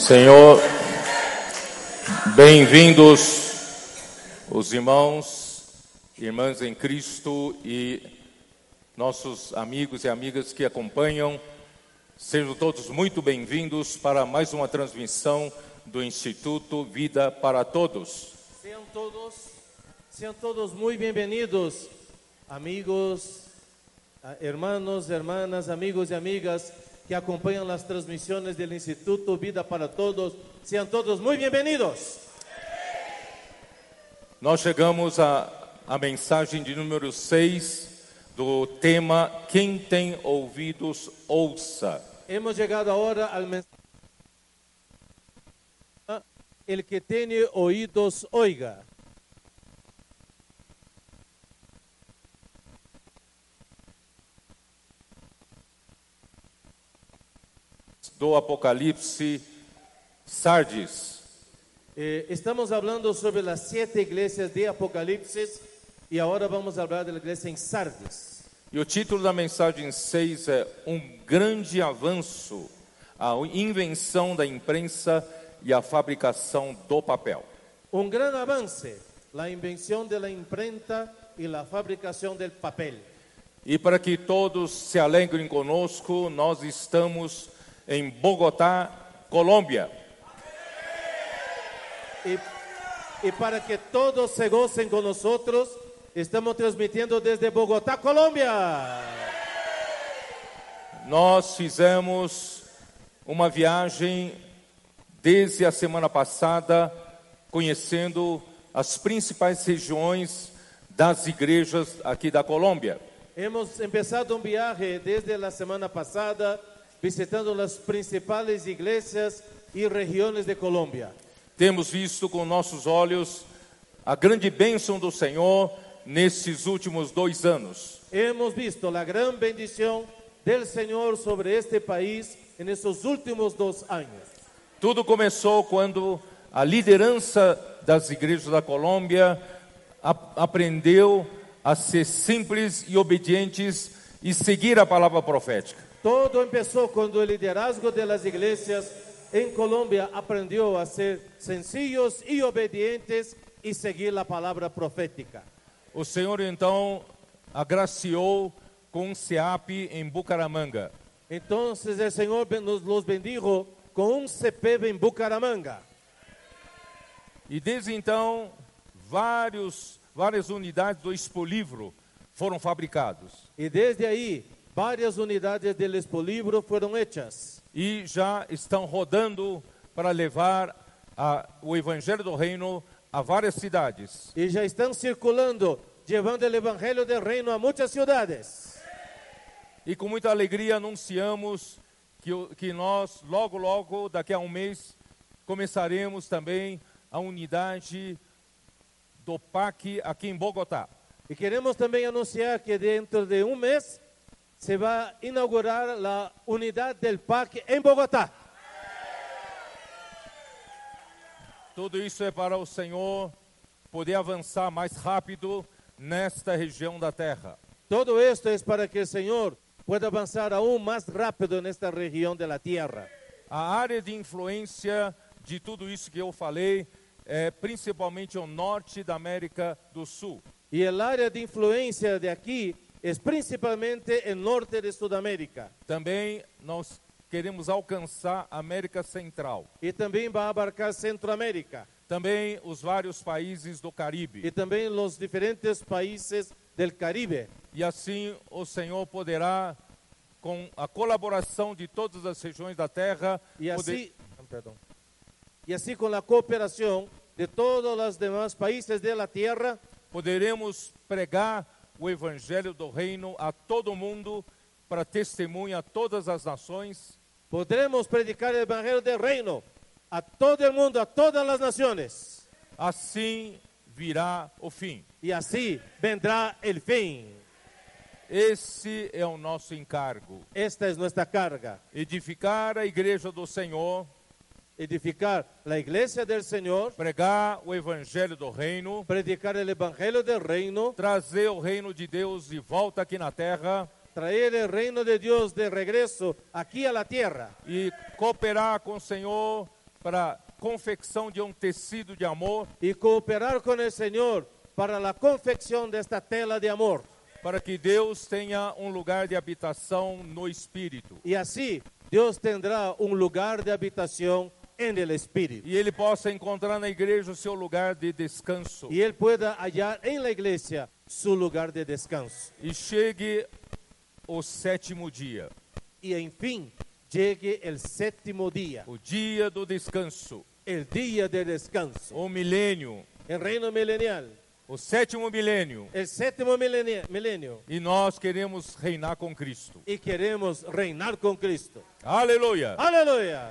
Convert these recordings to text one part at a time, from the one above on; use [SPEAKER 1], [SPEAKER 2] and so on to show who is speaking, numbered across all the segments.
[SPEAKER 1] Senhor, bem-vindos os irmãos, irmãs em Cristo e nossos amigos e amigas que acompanham. Sejam todos muito bem-vindos para mais uma transmissão do Instituto Vida para Todos.
[SPEAKER 2] Sean todos, sean todos muy bienvenidos, amigos, ah, hermanos, hermanas, amigos y amigas que acompañan las transmisiones del Instituto Vida para Todos. Sean todos muy bienvenidos.
[SPEAKER 1] Nós chegamos à, à mensagem de número 6 do tema Quem tem ouvidos, ouça.
[SPEAKER 2] Hemos llegado ahora al mensaje. El que tiene oídos, oiga.
[SPEAKER 1] do Apocalipse Sardes.
[SPEAKER 2] Eh, estamos hablando sobre las siete iglesias de Apocalipsis y ahora vamos a hablar de la iglesia en Sardis.
[SPEAKER 1] E o título da mensagem 6 é Um Grande Avanço a Invenção da Imprensa e a Fabricação do Papel.
[SPEAKER 2] Un gran avance, la invención de la imprenta y la fabricación del papel.
[SPEAKER 1] E para que todos se alegrem conosco, nós estamos em Bogotá, Colômbia.
[SPEAKER 2] Y, y para que todos se gocen con nosotros, estamos transmitiendo desde Bogotá, Colombia.
[SPEAKER 1] Nós fizemos uma viagem desde a semana passada, conhecendo as principais regiões das igrejas aqui da Colômbia.
[SPEAKER 2] Hemos empezado un viaje desde la semana pasada visitando las principales iglesias y regiones de Colombia.
[SPEAKER 1] Temos visto com nossos olhos a grande bênção do Senhor nesses últimos dois anos.
[SPEAKER 2] Hemos visto la gran bendición del Señor sobre este país en estos últimos dos años.
[SPEAKER 1] Tudo começou quando a liderança das igrejas da Colômbia a- aprendeu a ser simples e obedientes e seguir a palavra profética.
[SPEAKER 2] Todo empezó cuando el liderazgo de las iglesias en Colombia aprendió a ser sencillos y obedientes y seguir la palabra profética.
[SPEAKER 1] O Senhor então agraciou com um SEAP em Bucaramanga.
[SPEAKER 2] Entonces el Señor Então, ben- nos los bendijo um con un CPB en Bucaramanga.
[SPEAKER 1] E desde então, vários, várias unidades do Expolivro foram fabricados.
[SPEAKER 2] Y desde ahí varias unidades del expolibro fueron hechas
[SPEAKER 1] e já estão rodando para levar a- o Evangelho do Reino a várias cidades.
[SPEAKER 2] y ya están circulando, llevando el Evangelio del Reino a muchas ciudades.
[SPEAKER 1] E com muita alegria anunciamos que, o- que nós, logo, logo, daqui a um mês, começaremos também a unidade do PAC aqui em Bogotá.
[SPEAKER 2] Y queremos también anunciar que dentro de un mes se va a inaugurar la unidad del PAC en Bogotá.
[SPEAKER 1] Tudo isso é para o Senhor poder avançar mais rápido nesta região da terra.
[SPEAKER 2] Todo esto es para que el Señor pueda avanzar aún más rápido en esta región de la tierra.
[SPEAKER 1] A área de influência de tudo isso que eu falei é principalmente o norte da América do Sul.
[SPEAKER 2] Y el área de influencia de aquí es principalmente el norte de Sudamérica.
[SPEAKER 1] Também nós queremos alcançar a América Central.
[SPEAKER 2] Y también va a abarcar Centroamérica.
[SPEAKER 1] Também os vários países do
[SPEAKER 2] Y
[SPEAKER 1] Caribe.
[SPEAKER 2] también los diferentes países del Caribe.
[SPEAKER 1] E assim o Senhor poderá, com a colaboração de todas as regiões da Terra,
[SPEAKER 2] Y
[SPEAKER 1] poder-
[SPEAKER 2] así, perdón. y así con la cooperación de todos los demás países de la tierra,
[SPEAKER 1] poderemos pregar o Evangelho do Reino a todo mundo, para testemunha a todas as nações.
[SPEAKER 2] podremos predicar el Evangelio del Reino a todo el mundo, a todas las naciones.
[SPEAKER 1] Assim virá o fim.
[SPEAKER 2] Y así vendrá el fin.
[SPEAKER 1] Esse é o nosso encargo:
[SPEAKER 2] Esta es nuestra carga,
[SPEAKER 1] edificar a igreja do Senhor,
[SPEAKER 2] edificar la iglesia del Señor,
[SPEAKER 1] pregar o evangelho do reino,
[SPEAKER 2] predicar el Evangelio del Reino,
[SPEAKER 1] trazer o reino de Deus de volta aqui na terra
[SPEAKER 2] traer el reino de Dios de regreso aquí a la tierra
[SPEAKER 1] e cooperar com o Senhor para confecção de um tecido de amor,
[SPEAKER 2] y cooperar con el Señor para la confección de esta tela de amor.
[SPEAKER 1] para que Deus tenha um lugar de habitação no espírito
[SPEAKER 2] Y así Dios tendrá un lugar de habitación en el Espíritu.
[SPEAKER 1] e ele possa encontrar na igreja o seu lugar de descanso
[SPEAKER 2] Y Él pueda hallar en la iglesia su lugar de descanso.
[SPEAKER 1] e chegue o sétimo dia,
[SPEAKER 2] Y en fin, llegue el séptimo día,
[SPEAKER 1] o dia do descanso,
[SPEAKER 2] el día de descanso.
[SPEAKER 1] o milênio,
[SPEAKER 2] El reino milenial,
[SPEAKER 1] o sétimo milênio,
[SPEAKER 2] el séptimo milenia- milenio.
[SPEAKER 1] e nós queremos reinar com Cristo.
[SPEAKER 2] Y queremos reinar con Cristo.
[SPEAKER 1] Aleluia!
[SPEAKER 2] Aleluya.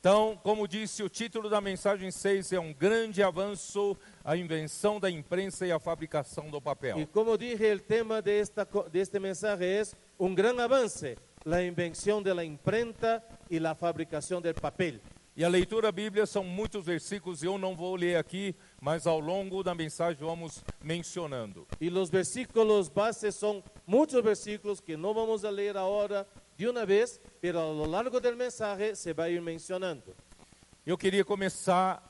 [SPEAKER 1] Então, como disse, o título da mensagem 6 é um grande avanço a invenção da imprensa e a fabricação do
[SPEAKER 2] Y
[SPEAKER 1] papel.
[SPEAKER 2] como dije, el tema de, esta, co- de este mensaje es un gran avance, la invención de la imprenta y la fabricación del papel.
[SPEAKER 1] E a leitura da Bíblia são muitos versículos, eu não vou ler aqui, mas ao longo da mensagem vamos mencionando.
[SPEAKER 2] Y los versículos bases son muchos versículos que no vamos a leer ahora de una vez, pero a lo largo del mensaje se va a ir mencionando.
[SPEAKER 1] Eu queria começar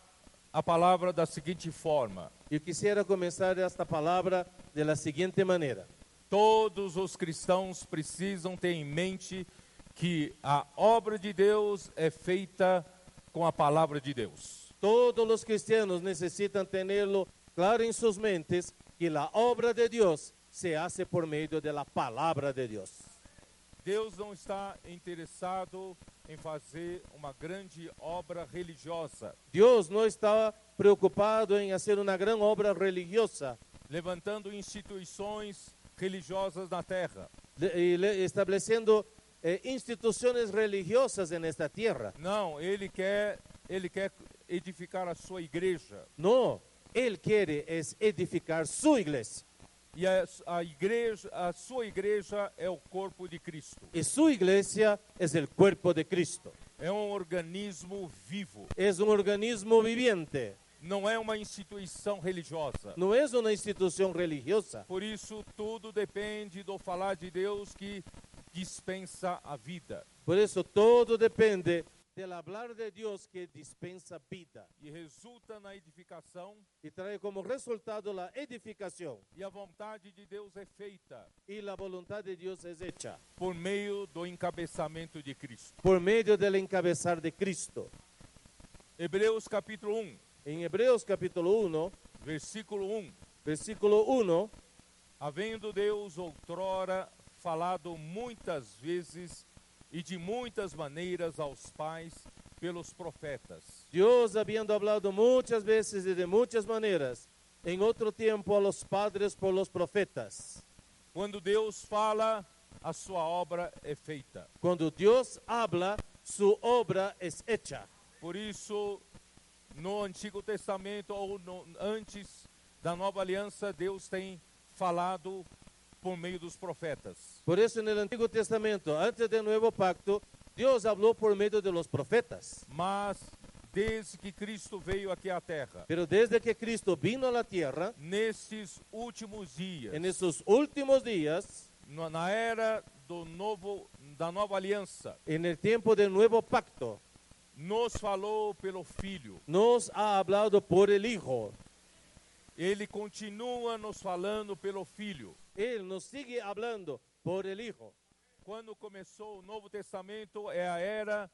[SPEAKER 1] a palavra da seguinte forma:
[SPEAKER 2] Yo quisiera comenzar esta palabra de la siguiente manera.
[SPEAKER 1] Todos os cristãos precisam ter em mente que a obra de Deus é feita com a palavra de Deus.
[SPEAKER 2] Todos los cristianos necesitan tenerlo claro en sus mentes que la obra de Dios se hace por medio de la palabra de Dios.
[SPEAKER 1] Deus não está interessado em fazer uma grande obra religiosa,
[SPEAKER 2] Dios no está preocupado en hacer una gran obra religiosa
[SPEAKER 1] levantando instituições religiosas na terra.
[SPEAKER 2] le- y le- estableciendo eh, instituciones religiosas en esta tierra.
[SPEAKER 1] Não, ele quer, ele quer edificar a sua igreja.
[SPEAKER 2] No, Él quiere es edificar su iglesia.
[SPEAKER 1] E a, a igreja, a sua igreja é o corpo de Cristo.
[SPEAKER 2] Y su iglesia es el cuerpo de Cristo.
[SPEAKER 1] É um organismo vivo,
[SPEAKER 2] Es un organismo viviente,
[SPEAKER 1] não é uma instituição religiosa.
[SPEAKER 2] no es una institución religiosa.
[SPEAKER 1] Por isso tudo depende do falar de Deus que dispensa a vida.
[SPEAKER 2] Por eso todo depende del hablar de Dios que dispensa vida
[SPEAKER 1] e resulta na edificação
[SPEAKER 2] y trae como resultado la edificação
[SPEAKER 1] e a vontade de Deus é feita
[SPEAKER 2] y la voluntad de Dios es hecha.
[SPEAKER 1] por meio do encabeçamento de Cristo.
[SPEAKER 2] por medio del encabezar de Cristo.
[SPEAKER 1] Hebreus capítulo 1,
[SPEAKER 2] En Hebreos capítulo 1,
[SPEAKER 1] versículo 1.
[SPEAKER 2] versículo 1,
[SPEAKER 1] Havendo Deus outrora falado muitas vezes e de muitas maneiras aos pais pelos profetas,
[SPEAKER 2] Dios habiendo hablado muchas veces y de muchas maneras, en otro tiempo a los padres por los profetas.
[SPEAKER 1] quando Deus fala, a sua obra é feita.
[SPEAKER 2] Cuando Dios habla, su obra es hecha.
[SPEAKER 1] Por isso, no Antigo Testamento ou no- antes da Nova Aliança, Deus tem falado por meio dos profetas.
[SPEAKER 2] Por eso en el Antiguo Testamento, antes del Nuevo Pacto, Dios habló por medio de los profetas.
[SPEAKER 1] Mas desde que Cristo veio aqui à Terra,
[SPEAKER 2] Pero desde que Cristo vino a la tierra,
[SPEAKER 1] nesses últimos dias,
[SPEAKER 2] en esos últimos días,
[SPEAKER 1] na- na era do novo da Nova Aliança,
[SPEAKER 2] en el tiempo del Nuevo Pacto,
[SPEAKER 1] nos falou pelo Filho.
[SPEAKER 2] nos ha hablado por el Hijo.
[SPEAKER 1] Ele continua nos falando pelo Filho.
[SPEAKER 2] Él nos sigue hablando por el Hijo.
[SPEAKER 1] Quando começou o Novo Testamento, é a era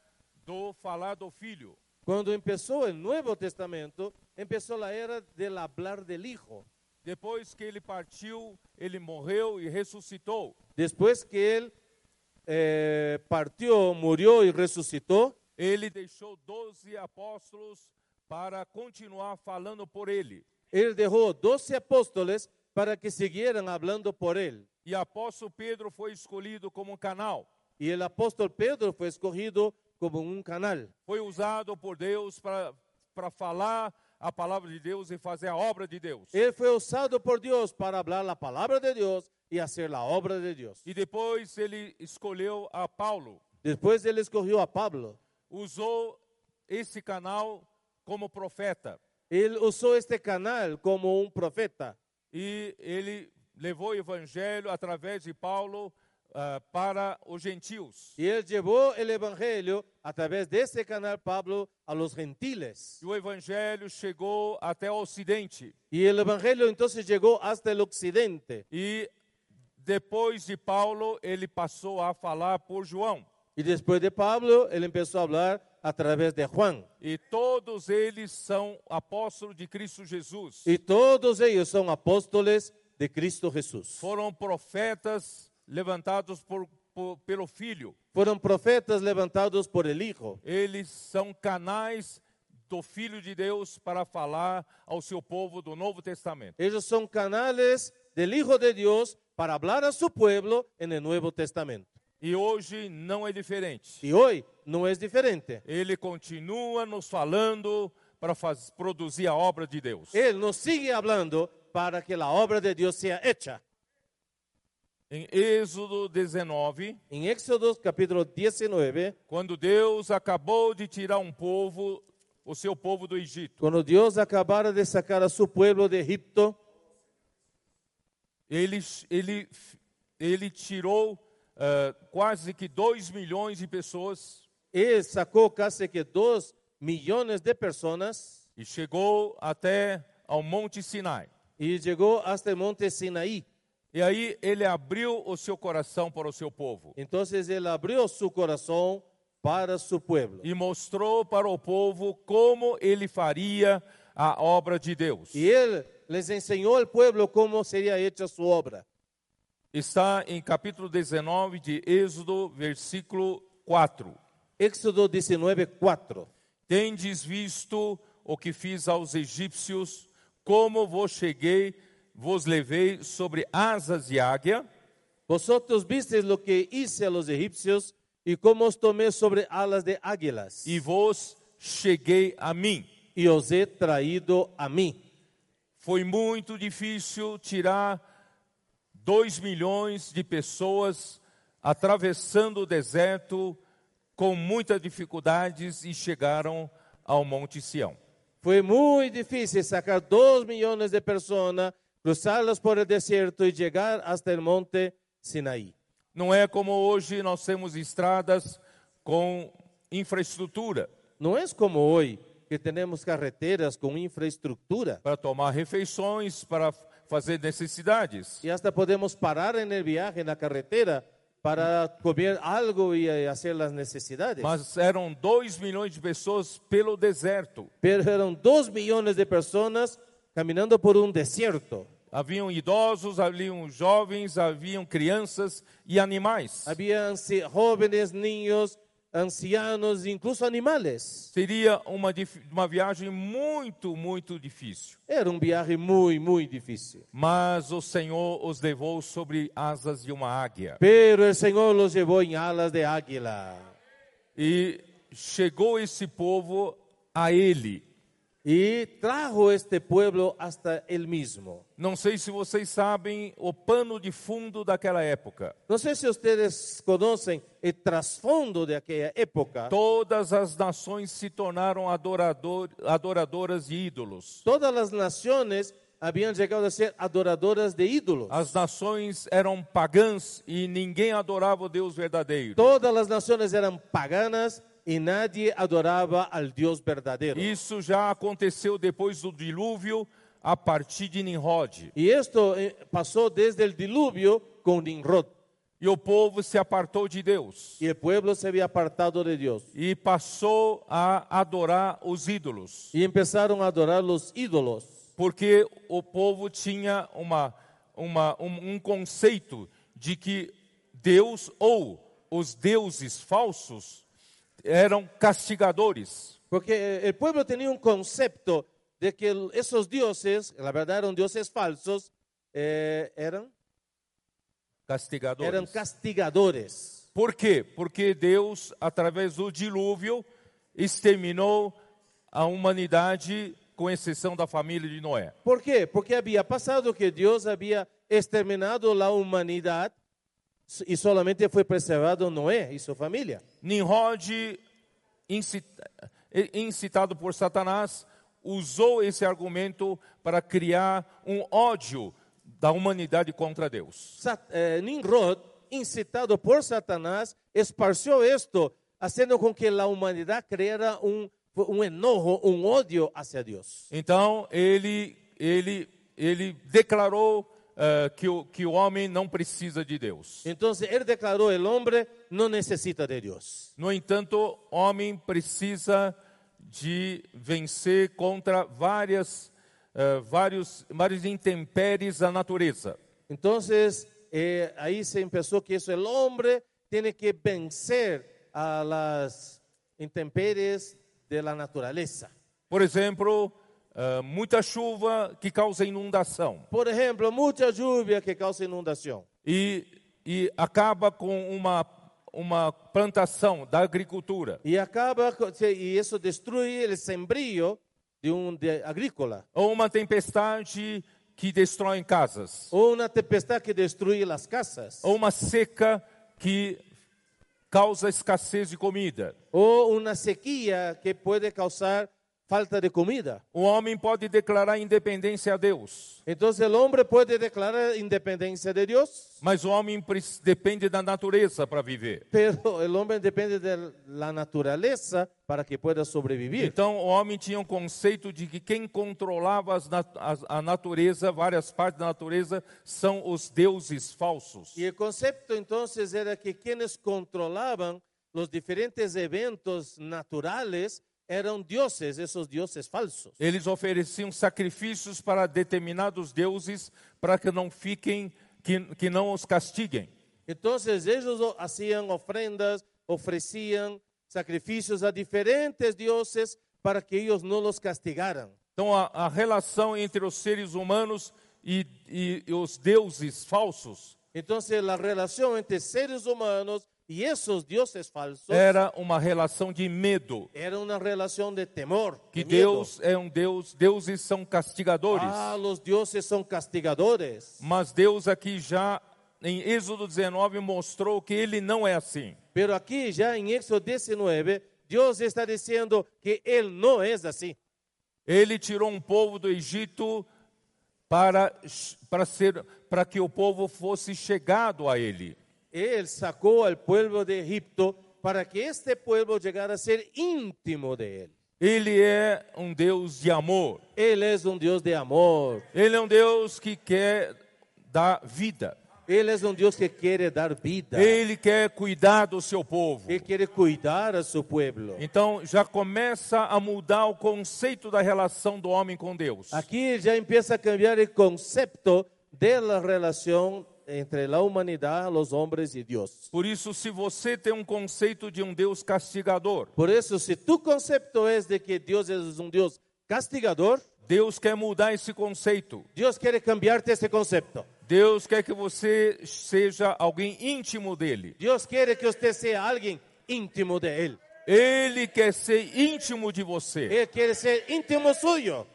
[SPEAKER 1] do falar do Filho.
[SPEAKER 2] Cuando empezó el Nuevo Testamento, empezó la era del hablar del Hijo.
[SPEAKER 1] Depois que ele partiu, ele morreu e ressuscitou.
[SPEAKER 2] Después que Él eh, partió, murió y resucitó,
[SPEAKER 1] Ele deixou 12 apóstolos para continuar falando por ele.
[SPEAKER 2] Él dejó doce apóstoles para que siguieran hablando por Él.
[SPEAKER 1] E apóstolo Pedro foi escolhido como um canal.
[SPEAKER 2] Y el apóstol Pedro fue escogido como un canal.
[SPEAKER 1] Foi usado por Deus para para falar a palavra de Deus e fazer a obra de Deus.
[SPEAKER 2] Él fue usado por Dios para hablar la palabra de Dios y hacer la obra de Dios.
[SPEAKER 1] E depois ele escolheu a Paulo.
[SPEAKER 2] Después Él escogió a Pablo.
[SPEAKER 1] Usou esse canal como profeta.
[SPEAKER 2] Él usó este canal como un profeta.
[SPEAKER 1] E ele levou o evangelho através de Paulo ah, para os gentios.
[SPEAKER 2] Y él llevó el Evangelio a través de ese canal Pablo a los gentiles.
[SPEAKER 1] E o evangelho chegou até o ocidente.
[SPEAKER 2] Y el Evangelio entonces llegó hasta el occidente.
[SPEAKER 1] E depois de Paulo, ele passou a falar por João.
[SPEAKER 2] Y después de Pablo, él empezó a hablar a través de Juan.
[SPEAKER 1] E todos eles são apóstolos de Cristo Jesus.
[SPEAKER 2] Y todos ellos son apóstoles de Cristo Jesús.
[SPEAKER 1] Foram profetas levantados por- por- pelo Filho.
[SPEAKER 2] Fueron profetas levantados por el Hijo.
[SPEAKER 1] Eles são canais do Filho de Deus para falar ao seu povo do Novo Testamento.
[SPEAKER 2] Ellos son canales del Hijo de Dios para hablar a su pueblo en el Nuevo Testamento.
[SPEAKER 1] E hoje não é diferente.
[SPEAKER 2] Y hoy no es diferente.
[SPEAKER 1] Ele continua nos falando para faz- produzir a obra de Deus.
[SPEAKER 2] Él nos sigue hablando para que la obra de Dios sea hecha.
[SPEAKER 1] Em Êxodo 19,
[SPEAKER 2] En Éxodo capítulo 19,
[SPEAKER 1] quando Deus acabou de tirar um povo, o seu povo do Egito,
[SPEAKER 2] cuando Dios acabara de sacar a su pueblo de Egipto,
[SPEAKER 1] ele, ele, ele tirou ah, quase que 2 milhões de pessoas
[SPEAKER 2] Él sacó casi que dos millones de personas
[SPEAKER 1] e chegou até ao Monte Sinai.
[SPEAKER 2] y llegó hasta el monte Sinaí.
[SPEAKER 1] E aí ele abriu o seu coração para o seu povo
[SPEAKER 2] Entonces él abrió su corazón para su pueblo
[SPEAKER 1] e mostrou para o povo como ele faria a obra de Deus.
[SPEAKER 2] y él les enseñó al pueblo cómo sería hecha su obra.
[SPEAKER 1] Está em capítulo 19 de Êxodo, versículo 4.
[SPEAKER 2] Éxodo 19:4.
[SPEAKER 1] Tendes visto o que fiz aos egípcios, como vos cheguei, vos levei sobre asas de águia,
[SPEAKER 2] Vosotros visteis lo que hice a los egipcios y cómo os tomé sobre alas de águilas
[SPEAKER 1] e
[SPEAKER 2] y,
[SPEAKER 1] vos cheguei a mim.
[SPEAKER 2] os he traído a mí.
[SPEAKER 1] Foi muito difícil tirar dois milhões de pessoas atravessando o deserto com muitas dificuldades e chegaram ao Monte Sião.
[SPEAKER 2] Fue muy difícil sacar dos millones de personas, cruzarlas por el desierto y llegar hasta el monte Sinaí.
[SPEAKER 1] Não é como hoje nós temos estradas com infraestrutura
[SPEAKER 2] No es como hoy que tenemos carreteras con infraestructura
[SPEAKER 1] para tomar refeições, para f- fazer necessidades.
[SPEAKER 2] y hasta podemos parar en el viaje en la carretera para comer algo y eh, hacer las necesidades.
[SPEAKER 1] Mas eram dois milhões de pessoas pelo deserto.
[SPEAKER 2] Pero eran dos millones de personas caminando por un desierto.
[SPEAKER 1] Haviam idosos, haviam jovens, haviam crianças e animais.
[SPEAKER 2] Había anci- jóvenes, niños, ancianos, incluso animales.
[SPEAKER 1] Seria uma, dif- uma viagem muito, muito difícil.
[SPEAKER 2] Era un viaje muy, muy difícil.
[SPEAKER 1] Mas o Senhor os levou sobre asas de uma águia.
[SPEAKER 2] Pero el Señor los llevó en alas de águila.
[SPEAKER 1] E chegou esse povo a ele.
[SPEAKER 2] Y trajo este pueblo hasta él mismo.
[SPEAKER 1] Não sei se vocês sabem o pano de fundo daquela época.
[SPEAKER 2] No sé si ustedes conocen el trasfondo de aquella época.
[SPEAKER 1] Todas as nações se tornaram adorador, adoradoras de ídolos.
[SPEAKER 2] Todas las naciones habían llegado a ser adoradoras de ídolos.
[SPEAKER 1] As nações eram pagãs e ninguém adorava o Deus verdadeiro.
[SPEAKER 2] Todas las naciones eran paganas y nadie adoraba al Dios verdadero.
[SPEAKER 1] Isso já aconteceu depois do dilúvio, a partir de Nimrod.
[SPEAKER 2] Y esto eh, pasó desde el diluvio con Nimrod.
[SPEAKER 1] E o povo se apartou de Deus
[SPEAKER 2] Y el pueblo se había apartado de Dios.
[SPEAKER 1] e passou a adorar os ídolos,
[SPEAKER 2] Y empezaron a adorar los ídolos.
[SPEAKER 1] porque o povo tinha uma, uma, um, um conceito de que Deus ou os deuses falsos eram castigadores.
[SPEAKER 2] Porque eh, el pueblo tenía un concepto de que el- esos dioses, la verdad eran dioses falsos, eh, eran,
[SPEAKER 1] Castigadores.
[SPEAKER 2] eran castigadores.
[SPEAKER 1] Por quê? Porque Deus, através do dilúvio, exterminou a humanidade, com exceção da família de Noé.
[SPEAKER 2] ¿Por qué? Porque había pasado que Dios había exterminado la humanidad y solamente fue preservado Noé y su familia.
[SPEAKER 1] Nimrod, incita- eh, incitado por Satanás, usou esse argumento para criar um ódio da humanidade contra Deus.
[SPEAKER 2] Sat- eh, Nimrod incitado por Satanás, esparció esto, haciendo con que la humanidad creara un, un enojo, un odio hacia Dios.
[SPEAKER 1] Então ele ele ele declarou eh, que o que o homem não precisa de Deus.
[SPEAKER 2] Entonces él declaró, el hombre no necesita de Dios.
[SPEAKER 1] No entanto, homem precisa de vencer contra várias eh, vários vários intempéries da natureza.
[SPEAKER 2] Entonces eh, ahí se empezó que eso, el hombre tiene que vencer a las intemperies de la naturaleza.
[SPEAKER 1] Por exemplo, eh, muita chuva que causa inundação
[SPEAKER 2] Por ejemplo, mucha lluvia que causa inundación
[SPEAKER 1] e e acaba com uma uma plantação da agricultura
[SPEAKER 2] y acaba co- se- y eso destruye el sembrío de un de- agrícola
[SPEAKER 1] ou uma tempestade que destrói casas
[SPEAKER 2] o una tempestad que destruye las casas
[SPEAKER 1] ou uma seca que causa escassez de comida.
[SPEAKER 2] o una sequía que puede causar falta de comida.
[SPEAKER 1] O Um homem pode declarar independência a Deus,
[SPEAKER 2] Entonces el hombre puede declarar independencia de Dios,
[SPEAKER 1] mas o homem prec- depende da natureza para viver.
[SPEAKER 2] pero el hombre depende de la naturaleza para que pueda sobrevivir.
[SPEAKER 1] Então, o homem tinha um conceito de que quem controlava as nat- as- a natureza, várias partes da natureza, são os deuses falsos.
[SPEAKER 2] Y el concepto entonces era que quienes controlaban los diferentes eventos naturales eran dioses, esos dioses falsos.
[SPEAKER 1] Eles ofereciam sacrifícios para determinados deuses para que não fiquem, que, que não os castiguem.
[SPEAKER 2] Entonces ellos o- hacían ofrendas, ofrecían sacrificios a diferentes dioses para que ellos no los castigaran.
[SPEAKER 1] Então, a, a relação entre os seres humanos e, e- e os deuses falsos
[SPEAKER 2] Entonces la relación entre seres humanos y esos dioses falsos
[SPEAKER 1] era uma relação de medo.
[SPEAKER 2] era una relación de temor.
[SPEAKER 1] Que
[SPEAKER 2] de miedo.
[SPEAKER 1] Deus é um Deus, deuses são castigadores.
[SPEAKER 2] Ah, los dioses son castigadores.
[SPEAKER 1] Mas Deus aqui já em Êxodo 19 mostrou que ele não é assim.
[SPEAKER 2] Pero aquí ya en Éxodo 19, Dios está diciendo que Él no es así.
[SPEAKER 1] Ele tirou um povo do Egito para para ser para que o povo fosse chegado a ele.
[SPEAKER 2] Él sacó al pueblo de Egipto para que este pueblo llegara a ser íntimo de Él.
[SPEAKER 1] Ele é um Deus de amor.
[SPEAKER 2] Él es un Dios de amor.
[SPEAKER 1] Ele é um Deus que quer dar vida.
[SPEAKER 2] Él es un Dios que quiere dar vida.
[SPEAKER 1] Ele quer cuidar do seu povo.
[SPEAKER 2] Él quiere cuidar a su pueblo.
[SPEAKER 1] Então já começa a mudar o conceito da relação do homem com Deus.
[SPEAKER 2] Aquí ya empieza a cambiar el concepto de la relación entre la humanidad, los hombres y Dios.
[SPEAKER 1] Por isso, se você tem um conceito de um Deus castigador,
[SPEAKER 2] Por eso, si tu concepto es de que Dios es un Dios castigador,
[SPEAKER 1] Deus quer mudar esse conceito.
[SPEAKER 2] Dios quiere cambiarte ese concepto.
[SPEAKER 1] Deus quer que você seja alguém íntimo dele.
[SPEAKER 2] Dios quiere que usted sea alguien íntimo de Él.
[SPEAKER 1] Ele quer ser íntimo de você.
[SPEAKER 2] Él quiere ser íntimo suyo.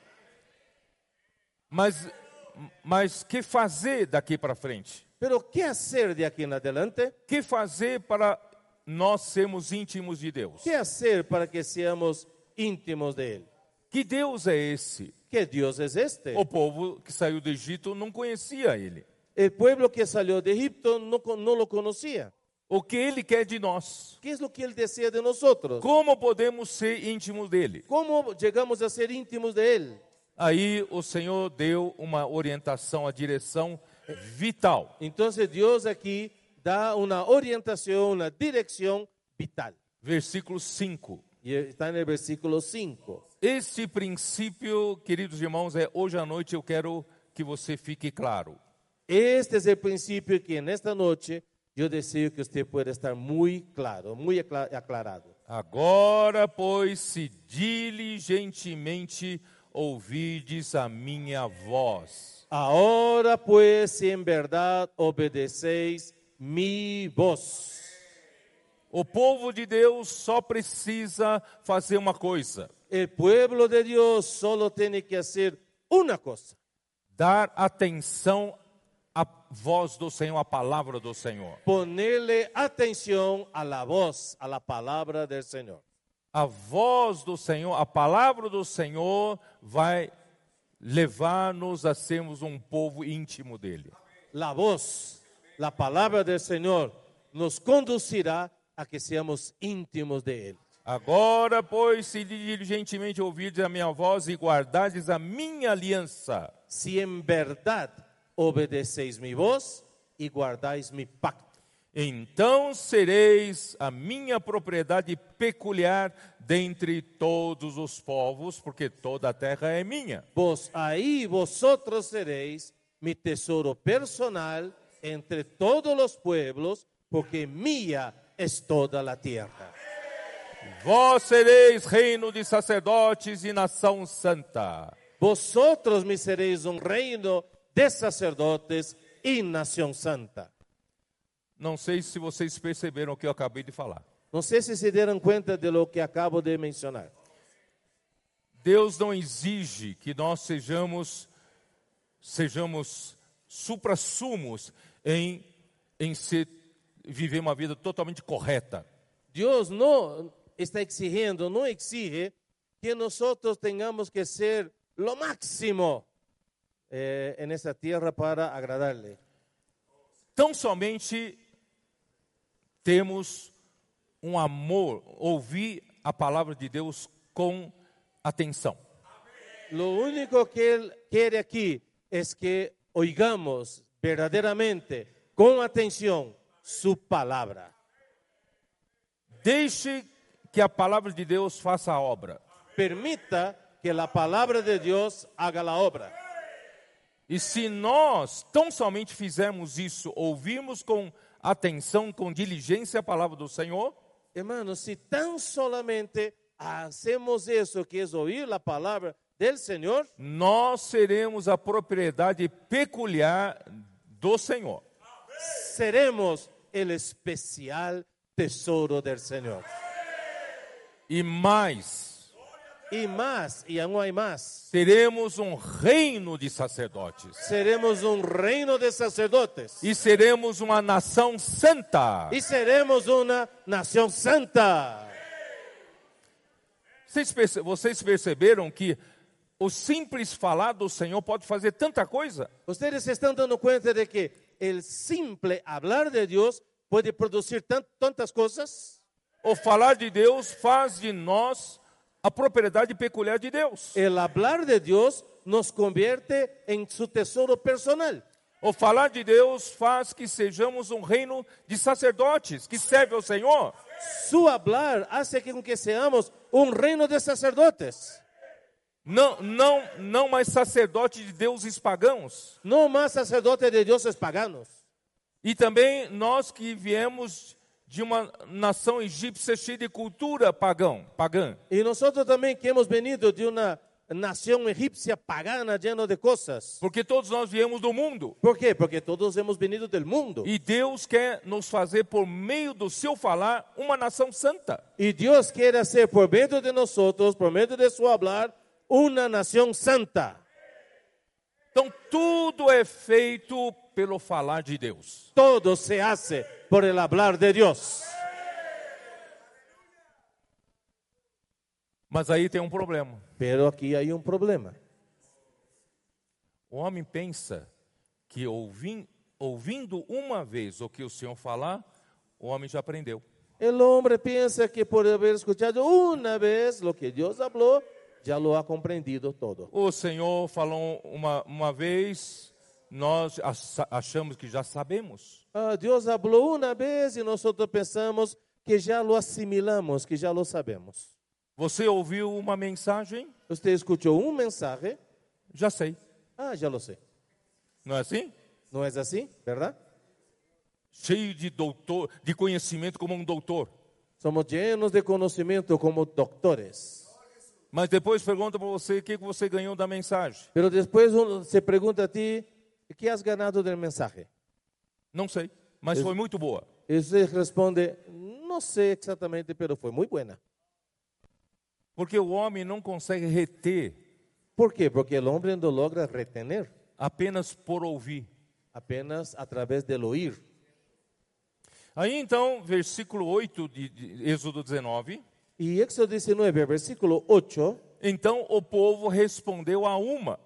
[SPEAKER 1] Mas mas que fazer daqui para frente?
[SPEAKER 2] Pero, ¿qué hacer de aquí en adelante?
[SPEAKER 1] Que fazer para nós sermos íntimos de Deus?
[SPEAKER 2] ¿Qué hacer para que seamos íntimos de Él?
[SPEAKER 1] Que Deus é esse?
[SPEAKER 2] ¿Qué Dios es este?
[SPEAKER 1] O povo que saiu do Egito não conhecia ele.
[SPEAKER 2] El pueblo que salió de Egipto no, con- no lo conocía.
[SPEAKER 1] O que ele quer de nós?
[SPEAKER 2] ¿Qué es lo que Él desea de nosotros?
[SPEAKER 1] Como podemos ser íntimos dele?
[SPEAKER 2] ¿Cómo llegamos a ser íntimos de Él?
[SPEAKER 1] Aí o Senhor deu uma orientação, a direção vital.
[SPEAKER 2] Entonces Dios aquí da una orientación, una dirección vital.
[SPEAKER 1] Versículo 5.
[SPEAKER 2] Y está en el versículo 5.
[SPEAKER 1] Esse princípio, queridos irmãos, é hoje à noite eu quero que você fique claro.
[SPEAKER 2] Este es el principio que en esta noche yo deseo que usted pueda estar muy claro, muy acla- aclarado.
[SPEAKER 1] Agora, pois, se diligentemente ouvides a minha voz.
[SPEAKER 2] Ahora pues, si en verdad obedecéis mi voz.
[SPEAKER 1] O povo de Deus só precisa fazer uma coisa:
[SPEAKER 2] El pueblo de Dios solo tiene que hacer una cosa,
[SPEAKER 1] dar atenção à voz do Senhor, à palavra do Senhor.
[SPEAKER 2] ponerle atención a la voz, a la palabra del Señor.
[SPEAKER 1] A voz do Senhor, a palavra do Senhor vai levar-nos a sermos um povo íntimo dele.
[SPEAKER 2] La voz, la palabra del Señor nos conducirá a que seamos íntimos de Él.
[SPEAKER 1] Agora, pois, se diligentemente ouvirdes a minha voz e guardardes a minha aliança,
[SPEAKER 2] Si en verdad obedecéis mi voz y guardáis mi pacto,
[SPEAKER 1] então sereis a minha propriedade peculiar dentre todos os povos, porque toda a terra é minha.
[SPEAKER 2] vos ahí vosotros seréis mi tesoro personal entre todos los pueblos, porque mía es toda la tierra.
[SPEAKER 1] Vós sereis reino de sacerdotes e nação santa.
[SPEAKER 2] Vosotros me seréis un reino de sacerdotes y nación santa.
[SPEAKER 1] Não sei se vocês perceberam o que eu acabei de falar.
[SPEAKER 2] No sé si se dieron cuenta de lo que acabo de mencionar.
[SPEAKER 1] Deus não exige que nós sejamos sejamos suprassumos em em ser, viver uma vida totalmente correta.
[SPEAKER 2] Dios no está exigiendo, no exige que nosotros tengamos que ser lo máximo eh, en esta tierra para agradarle.
[SPEAKER 1] Tão somente temos um amor, ouvir a palavra de Deus com atenção.
[SPEAKER 2] Lo único que Él quiere aquí es que oigamos verdaderamente, con atención, su palabra.
[SPEAKER 1] Deixe que a palavra de Deus faça a obra.
[SPEAKER 2] Permita que la palabra de Dios haga la obra.
[SPEAKER 1] E se nós tão somente fizermos isso, ouvirmos com atenção, com diligência a palavra do Senhor,
[SPEAKER 2] Hermanos, si tan solamente hacemos eso, que es oír la palabra del Señor,
[SPEAKER 1] nós seremos a propriedade peculiar do Senhor.
[SPEAKER 2] seremos el especial tesoro del Señor.
[SPEAKER 1] E mais,
[SPEAKER 2] Y más, y aún hay más,
[SPEAKER 1] seremos um reino de sacerdotes.
[SPEAKER 2] seremos un reino de sacerdotes
[SPEAKER 1] E seremos uma nação santa.
[SPEAKER 2] y seremos una nación santa.
[SPEAKER 1] Vocês perce- vocês perceberam que o simples falar do Senhor pode fazer tanta coisa?
[SPEAKER 2] Ustedes se están dando cuenta de que el simple hablar de Dios puede producir tan- tantas cosas.
[SPEAKER 1] O falar de Deus faz de nós a propriedade peculiar de Deus.
[SPEAKER 2] El hablar de Dios nos convierte en su tesoro personal.
[SPEAKER 1] O falar de Deus faz que sejamos um reino de sacerdotes que serve ao Senhor.
[SPEAKER 2] Su hablar hace que, que seamos un reino de sacerdotes,
[SPEAKER 1] Não, não, não mais sacerdote de deuses pagãos.
[SPEAKER 2] no más sacerdotes de dioses paganos.
[SPEAKER 1] E também nós que viemos de uma nação egípcia cheia de cultura pagão, pagã.
[SPEAKER 2] Y nosotros también que hemos venido de una nación egipcia pagana llena de cosas.
[SPEAKER 1] Porque todos nós viemos do mundo.
[SPEAKER 2] ¿Por qué? Porque todos hemos venido del mundo.
[SPEAKER 1] E Deus quer nos fazer, por meio do seu falar, uma nação santa.
[SPEAKER 2] Y Dios quiere hacer por medio de nosotros, por medio de su hablar, una nación santa.
[SPEAKER 1] Então tudo é feito pelo falar de Deus.
[SPEAKER 2] Todo se hace por el hablar de Dios.
[SPEAKER 1] Mas aí tem um problema.
[SPEAKER 2] Pero aquí hay un problema.
[SPEAKER 1] O homem pensa que ouvim- ouvindo uma vez o que o Senhor falar, o homem já aprendeu.
[SPEAKER 2] El hombre piensa que por haber escuchado una vez lo que Dios habló, ya lo ha comprendido todo.
[SPEAKER 1] O Senhor falou uma, uma vez, nós acha- achamos que já sabemos.
[SPEAKER 2] Ah, Dios habló una vez y nosotros pensamos que ya lo asimilamos, que ya lo sabemos.
[SPEAKER 1] Você ouviu uma mensagem?
[SPEAKER 2] Usted escuchó un mensaje,
[SPEAKER 1] Já sei.
[SPEAKER 2] ah, ya lo sé.
[SPEAKER 1] Não é assim?
[SPEAKER 2] ¿No es así, verdad?
[SPEAKER 1] Cheio de doutor, de conhecimento como um doutor.
[SPEAKER 2] Somos llenos de conocimiento como doctores.
[SPEAKER 1] Mas depois pergunta para você o que que você ganhou da mensagem.
[SPEAKER 2] Pero después uno se pregunta a ti, ¿qué has ganado del mensaje?
[SPEAKER 1] Não sei, mas foi muito boa.
[SPEAKER 2] Y usted responde, no sé exactamente, pero fue muy buena.
[SPEAKER 1] Porque o homem não consegue reter
[SPEAKER 2] ¿Por qué? Porque el hombre no logra retener
[SPEAKER 1] apenas por ouvir.
[SPEAKER 2] apenas a través del oír.
[SPEAKER 1] Aí então, versículo 8 de, de Êxodo 19.
[SPEAKER 2] Y Éxodo 19, versículo 8,
[SPEAKER 1] Então o povo respondeu a uma.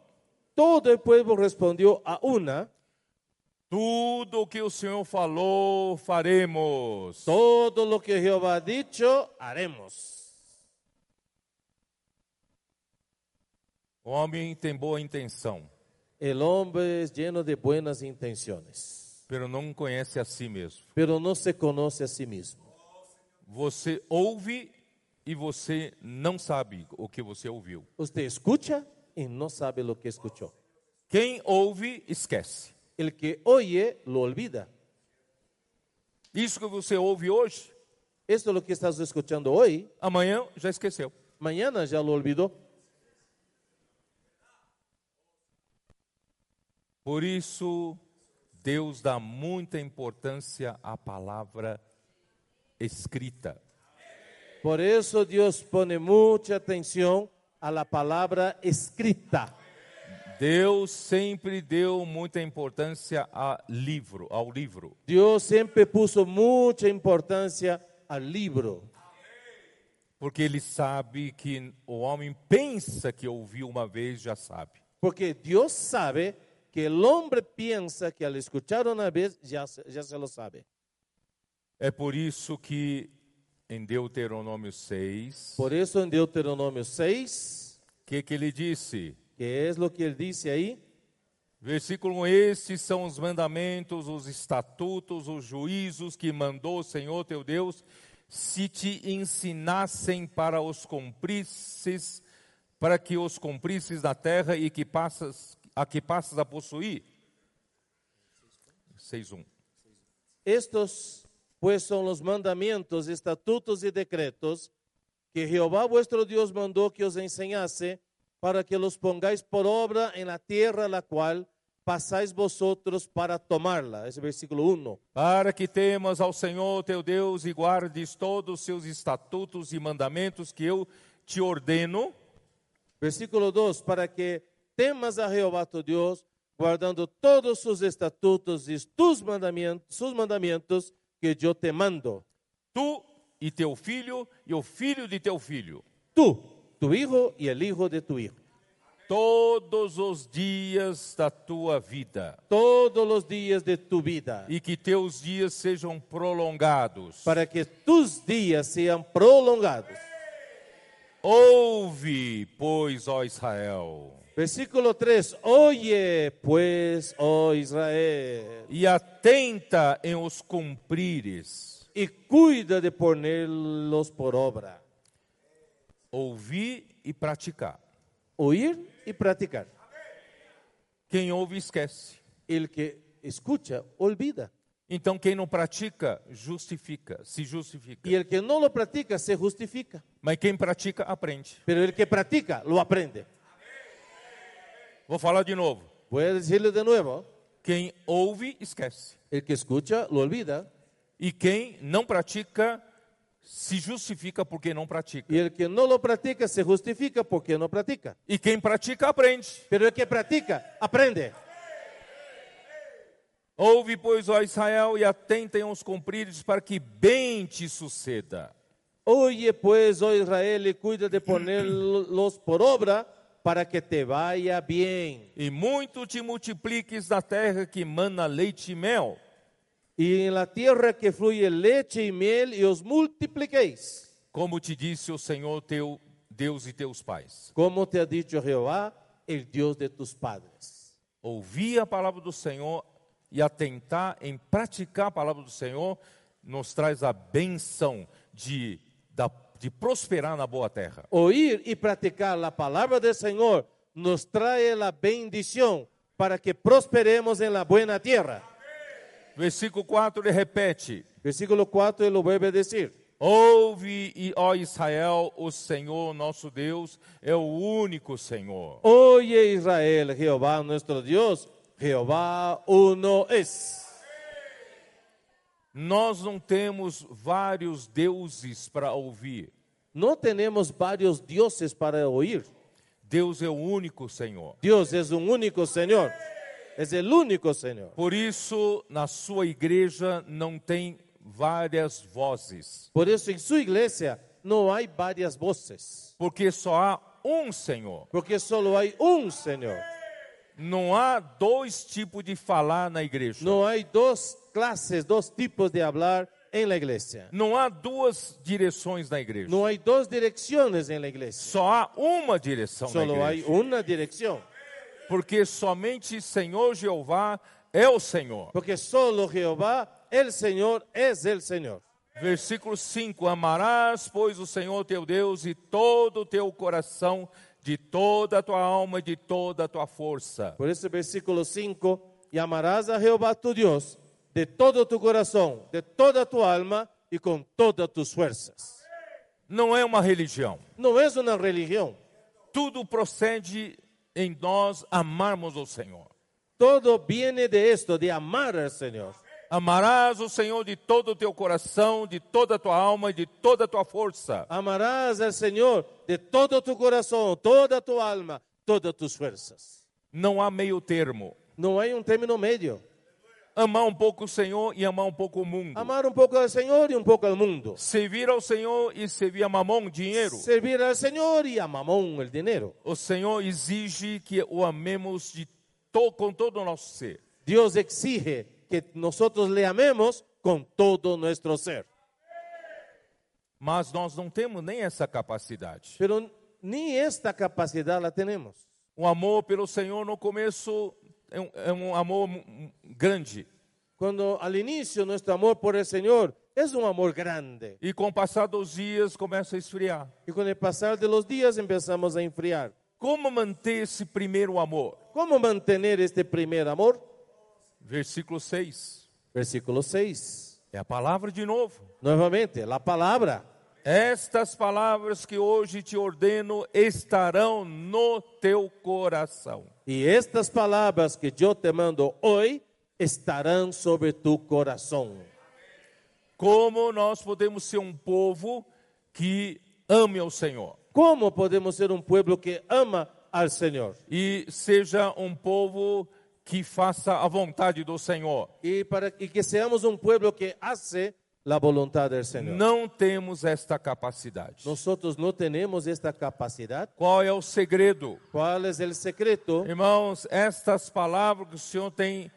[SPEAKER 2] todo el pueblo respondió a una,
[SPEAKER 1] Tudo o que o Senhor falou, faremos.
[SPEAKER 2] Todo lo que Jehová ha dicho, haremos.
[SPEAKER 1] O homem tem boa intenção,
[SPEAKER 2] El hombre es lleno de buenas intenciones,
[SPEAKER 1] pero não conhece a si mesmo.
[SPEAKER 2] pero no se conoce a sí mismo.
[SPEAKER 1] Você ouve e você não sabe o que você ouviu.
[SPEAKER 2] Usted escucha y no sabe lo que escuchó.
[SPEAKER 1] Quem ouve, esquece.
[SPEAKER 2] El que oye, lo olvida.
[SPEAKER 1] Isso que você ouve hoje,
[SPEAKER 2] Esto es lo que estás escuchando hoy,
[SPEAKER 1] amanhã já esqueceu.
[SPEAKER 2] mañana ya lo olvidó.
[SPEAKER 1] Por isso, Deus dá muita importância à palavra escrita.
[SPEAKER 2] Por eso Dios pone mucha atención a la palabra escrita.
[SPEAKER 1] Deus sempre deu muita importância a livro, ao livro.
[SPEAKER 2] Dios siempre puso mucha importancia al libro,
[SPEAKER 1] Porque ele sabe que o homem pensa que ouviu uma vez, já sabe.
[SPEAKER 2] porque Dios sabe que el hombre piensa que al escuchar una vez ya, se- ya se lo sabe.
[SPEAKER 1] É por isso que em Deuteronômio 6, o
[SPEAKER 2] Por eso en Deuteronomio 6,
[SPEAKER 1] que, que ele disse?
[SPEAKER 2] que es lo que él dice ahí,
[SPEAKER 1] Versículo 1, estes são os mandamentos, os estatutos, os juízos que mandou o Senhor teu Deus, se te ensinassem para os cumprisses, para que os cumprisses na terra e que passas, a que passas a possuir. 6.1.
[SPEAKER 2] Estos pues son los mandamientos, estatutos y decretos que Jehová vuestro Dios mandó que os enseñase para que los pongáis por obra en la tierra la cual pasáis vosotros para tomarla. Es el versículo 1.
[SPEAKER 1] Para que temas ao Senhor teu Deus e guardes todos os seus estatutos e mandamentos que eu te ordeno,
[SPEAKER 2] Versículo 2, para que temas a Jehová tu Dios, guardando todos sus estatutos y tus mandamientos, sus mandamientos que yo te mando.
[SPEAKER 1] tu e teu filho e o filho de teu filho.
[SPEAKER 2] Tú, tu hijo y el hijo de tu hijo.
[SPEAKER 1] todos os dias da tua vida
[SPEAKER 2] Todos los días de tu vida.
[SPEAKER 1] e que teus dias sejam prolongados.
[SPEAKER 2] para que tus días sean prolongados.
[SPEAKER 1] Ouve, pois, ó Israel,
[SPEAKER 2] Versículo 3. Oye, pues, oh Israel,
[SPEAKER 1] e atenta em os cumprires.
[SPEAKER 2] y cuida de ponerlos por obra.
[SPEAKER 1] Ouvir e praticar.
[SPEAKER 2] Oír y practicar.
[SPEAKER 1] Quem ouve esquece.
[SPEAKER 2] El que escucha, olvida.
[SPEAKER 1] Então quem não pratica justifica, se justifica.
[SPEAKER 2] Y el que no lo practica, se justifica.
[SPEAKER 1] Mas quem pratica aprende.
[SPEAKER 2] Pero el que practica, lo aprende.
[SPEAKER 1] Vou falar de novo.
[SPEAKER 2] Voy a decirlo de nuevo.
[SPEAKER 1] Quem ouve esquece.
[SPEAKER 2] El que escucha, lo olvida.
[SPEAKER 1] E quem não pratica se justifica porque não pratica.
[SPEAKER 2] Y el que no lo practica, se justifica porque no practica.
[SPEAKER 1] E quem pratica aprende.
[SPEAKER 2] Pero el que practica, aprende.
[SPEAKER 1] Ouve, pois, ó Israel, e atentem aos cumprires para que bem te suceda.
[SPEAKER 2] Oye pues, oh Israel, y cuida de ponerlos por obra para que te vaya bien.
[SPEAKER 1] E muito te multipliques na terra que mana leite e mel.
[SPEAKER 2] Y en la tierra que fluye leche y miel, y os multipliquéis,
[SPEAKER 1] Como te disse o Senhor teu Deus e teus pais.
[SPEAKER 2] como te ha dicho Jehová, el Dios de tus padres.
[SPEAKER 1] Ouvir a palavra do Senhor e atentar em praticar a palavra do Senhor nos traz a benção de, da- de prosperar na boa terra.
[SPEAKER 2] Oír y practicar la palabra del Señor nos trae la bendición para que prosperemos en la buena tierra.
[SPEAKER 1] Versículo 4 ele repete:
[SPEAKER 2] Versículo 4 él lo vuelve a decir.
[SPEAKER 1] Ouve, e, ó Israel, o Senhor nosso Deus é o único Senhor.
[SPEAKER 2] Oye Israel, Jehová nuestro Dios, Jehová uno es.
[SPEAKER 1] Nós não temos vários deuses para ouvir.
[SPEAKER 2] No tenemos varios dioses para oír.
[SPEAKER 1] Deus é o único Senhor.
[SPEAKER 2] Dios es un único Señor. Es el único Señor.
[SPEAKER 1] Por isso, na sua igreja não tem várias vozes,
[SPEAKER 2] Por eso en su iglesia no hay varias voces,
[SPEAKER 1] porque só há um Senhor.
[SPEAKER 2] porque solo hay un Señor.
[SPEAKER 1] Não há dois tipos de falar na igreja.
[SPEAKER 2] No hay dos clases, dos tipos de hablar en la iglesia.
[SPEAKER 1] Não há duas direções na igreja.
[SPEAKER 2] No hay dos direcciones en la iglesia.
[SPEAKER 1] Só há uma direção
[SPEAKER 2] Solo
[SPEAKER 1] na
[SPEAKER 2] hay
[SPEAKER 1] igreja.
[SPEAKER 2] una dirección.
[SPEAKER 1] Porque somente Senhor Jeová é o Senhor.
[SPEAKER 2] Porque solo Jehová, el Señor, es el Señor.
[SPEAKER 1] Versículo 5: Amarás, pois, o Senhor teu Deus de todo o teu coração, de toda a tua alma, e de toda a tua força.
[SPEAKER 2] Por eso versículo 5, y amarás a Jehová tu Dios de todo tu corazón, de toda tu alma y con todas tus fuerzas.
[SPEAKER 1] Não é uma religião.
[SPEAKER 2] No es una religión.
[SPEAKER 1] Tudo procede em nós amarmos o Senhor.
[SPEAKER 2] Todo viene de esto, de amar al Señor.
[SPEAKER 1] Amarás o Senhor de todo o teu coração, de toda a tua alma e de toda a tua força.
[SPEAKER 2] Amarás al Señor de todo tu corazón, toda tu alma, todas tus fuerzas.
[SPEAKER 1] Não há meio termo.
[SPEAKER 2] No hay un término medio.
[SPEAKER 1] Amar um pouco o Senhor e amar um pouco o mundo.
[SPEAKER 2] Amar un poco al Señor y un poco al mundo.
[SPEAKER 1] Servir ao Senhor e servir a mamão, dinheiro.
[SPEAKER 2] Servir al Señor y a mamón el dinero.
[SPEAKER 1] O Senhor exige que o amemos de to, com todo o nosso ser.
[SPEAKER 2] Dios exige que nosotros le amemos con todo nuestro ser.
[SPEAKER 1] Mas nós não temos nem essa capacidade.
[SPEAKER 2] Pero ni esta capacidad la tenemos.
[SPEAKER 1] O amor pelo Senhor no começo é um, é um amor mu- grande.
[SPEAKER 2] Cuando al inicio nuestro amor por el Señor es un amor grande
[SPEAKER 1] E com o passar dos dias começa a esfriar.
[SPEAKER 2] y con el pasar de los días empezamos a enfriar.
[SPEAKER 1] Como manter esse primeiro amor?
[SPEAKER 2] ¿Cómo mantener este primer amor?
[SPEAKER 1] Versículo 6.
[SPEAKER 2] Versículo 6.
[SPEAKER 1] É a palavra de novo.
[SPEAKER 2] Nuevamente, la palabra.
[SPEAKER 1] Estas palavras que hoje te ordeno estarão no teu coração.
[SPEAKER 2] Y estas palabras que yo te mando hoy estarán sobre tu corazón.
[SPEAKER 1] Como nós podemos ser um povo que ame ao Senhor
[SPEAKER 2] ¿Cómo podemos ser un pueblo que ama al Señor?
[SPEAKER 1] e seja um povo que faça a vontade do Senhor?
[SPEAKER 2] Y, para, y que seamos un pueblo que hace la voluntad del Señor.
[SPEAKER 1] Não temos esta capacidade.
[SPEAKER 2] Nosotros no tenemos esta capacidad.
[SPEAKER 1] Qual é o segredo?
[SPEAKER 2] ¿Cuál es el secreto?
[SPEAKER 1] Irmãos, estas palavras que o Senhor tem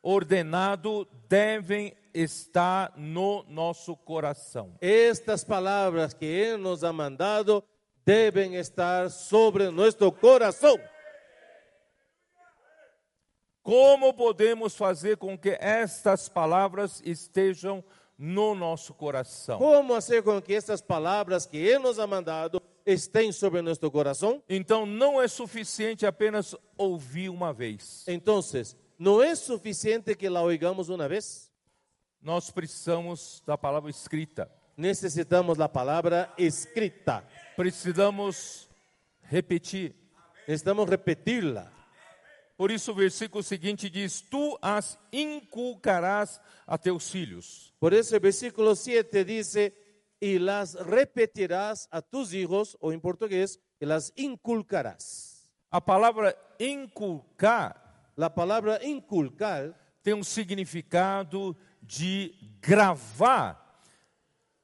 [SPEAKER 1] ordenado devem estar no nosso coração.
[SPEAKER 2] Estas palabras que Él nos ha mandado deben estar sobre nuestro corazón.
[SPEAKER 1] Como podemos fazer com que estas palavras estejam no nosso coração?
[SPEAKER 2] ¿Cómo hacer con que estas palabras que Él nos ha mandado estén sobre nuestro corazón?
[SPEAKER 1] Então não é suficiente apenas ouvir uma vez.
[SPEAKER 2] Entonces, no es suficiente que la oigamos una vez.
[SPEAKER 1] Nós precisamos da palavra escrita.
[SPEAKER 2] Necesitamos la palabra escrita.
[SPEAKER 1] Precisamos repetir.
[SPEAKER 2] Necesitamos repetirla.
[SPEAKER 1] Por isso o versículo seguinte diz: Tu as inculcarás a teus filhos.
[SPEAKER 2] Por eso el versículo 7 dice, y las repetirás a tus hijos, o en portugués, y las inculcarás.
[SPEAKER 1] A palavra inculcar
[SPEAKER 2] La palabra inculcar
[SPEAKER 1] tem um significado de gravar,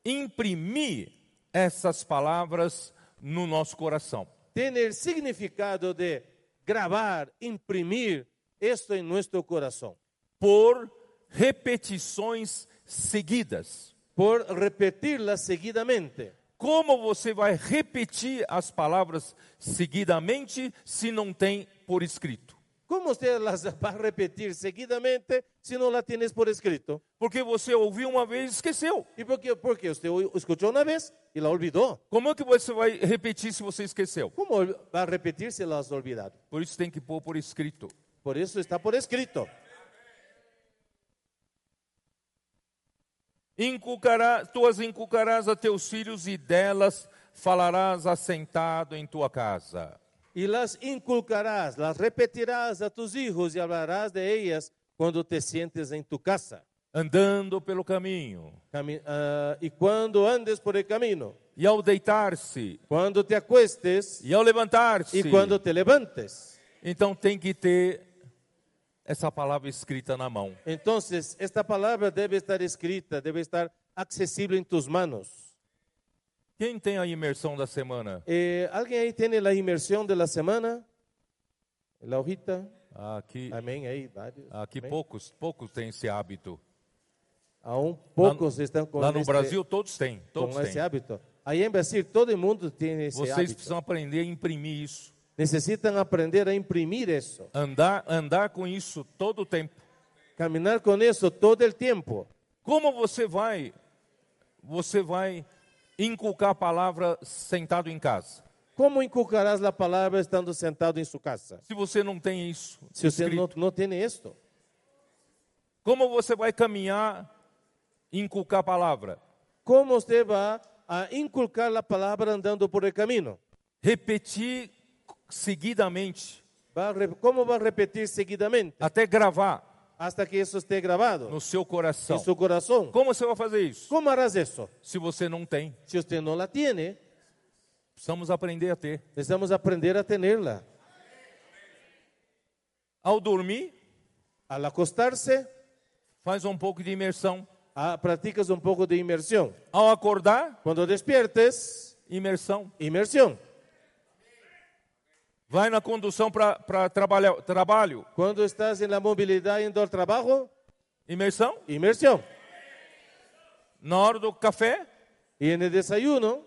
[SPEAKER 1] imprimir essas palavras no nosso coração.
[SPEAKER 2] tiene el significado de grabar, imprimir esto en nuestro corazón,
[SPEAKER 1] por repetições seguidas.
[SPEAKER 2] por repetirlas seguidamente.
[SPEAKER 1] Como você vai repetir as palavras seguidamente se não tem por escrito?
[SPEAKER 2] ¿Cómo usted las va a repetir seguidamente si no la tienes por escrito?
[SPEAKER 1] Porque você ouviu uma vez e esqueceu.
[SPEAKER 2] ¿Y por qué? Porque usted hoy escuchó una vez y la olvidó.
[SPEAKER 1] Como é que você vai repetir se você esqueceu?
[SPEAKER 2] ¿Cómo va a repetir si la has olvidado?
[SPEAKER 1] Por isso tem que pôr por escrito.
[SPEAKER 2] Por eso está por escrito.
[SPEAKER 1] Inculcará, tu as inculcarás a teus filhos e delas falarás assentado em tua casa.
[SPEAKER 2] y las inculcarás, las repetirás a tus hijos y hablarás de ellas cuando te sientes en tu casa
[SPEAKER 1] Andando pelo caminho
[SPEAKER 2] cami- ah, y cuando andes por el camino,
[SPEAKER 1] e ao deitar-se
[SPEAKER 2] cuando te acuestes
[SPEAKER 1] e ao levantar-se.
[SPEAKER 2] y cuando te levantes.
[SPEAKER 1] Então tem que ter essa palavra escrita na mão.
[SPEAKER 2] Entonces, esta palabra debe estar escrita, debe estar accesible en tus manos.
[SPEAKER 1] Quem tem a imersão da semana?
[SPEAKER 2] Eh, ¿Alguien ahí tiene la inmersión de la semana? La hojita.
[SPEAKER 1] Aqui,
[SPEAKER 2] Amém aí, vários.
[SPEAKER 1] aqui
[SPEAKER 2] Amém?
[SPEAKER 1] poucos, poucos têm esse hábito.
[SPEAKER 2] Há
[SPEAKER 1] Lá
[SPEAKER 2] um
[SPEAKER 1] no-
[SPEAKER 2] poucos estão com
[SPEAKER 1] Lá no
[SPEAKER 2] este-
[SPEAKER 1] Brasil todos têm,
[SPEAKER 2] com
[SPEAKER 1] todos
[SPEAKER 2] esse
[SPEAKER 1] têm.
[SPEAKER 2] hábito. Aí em Brasil todo mundo tem esse
[SPEAKER 1] Vocês
[SPEAKER 2] hábito.
[SPEAKER 1] precisam aprender a imprimir isso,
[SPEAKER 2] Necessitam aprender a imprimir isso,
[SPEAKER 1] andar, andar com isso todo o tempo.
[SPEAKER 2] caminhar com isso todo o tempo.
[SPEAKER 1] Como você vai, você vai inculcar a palavra sentado em casa?
[SPEAKER 2] Como inculcarás a palavra estando sentado em sua casa?
[SPEAKER 1] Se você não tem isso
[SPEAKER 2] Se você
[SPEAKER 1] escrito,
[SPEAKER 2] não, não tem isto,
[SPEAKER 1] como você vai caminhar e inculcar a palavra?
[SPEAKER 2] como você vai a inculcar a palavra andando por el caminho?
[SPEAKER 1] Repetir seguidamente,
[SPEAKER 2] Va, re- como vai repetir seguidamente
[SPEAKER 1] até gravar
[SPEAKER 2] hasta que isso esteja gravado
[SPEAKER 1] no seu coração.
[SPEAKER 2] em seu coração?
[SPEAKER 1] Como você vai fazer isso?
[SPEAKER 2] Como harás isso?
[SPEAKER 1] Se você não tem,
[SPEAKER 2] Se você não la tiene,
[SPEAKER 1] precisamos aprender a ter.
[SPEAKER 2] precisamos aprender a tenerla.
[SPEAKER 1] Ao dormir,
[SPEAKER 2] Al acostarse,
[SPEAKER 1] faz um pouco de imersão.
[SPEAKER 2] ah, praticas um pouco de imersão.
[SPEAKER 1] Ao acordar,
[SPEAKER 2] Quando despiertes,
[SPEAKER 1] imersão.
[SPEAKER 2] imersão.
[SPEAKER 1] Vai na condução para trabalhar, trabalho,
[SPEAKER 2] Quando estás na mobilidade indo ao trabalho,
[SPEAKER 1] imersão.
[SPEAKER 2] imersão.
[SPEAKER 1] Na hora do café,
[SPEAKER 2] E no desayuno,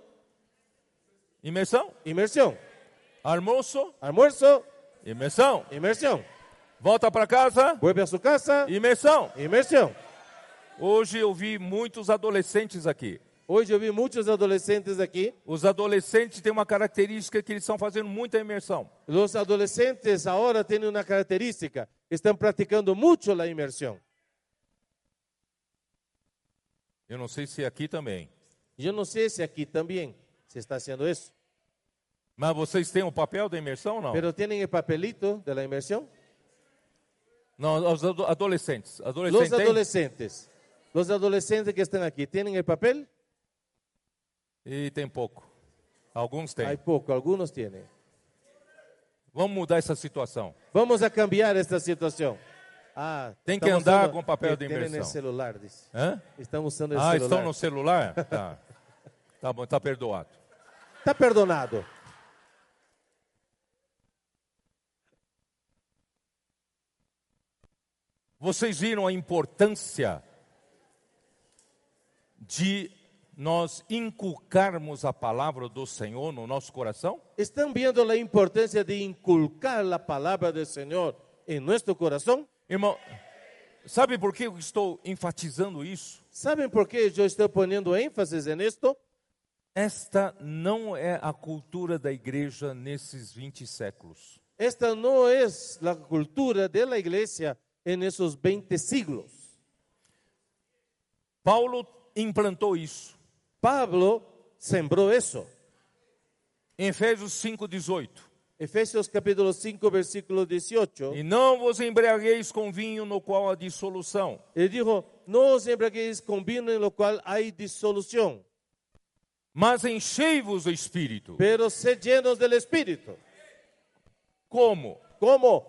[SPEAKER 1] imersão.
[SPEAKER 2] imersão.
[SPEAKER 1] Almoço,
[SPEAKER 2] Almoço,
[SPEAKER 1] imersão.
[SPEAKER 2] imersão.
[SPEAKER 1] Volta para casa,
[SPEAKER 2] Vuelve a sua casa,
[SPEAKER 1] imersão.
[SPEAKER 2] imersão.
[SPEAKER 1] Hoje eu vi muitos adolescentes aqui.
[SPEAKER 2] Hoje eu vi muitos adolescentes aqui.
[SPEAKER 1] Os adolescentes têm uma característica que eles estão fazendo muita imersão.
[SPEAKER 2] Os adolescentes agora têm uma característica: estão praticando muito a imersão.
[SPEAKER 1] Eu não sei se é aqui também.
[SPEAKER 2] Eu não sei se aqui também se está sendo isso,
[SPEAKER 1] Mas vocês têm o papel da imersão ou não?
[SPEAKER 2] mas têm o papelito da imersão?
[SPEAKER 1] Não, os ado- adolescentes. Adolescentes
[SPEAKER 2] Os
[SPEAKER 1] têm?
[SPEAKER 2] adolescentes, os adolescentes que estão aqui, têm o papel?
[SPEAKER 1] E tem pouco. Alguns têm.
[SPEAKER 2] Há pouco, alguns têm.
[SPEAKER 1] Vamos mudar essa situação.
[SPEAKER 2] Vamos a cambiar esta situação. Ah,
[SPEAKER 1] Tem que
[SPEAKER 2] estamos
[SPEAKER 1] andar
[SPEAKER 2] usando-
[SPEAKER 1] com papel de
[SPEAKER 2] eh, tienen
[SPEAKER 1] imersão.
[SPEAKER 2] el celular, dice.
[SPEAKER 1] Hã?
[SPEAKER 2] Estão usando o
[SPEAKER 1] Ah,
[SPEAKER 2] celular.
[SPEAKER 1] estão no celular? Tá. Tá bom, tá perdoado.
[SPEAKER 2] Tá perdonado.
[SPEAKER 1] Vocês viram a importância de nós inculcarmos a palavra do Senhor no nosso coração?
[SPEAKER 2] Estão vendo a importância de inculcar a palavra do Senhor em nosso coração?
[SPEAKER 1] Irmão, sabe por que eu estou enfatizando isso?
[SPEAKER 2] Sabem por que eu estou pondo ênfase nisto?
[SPEAKER 1] Esta não é a cultura da igreja nesses 20 séculos.
[SPEAKER 2] Esta não é a cultura da igreja em esses 20 siglos.
[SPEAKER 1] Paulo implantou isso.
[SPEAKER 2] Pablo sembrou isso.
[SPEAKER 1] Em Efésios 5:18.
[SPEAKER 2] Efésios capítulo 5, versículo 18.
[SPEAKER 1] E não vos embriagueis com vinho no qual há dissolução,
[SPEAKER 2] Ele dijo, não os embriagueis com vinho em lo qual há dissolução,
[SPEAKER 1] mas enchei-vos do espírito.
[SPEAKER 2] pero sed llenos del Espírito.
[SPEAKER 1] Como?
[SPEAKER 2] Como?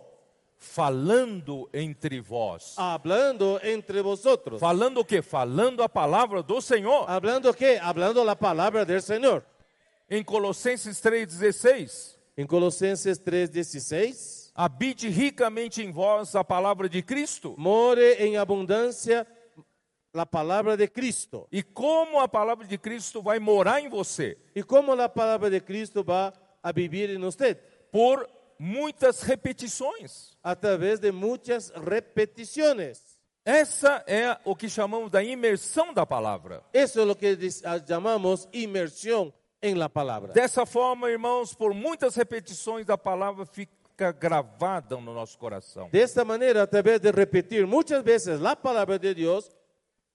[SPEAKER 1] Falando entre vós.
[SPEAKER 2] Hablando entre vosotros.
[SPEAKER 1] Falando o quê? Falando a palavra do Senhor.
[SPEAKER 2] Hablando qué? Hablando la palabra del Señor.
[SPEAKER 1] Em Colossenses 3:16,
[SPEAKER 2] En Colosenses 3:16,
[SPEAKER 1] habite ricamente em vós a palavra de Cristo.
[SPEAKER 2] more en abundancia la palabra de Cristo.
[SPEAKER 1] E como a palavra de Cristo vai morar em você?
[SPEAKER 2] ¿Y cómo la palabra de Cristo va a vivir en usted?
[SPEAKER 1] Por muitas repetições.
[SPEAKER 2] A través de muchas repeticiones.
[SPEAKER 1] Essa é o que chamamos da imersão da palavra.
[SPEAKER 2] Eso es lo que dis- ah, llamamos inmersión en la palabra.
[SPEAKER 1] Dessa forma, irmãos, por muitas repetições a palavra fica gravada no nosso coração.
[SPEAKER 2] De esta manera, a través de repetir muchas veces la palabra de Dios,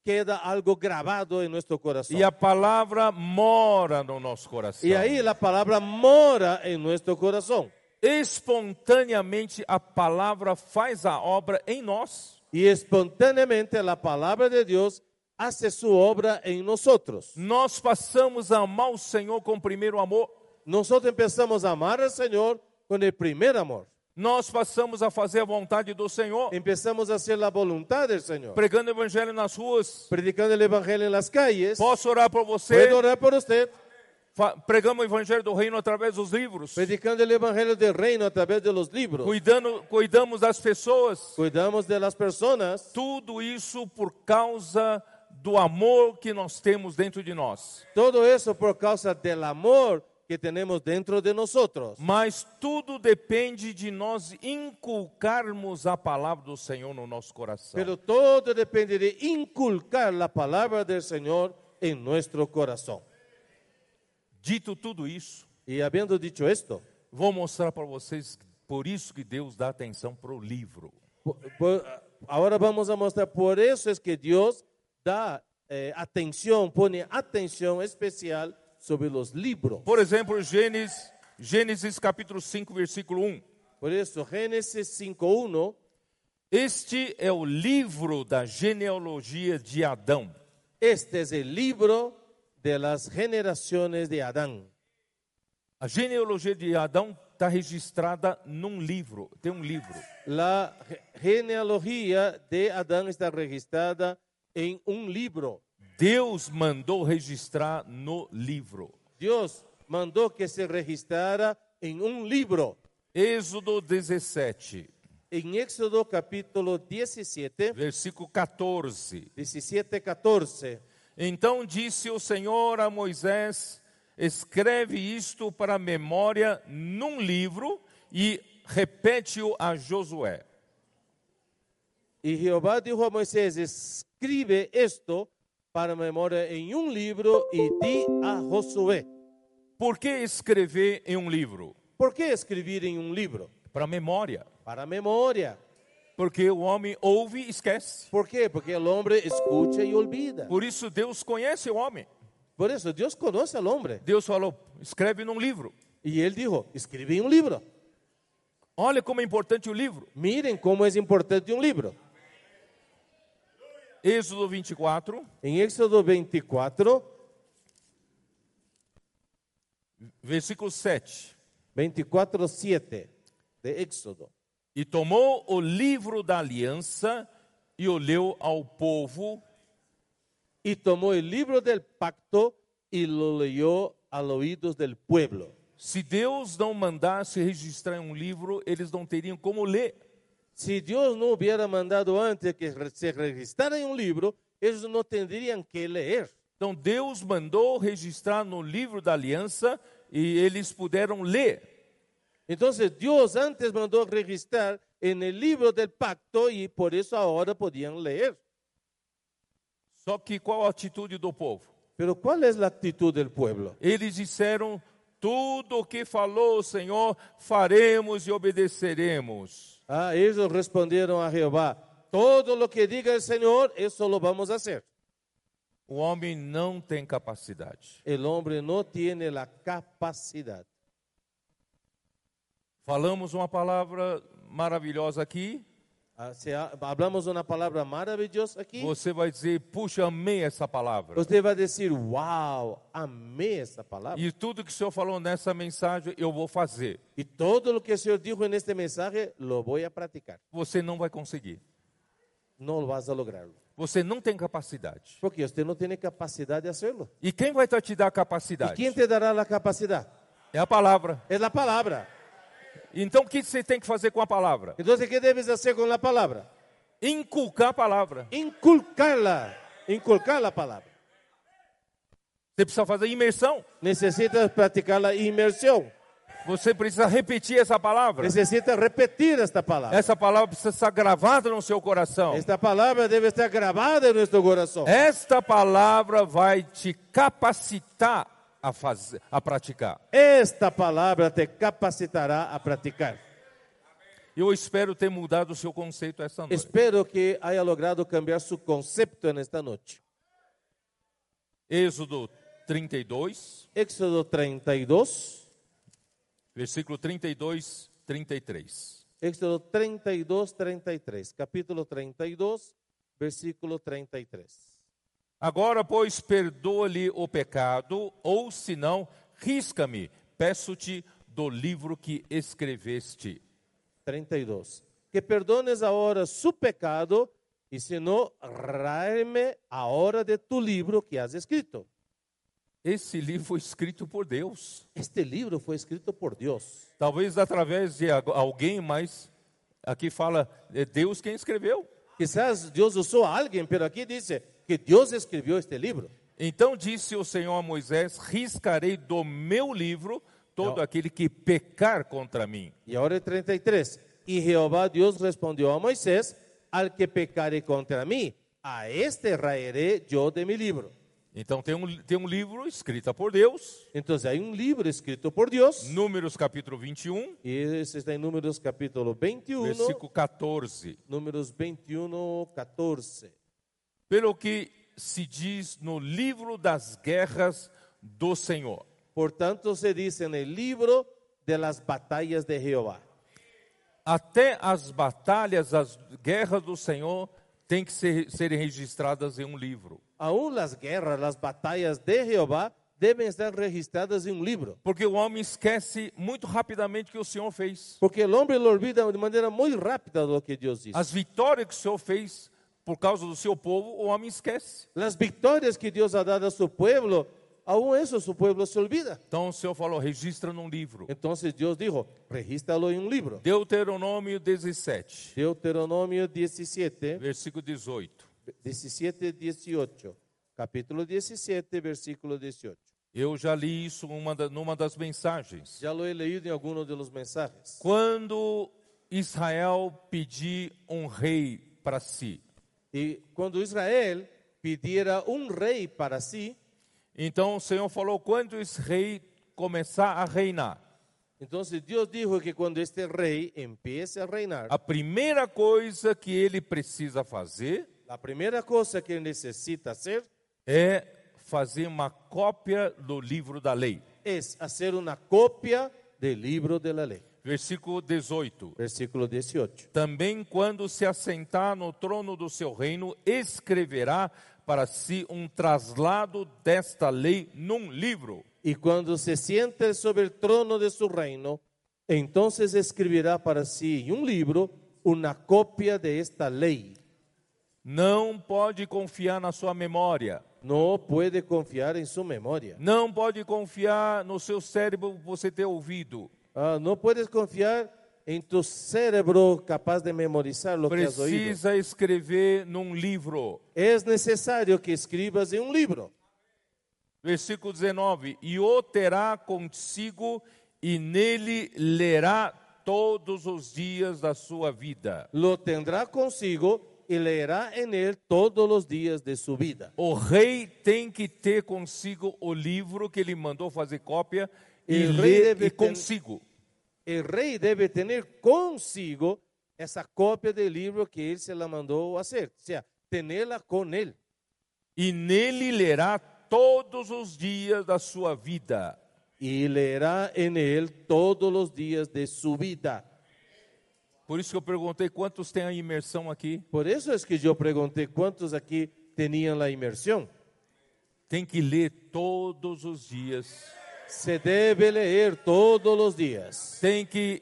[SPEAKER 2] queda algo grabado en nuestro corazón.
[SPEAKER 1] E a palavra mora no nosso coração.
[SPEAKER 2] Y ahí la palabra mora en nuestro corazón.
[SPEAKER 1] Espontaneamente a palavra faz a obra em nós.
[SPEAKER 2] Y espontáneamente la palabra de Dios hace su obra en nosotros.
[SPEAKER 1] Nós passamos a amar o Senhor com primeiro amor.
[SPEAKER 2] Nosotros empezamos a amar al Señor con el primer amor.
[SPEAKER 1] Nós passamos a fazer a vontade do Senhor.
[SPEAKER 2] Empezamos a hacer la voluntad del Señor.
[SPEAKER 1] pregando o evangelho nas ruas. Pues,
[SPEAKER 2] Predicando el Evangelio en las calles.
[SPEAKER 1] Posso orar por você?
[SPEAKER 2] Puedo orar por usted.
[SPEAKER 1] Fa- Pregamos o evangelho do reino através dos livros.
[SPEAKER 2] predicando el Evangelio del Reino a través de los libros.
[SPEAKER 1] Cuidando, cuidamos das pessoas.
[SPEAKER 2] Cuidamos de las personas.
[SPEAKER 1] Tudo isso por causa do amor que nós temos dentro de nós.
[SPEAKER 2] Todo eso por causa del amor que tenemos dentro de nosotros.
[SPEAKER 1] Mas tudo depende de nós inculcarmos a palavra do Senhor no nosso coração.
[SPEAKER 2] Pero todo depende de inculcar la palabra del Señor en nuestro corazón.
[SPEAKER 1] Dito tudo isso,
[SPEAKER 2] Y habiendo dicho esto,
[SPEAKER 1] vou mostrar para vocês por isso que Deus dá atenção para o livro.
[SPEAKER 2] po- po- ahora vamos a mostrar, por eso es que Dios da eh, atención, pone atención especial sobre los libros.
[SPEAKER 1] Por exemplo, Gênesis, Gênesis capítulo 5, versículo 1.
[SPEAKER 2] Por eso Génesis 5.1,
[SPEAKER 1] Este é o livro da genealogia de Adão.
[SPEAKER 2] este es el libro de las generaciones de Adán.
[SPEAKER 1] A genealogia de Adão está registrada num livro, tem um livro.
[SPEAKER 2] La ge- genealogía de Adán está registrada en un libro.
[SPEAKER 1] Deus mandou registrar no livro.
[SPEAKER 2] Dios mandó que se registrara en un libro.
[SPEAKER 1] Êxodo 17,
[SPEAKER 2] En Éxodo capítulo 17,
[SPEAKER 1] versículo 14.
[SPEAKER 2] 17, 14.
[SPEAKER 1] Então disse o Senhor a Moisés: Escreve isto para memória num livro e repete-o a Josué.
[SPEAKER 2] Y Jehová dijo a Moisés, escribe esto para memoria en un libro y di a Josué.
[SPEAKER 1] Por que escrever em um livro?
[SPEAKER 2] ¿Por qué escribir en un libro?
[SPEAKER 1] Para memória.
[SPEAKER 2] Para memoria.
[SPEAKER 1] Porque o homem ouve e esquece.
[SPEAKER 2] ¿Por quê? Porque el hombre escucha y olvida.
[SPEAKER 1] Por isso Deus conhece o homem.
[SPEAKER 2] Por eso Dios conoce al hombre.
[SPEAKER 1] Deus falou: escreve num livro.
[SPEAKER 2] Y él dijo, escribí un libro.
[SPEAKER 1] Olha como é importante o livro.
[SPEAKER 2] Miren cómo es importante un libro.
[SPEAKER 1] Êxodo 24,
[SPEAKER 2] En Éxodo 24,
[SPEAKER 1] versículo 7.
[SPEAKER 2] 24, 7 de Éxodo.
[SPEAKER 1] E tomou o livro da aliança e o leu ao povo,
[SPEAKER 2] Y tomó el libro del pacto y lo leyó a los oídos del pueblo.
[SPEAKER 1] Se Deus não mandasse registrar em um livro, eles não teriam como ler.
[SPEAKER 2] Si Dios no hubiera mandado antes que re- se registrara en un libro, ellos no tendrían que leer.
[SPEAKER 1] Então Deus mandou registrar no livro da aliança e eles puderam ler.
[SPEAKER 2] Entonces Dios antes mandó registrar en el libro del pacto y por eso ahora podían leer.
[SPEAKER 1] Só que qual a atitude do povo?
[SPEAKER 2] Pero ¿cuál es la actitud del pueblo?
[SPEAKER 1] Eles disseram: Tudo o que falou o Senhor faremos e obedeceremos.
[SPEAKER 2] Ah, ellos respondieron a Jehová, todo lo que diga el Señor, eso lo vamos a hacer.
[SPEAKER 1] O homem não tem capacidade.
[SPEAKER 2] El hombre no tiene la capacidad.
[SPEAKER 1] Falamos uma palavra maravilhosa aqui.
[SPEAKER 2] Ah, se ha- hablamos una palabra maravillosa aquí.
[SPEAKER 1] Você vai dizer: Puxa, amei essa palavra.
[SPEAKER 2] Usted va a decir, wow, amé esta palabra.
[SPEAKER 1] E tudo que o Senhor falou nessa mensagem eu vou fazer.
[SPEAKER 2] Y todo lo que el Señor dijo en este mensaje lo voy a practicar.
[SPEAKER 1] Você não vai conseguir.
[SPEAKER 2] No lo vas a lograrlo.
[SPEAKER 1] Você não tem capacidade.
[SPEAKER 2] Porque usted no tiene capacidad de hacerlo.
[SPEAKER 1] E quem vai tá- te dar a
[SPEAKER 2] ¿Y
[SPEAKER 1] capacidade?
[SPEAKER 2] quién te dará la capacidad?
[SPEAKER 1] É a palavra.
[SPEAKER 2] Es la palabra.
[SPEAKER 1] Então o que você tem que fazer com a palavra?
[SPEAKER 2] Entonces, ¿qué debes hacer con la palabra?
[SPEAKER 1] Inculcar a palavra.
[SPEAKER 2] Inculcarla. Inculcar la palabra.
[SPEAKER 1] Você precisa fazer imersão.
[SPEAKER 2] Necesitas practicar la inmersión.
[SPEAKER 1] Você precisa repetir essa palavra.
[SPEAKER 2] Necesitas repetir esta palabra.
[SPEAKER 1] Essa palavra precisa estar gravada no seu coração.
[SPEAKER 2] Esta palabra debe estar grabada en nuestro corazón.
[SPEAKER 1] Esta palavra vai te capacitar a fazer, a praticar.
[SPEAKER 2] Esta palabra te capacitará a practicar.
[SPEAKER 1] Eu espero ter mudado o seu conceito essa noite.
[SPEAKER 2] Espero que haya logrado cambiar su concepto en esta noche.
[SPEAKER 1] Êxodo 32,
[SPEAKER 2] Éxodo 32,
[SPEAKER 1] versículo 32, 33.
[SPEAKER 2] Éxodo 32, 33, capítulo 32, versículo 33.
[SPEAKER 1] Agora, pois, perdoa-lhe o pecado, ou se não, risca-me, peço-te do livro que escreveste.
[SPEAKER 2] 32. Que perdones ahora su pecado y si no, ráeme ahora de tu libro que has escrito.
[SPEAKER 1] Esse livro foi escrito por Deus.
[SPEAKER 2] Este libro fue escrito por Dios.
[SPEAKER 1] Talvez através de algu- alguém, mas aqui fala é Deus quem escreveu.
[SPEAKER 2] Quizás Dios usó a alguien, pero aquí dice que Dios escribió este libro.
[SPEAKER 1] Então disse o Senhor a Moisés: Riscarei do meu livro todo
[SPEAKER 2] Não.
[SPEAKER 1] aquele que pecar contra mim.
[SPEAKER 2] Y ahora el 33. Y Jehová Dios respondió a Moisés, al que pecare contra mí, a este raeré yo de mi libro.
[SPEAKER 1] Então tem um, tem um livro escrito por Deus,
[SPEAKER 2] Entonces hay un libro escrito por Dios,
[SPEAKER 1] Números capítulo 21,
[SPEAKER 2] y eso está en Números capítulo 21,
[SPEAKER 1] versículo 14.
[SPEAKER 2] Números 21, 14.
[SPEAKER 1] Pelo que se diz no livro das guerras do Senhor.
[SPEAKER 2] Por tanto se dice en el libro de las batallas de Jehová.
[SPEAKER 1] Até as batalhas, as guerras do Senhor têm que ser, serem registradas em um livro.
[SPEAKER 2] Aún las guerras, las batallas de Jehová deben estar registradas en un libro.
[SPEAKER 1] Porque o homem esquece muito rapidamente o que o Senhor fez.
[SPEAKER 2] Porque el hombre lo olvida de manera muy rápida lo que Dios dice.
[SPEAKER 1] As vitórias que o Senhor fez por causa do seu povo, o homem esquece.
[SPEAKER 2] Las victorias que Dios ha dado a su pueblo, aún eso su pueblo se olvida.
[SPEAKER 1] Então o Senhor falou: registra num livro.
[SPEAKER 2] Entonces Dios dijo, regístralo en un libro.
[SPEAKER 1] Deuteronômio 17,
[SPEAKER 2] Deuteronomio 17,
[SPEAKER 1] versículo 18.
[SPEAKER 2] 17, 18. Capítulo 17, versículo 18.
[SPEAKER 1] Eu já li isso uma da- numa das mensagens.
[SPEAKER 2] Ya lo he leído en algunos de los mensajes.
[SPEAKER 1] Quando Israel pedir um rei para si,
[SPEAKER 2] Y cuando Israel pidiera un rey para sí,
[SPEAKER 1] então o Senhor falou: quando esse rei começar a reinar,
[SPEAKER 2] entonces Dios dijo que cuando este rey empiece a reinar,
[SPEAKER 1] a primeira coisa que ele precisa fazer
[SPEAKER 2] la primera cosa que necesita hacer
[SPEAKER 1] é fazer uma cópia do livro da lei.
[SPEAKER 2] es hacer una copia del libro de la ley.
[SPEAKER 1] Versículo 18.
[SPEAKER 2] Versículo 18.
[SPEAKER 1] Também quando se assentar no trono do seu reino, escreverá para si um traslado desta lei num livro.
[SPEAKER 2] Y cuando se siente sobre el trono de su reino, entonces escribirá para sí en un libro una copia de esta ley.
[SPEAKER 1] Não pode confiar na sua memória,
[SPEAKER 2] No puede confiar en su memoria.
[SPEAKER 1] não pode confiar no seu cérebro você ter ouvido.
[SPEAKER 2] Ah, no puedes confiar en tu cerebro capaz de memorizar lo que has oído.
[SPEAKER 1] Precisa escrever num livro.
[SPEAKER 2] Es necesario que escribas en un libro.
[SPEAKER 1] Versículo 19: E o terá consigo, e nele lerá todos os dias da sua vida.
[SPEAKER 2] Lo tendrá consigo y leerá en él todos los días de su vida.
[SPEAKER 1] O rei tem que ter consigo o livro que ele mandou fazer cópia e
[SPEAKER 2] O rei
[SPEAKER 1] ler
[SPEAKER 2] deve
[SPEAKER 1] e
[SPEAKER 2] ter-
[SPEAKER 1] consigo.
[SPEAKER 2] El rey debe tener consigo esa copia del libro que él se la mandó hacer, o sea, tenerla con él.
[SPEAKER 1] E nele lerá todos os dias da sua vida.
[SPEAKER 2] Y leerá en él todos los días de su vida.
[SPEAKER 1] Por isso que eu perguntei quantos tem a imersão aqui.
[SPEAKER 2] Por eso es que yo pregunté cuántos aquí tenían la inmersión.
[SPEAKER 1] Tem que ler todos os dias.
[SPEAKER 2] Se debe leer todos los días.
[SPEAKER 1] Tem que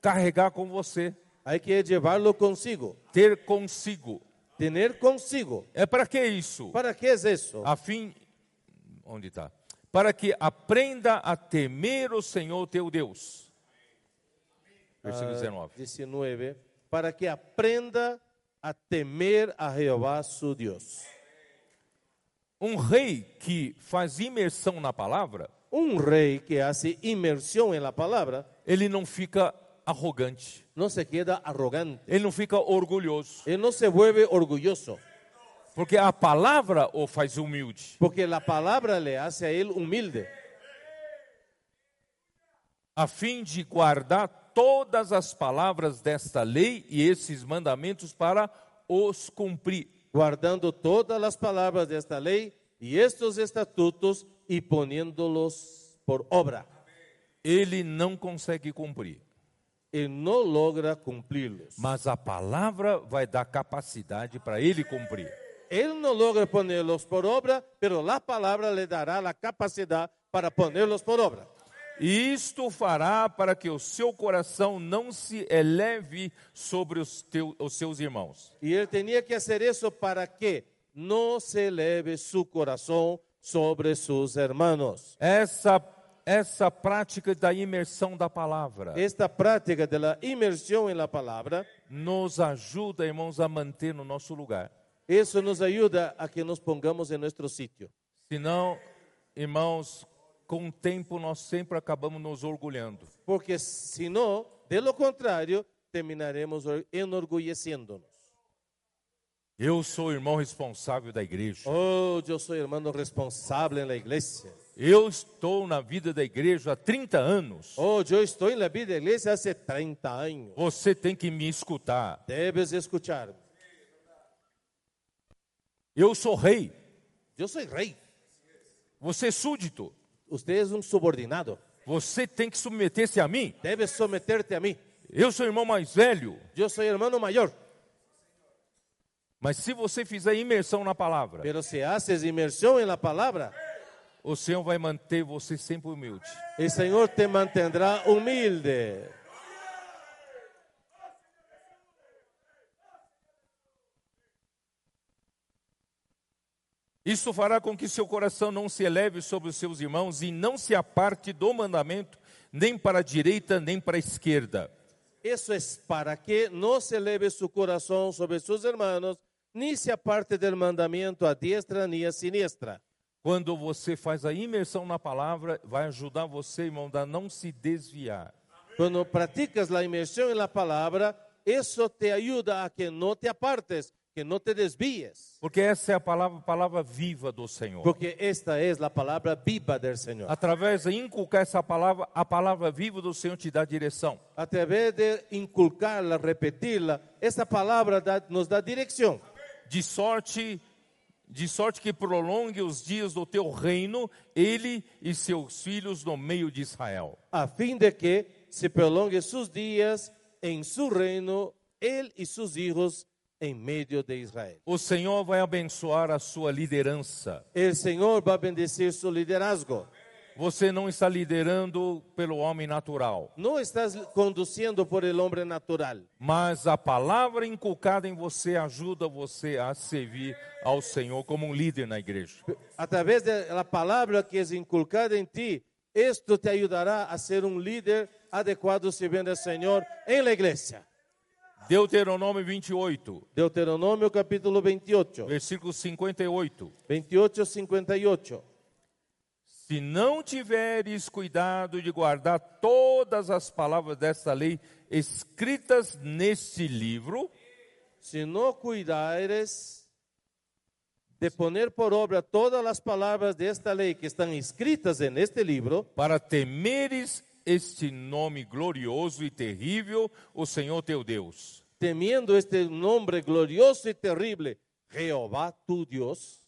[SPEAKER 1] carregar com você,
[SPEAKER 2] Hay que llevarlo consigo,
[SPEAKER 1] ter consigo.
[SPEAKER 2] tener consigo.
[SPEAKER 1] É para que isso?
[SPEAKER 2] ¿Para qué es eso?
[SPEAKER 1] A fim onde está? Para que aprenda a temer o Senhor teu Deus. Versículo 19.
[SPEAKER 2] 19. Para que aprenda a temer a Jehová su Dios.
[SPEAKER 1] Um rei que faz imersão na palavra,
[SPEAKER 2] Un rey que hace inmersión en la palabra
[SPEAKER 1] ele não fica arrogante,
[SPEAKER 2] no se queda arrogante.
[SPEAKER 1] ele não fica orgulhoso,
[SPEAKER 2] Él no se vuelve orgulloso,
[SPEAKER 1] porque a palavra o faz humilde.
[SPEAKER 2] porque la palabra le hace a él humilde,
[SPEAKER 1] A fim de guardar todas as palavras desta lei e esses mandamentos para os cumprir.
[SPEAKER 2] guardando todas las palabras de esta ley y estos estatutos y poniéndolos por obra.
[SPEAKER 1] Ele não consegue cumprir,
[SPEAKER 2] Él no logra cumplirlos.
[SPEAKER 1] mas a palavra vai dar capacidade para ele cumprir.
[SPEAKER 2] Él no logra ponerlos por obra, pero la palabra le dará la capacidad para ponerlos por obra.
[SPEAKER 1] E isto fará para que o seu coração não se eleve sobre os, teu, os seus irmãos.
[SPEAKER 2] Y él tenía que hacer eso para que no se eleve su corazón sobre sus hermanos.
[SPEAKER 1] Essa, essa prática da imersão da palavra
[SPEAKER 2] Esta práctica de la inmersión en la palabra,
[SPEAKER 1] nos ajuda, irmãos, a manter no nosso lugar.
[SPEAKER 2] eso nos ayuda a que nos pongamos en nuestro sitio.
[SPEAKER 1] Senão, irmãos, com o tempo nós sempre acabamos nos orgulhando.
[SPEAKER 2] Porque si no, de lo contrario, terminaremos or- enorgulleciéndonos.
[SPEAKER 1] Eu sou o irmão responsável da igreja.
[SPEAKER 2] Oh, yo soy hermano responsable en la iglesia.
[SPEAKER 1] Eu estou na vida da igreja há 30 anos.
[SPEAKER 2] Oh, yo estoy en la vida de la iglesia hace 30 años.
[SPEAKER 1] Você tem que me escutar.
[SPEAKER 2] Debes escucharme.
[SPEAKER 1] Eu sou rei.
[SPEAKER 2] Yo soy rey.
[SPEAKER 1] Você é súdito.
[SPEAKER 2] Usted es un subordinado.
[SPEAKER 1] Você tem que submeter-se a mim.
[SPEAKER 2] Debes someterte a mí.
[SPEAKER 1] Eu sou o irmão mais velho.
[SPEAKER 2] Yo soy hermano mayor.
[SPEAKER 1] Mas se você fizer imersão na palavra,
[SPEAKER 2] Pero si haces inmersión en la palabra,
[SPEAKER 1] o Senhor vai manter você sempre humilde.
[SPEAKER 2] el Señor te mantendrá humilde.
[SPEAKER 1] Isso fará com que seu coração não se eleve sobre os seus irmãos e não se aparte do mandamento, nem para a direita, nem para a esquerda.
[SPEAKER 2] Eso es para que no se eleve su corazón sobre sus hermanos, ni se aparte del mandamiento a diestra ni a siniestra.
[SPEAKER 1] Quando você faz a imersão na palavra, vai ajudar você, irmão, a não se desviar.
[SPEAKER 2] Cuando practicas la inmersión en la palabra, eso te ayuda a que no te apartes, que no te desvíes,
[SPEAKER 1] Porque essa é a palavra, palavra viva do Senhor.
[SPEAKER 2] porque esta es la palabra viva del Señor.
[SPEAKER 1] Através de inculcar essa palavra, a palavra viva do Senhor te dá direção.
[SPEAKER 2] A través de inculcarla, repetirla, esta palabra da- nos da dirección,
[SPEAKER 1] De sorte, de sorte que prolongue os dias do teu reino, ele e seus filhos no meio de Israel.
[SPEAKER 2] a fin de que se prolongue sus días en su reino, él y sus hijos en medio de Israel.
[SPEAKER 1] O Senhor vai abençoar a sua liderança.
[SPEAKER 2] El Señor va a bendecir su liderazgo.
[SPEAKER 1] Você não está liderando pelo homem natural,
[SPEAKER 2] No estás conduciendo por el hombre natural.
[SPEAKER 1] mas a palavra inculcada em você ajuda você a servir ao Senhor como um líder na igreja.
[SPEAKER 2] A través de la palabra que es inculcada en ti, esto te ayudará a ser un líder adecuado sirviendo al Señor en la iglesia.
[SPEAKER 1] Deuteronômio 28,
[SPEAKER 2] Deuteronomio capítulo 28,
[SPEAKER 1] versículo 58.
[SPEAKER 2] 28, 58.
[SPEAKER 1] Se não tiveres cuidado de guardar todas as palavras desta lei escritas neste livro,
[SPEAKER 2] Si no cuidares de poner por obra todas las palabras de esta lei que están escritas en este libro,
[SPEAKER 1] para temeres este nome glorioso e terrível, o Senhor teu Deus.
[SPEAKER 2] temiendo este nombre glorioso y terrible, Jehová tu Dios,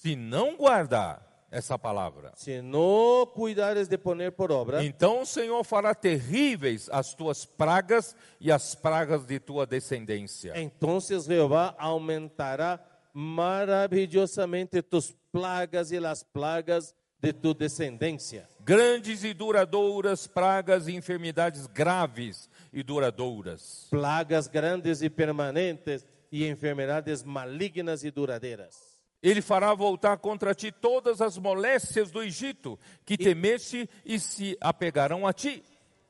[SPEAKER 1] Se não guardar essa palavra,
[SPEAKER 2] si no cuidares de poner por obra,
[SPEAKER 1] então o Senhor fará terríveis as tuas pragas e as pragas de tua descendência.
[SPEAKER 2] Entonces Jehová aumentará maravillosamente tus plagas y las plagas de tu descendencia.
[SPEAKER 1] Grandes e duradouras pragas e enfermidades graves e duradouras.
[SPEAKER 2] Plagas grandes y permanentes y enfermedades malignas y duraderas.
[SPEAKER 1] Ele fará voltar contra ti todas as moléstias do Egito, que temeste e se apegarão a ti.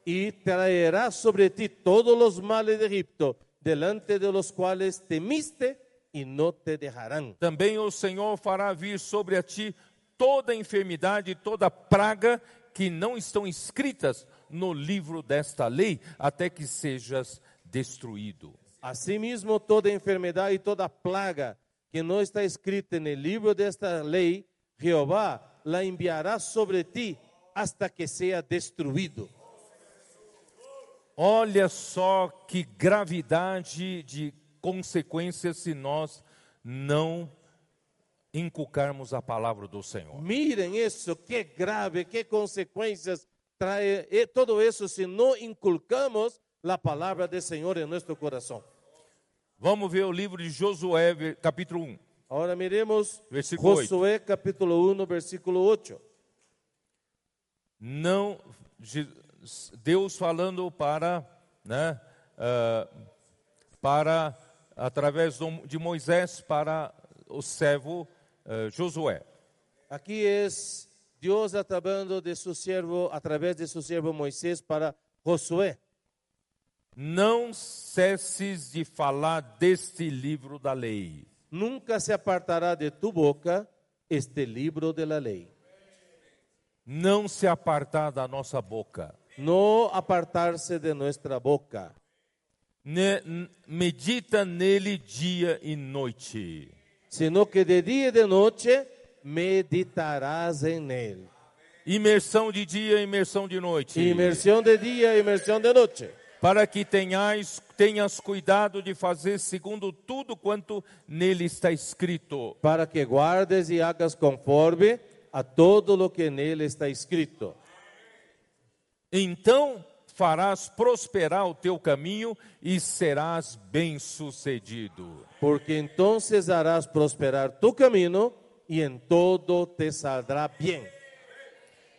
[SPEAKER 2] Y traerá sobre ti todos los males de Egipto, delante de los cuales temiste y no te dejarán.
[SPEAKER 1] Também o Senhor fará vir sobre a ti toda enfermidade, toda praga que não estão escritas no livro desta lei, até que sejas destruído.
[SPEAKER 2] Asimismo, toda enfermedad y toda plaga que no está escrita en el libro de esta ley, Jehová la enviará sobre ti hasta que sea destruido.
[SPEAKER 1] Olha só que gravidade de consequências se nós não inculcarmos a palavra do Senhor.
[SPEAKER 2] Miren eso, qué grave, qué consecuencias trae eh, todo eso si no inculcamos la palabra del Señor en nuestro corazón.
[SPEAKER 1] Vamos ver o livro de Josué, ve- capítulo 1.
[SPEAKER 2] Ahora miremos
[SPEAKER 1] Versículo
[SPEAKER 2] Josué capítulo 1, versículo 8.
[SPEAKER 1] Não, Je- Deus falando para, né, ah, para através do- de Moisés para o servo ah, Josué.
[SPEAKER 2] Aquí es Dios atrapando de su siervo, a través de su siervo Moisés para Josué.
[SPEAKER 1] Não cesses de falar deste livro da lei.
[SPEAKER 2] Nunca se apartará de tu boca este libro de la ley.
[SPEAKER 1] Não se apartar da nossa boca.
[SPEAKER 2] No apartarse de nuestra boca.
[SPEAKER 1] Ne- n- medita nele dia e noite,
[SPEAKER 2] sino que de día y de noche meditarás en él.
[SPEAKER 1] imersão de dia, imersão de noite,
[SPEAKER 2] Inmersión de día, inmersión de noche,
[SPEAKER 1] para que tenhais, tenhas cuidado de fazer segundo tudo quanto nele está escrito.
[SPEAKER 2] para que guardes y hagas conforme a todo lo que en él está escrito.
[SPEAKER 1] Então farás prosperar o teu caminho e serás bem-sucedido.
[SPEAKER 2] Porque entonces harás prosperar tu camino y en todo te saldrá bien.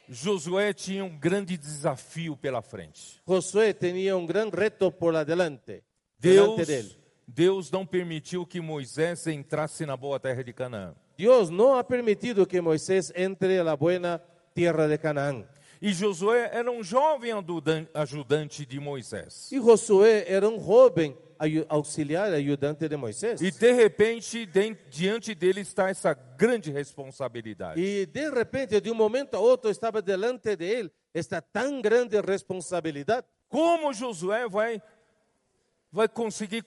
[SPEAKER 1] Josué tinha um grande desafio pela frente.
[SPEAKER 2] Josué tenía un gran reto por adelante.
[SPEAKER 1] Deus,
[SPEAKER 2] delante de él.
[SPEAKER 1] Deus não permitiu que Moisés entrasse na boa terra de Canaã.
[SPEAKER 2] Dios no ha permitido que Moisés entre a la buena tierra de Canaán.
[SPEAKER 1] E Josué era um jovem adudan- ajudante de Moisés.
[SPEAKER 2] E Josué era um jovem ai- auxiliar, ajudante de Moisés.
[SPEAKER 1] E
[SPEAKER 2] E,
[SPEAKER 1] de repente, de- diante dele está essa grande responsabilidade.
[SPEAKER 2] de repente, de um momento a outro, estava delante de ele esta tão grande responsabilidade.
[SPEAKER 1] Como Josué vai vai conseguir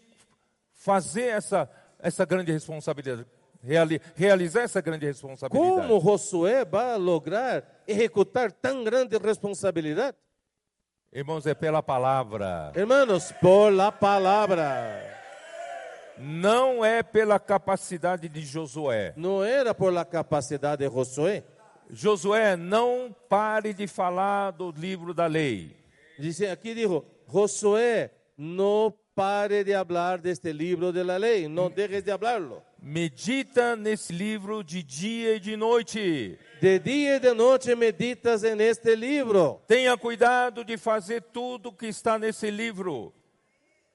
[SPEAKER 1] fazer essa essa grande responsabilidade, reali- realizar essa grande responsabilidade?
[SPEAKER 2] Como Josué vai lograr executar tão grande responsabilidade?
[SPEAKER 1] Irmãos, é pela palavra.
[SPEAKER 2] Hermanos, por la palavra.
[SPEAKER 1] Não é pela capacidade de Josué.
[SPEAKER 2] Não era por la capacidade de Josué.
[SPEAKER 1] Josué, não pare de falar do livro da lei.
[SPEAKER 2] Dice, aqui dijo, Josué, não pare de hablar de este libro de la ley, não dejes de hablarlo.
[SPEAKER 1] Medita nesse livro de dia e de noite.
[SPEAKER 2] De dia e de noite meditas em este livro.
[SPEAKER 1] Tenha cuidado de fazer tudo que está nesse livro.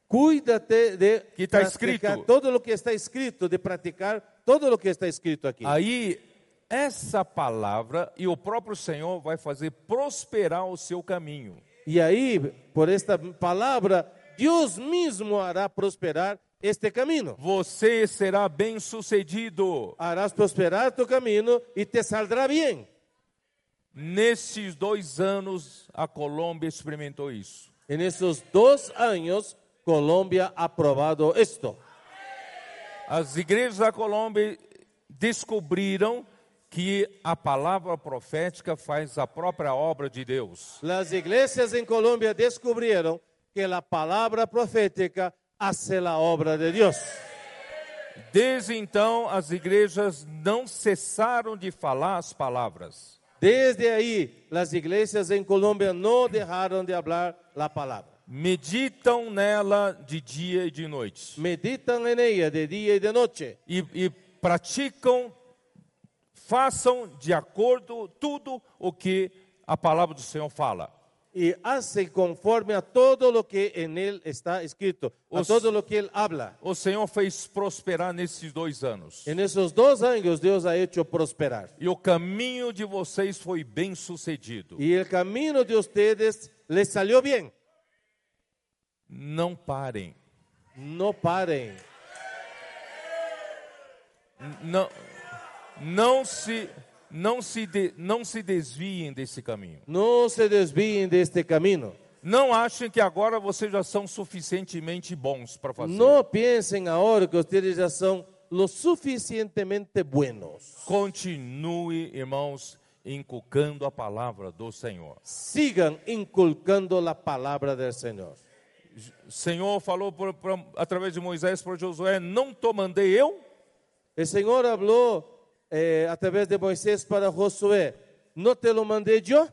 [SPEAKER 2] Cuídate de
[SPEAKER 1] Que está
[SPEAKER 2] praticar
[SPEAKER 1] escrito.
[SPEAKER 2] todo lo que está escrito, de praticar todo lo que está escrito aqui.
[SPEAKER 1] Aí, essa palavra e o próprio Senhor vai fazer prosperar o seu caminho.
[SPEAKER 2] E aí, por esta palavra, Deus mesmo hará prosperar este caminho.
[SPEAKER 1] Você será bem-sucedido.
[SPEAKER 2] Harás prosperar tu caminho e te saldrá bem.
[SPEAKER 1] Nesses dois anos, a Colômbia experimentou isso.
[SPEAKER 2] En esos dos años, Colombia ha probado esto.
[SPEAKER 1] As igrejas da Colômbia descobriram que a palavra profética faz a própria obra de Deus.
[SPEAKER 2] Las iglesias en Colombia descubrieron que la palabra profética hace la obra de Dios.
[SPEAKER 1] Desde então, as igrejas não cessaram de falar as palavras.
[SPEAKER 2] Desde ahí, las iglesias en Colombia no dejaron de hablar la palabra.
[SPEAKER 1] Meditam nela de dia e de noite.
[SPEAKER 2] Meditan en ella de día y de noche
[SPEAKER 1] E, e praticam, façam de acordo tudo o que a palavra do Senhor fala.
[SPEAKER 2] y hacen conforme a todo lo que en él está escrito, a
[SPEAKER 1] Os-
[SPEAKER 2] todo lo que él habla.
[SPEAKER 1] O Senhor fez prosperar nesses dois anos.
[SPEAKER 2] En esos dos años Dios ha hecho prosperar.
[SPEAKER 1] E o caminho de vocês foi bem sucedido.
[SPEAKER 2] Y el camino de ustedes les salió bien.
[SPEAKER 1] Não parem.
[SPEAKER 2] No paren.
[SPEAKER 1] N- Não, não se, não se, de- não se desviem desse caminho.
[SPEAKER 2] No se desvíen de este camino.
[SPEAKER 1] Não achem que agora vocês já são suficientemente bons para fazer.
[SPEAKER 2] No piensen ahora que ustedes ya son lo suficientemente buenos.
[SPEAKER 1] Continue, irmãos, inculcando a palavra do Senhor.
[SPEAKER 2] sigan inculcando la palabra del Señor.
[SPEAKER 1] O Senhor falou por- pra- através de Moisés para Josué: Não te mandei eu?
[SPEAKER 2] El Señor habló eh, a través de Moisés para Josué, ¿no te lo mandé yo?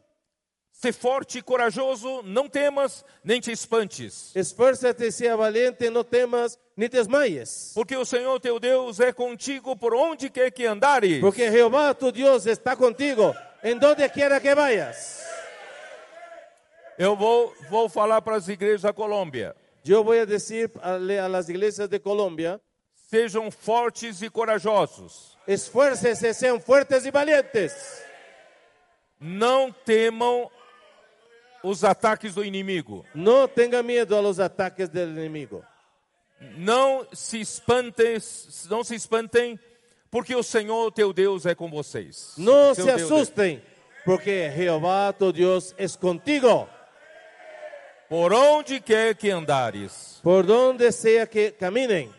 [SPEAKER 1] Ser forte e corajoso, não temas, nem te espantes.
[SPEAKER 2] Esfuérzate, sea valiente, no temas ni desmayes.
[SPEAKER 1] Porque o Senhor teu Deus é contigo por onde quer que andares.
[SPEAKER 2] Porque Jehová tu Dios está contigo en donde quiera que vayas.
[SPEAKER 1] Eu vou, vou falar para as igrejas da Colômbia.
[SPEAKER 2] Yo voy a decir a, a las iglesias de Colombia,
[SPEAKER 1] Sejam fortes e corajosos.
[SPEAKER 2] Esfuércense, sean fuertes y valientes.
[SPEAKER 1] Não temam os ataques do inimigo.
[SPEAKER 2] No tengan miedo a los ataques del enemigo.
[SPEAKER 1] Não se espantem, não se espantem, porque o Senhor teu Deus é com vocês.
[SPEAKER 2] No
[SPEAKER 1] Seu
[SPEAKER 2] se
[SPEAKER 1] Deus- é
[SPEAKER 2] asusten, porque Jehová tu Dios es contigo.
[SPEAKER 1] Por onde quer que andares,
[SPEAKER 2] Por donde sea que caminen,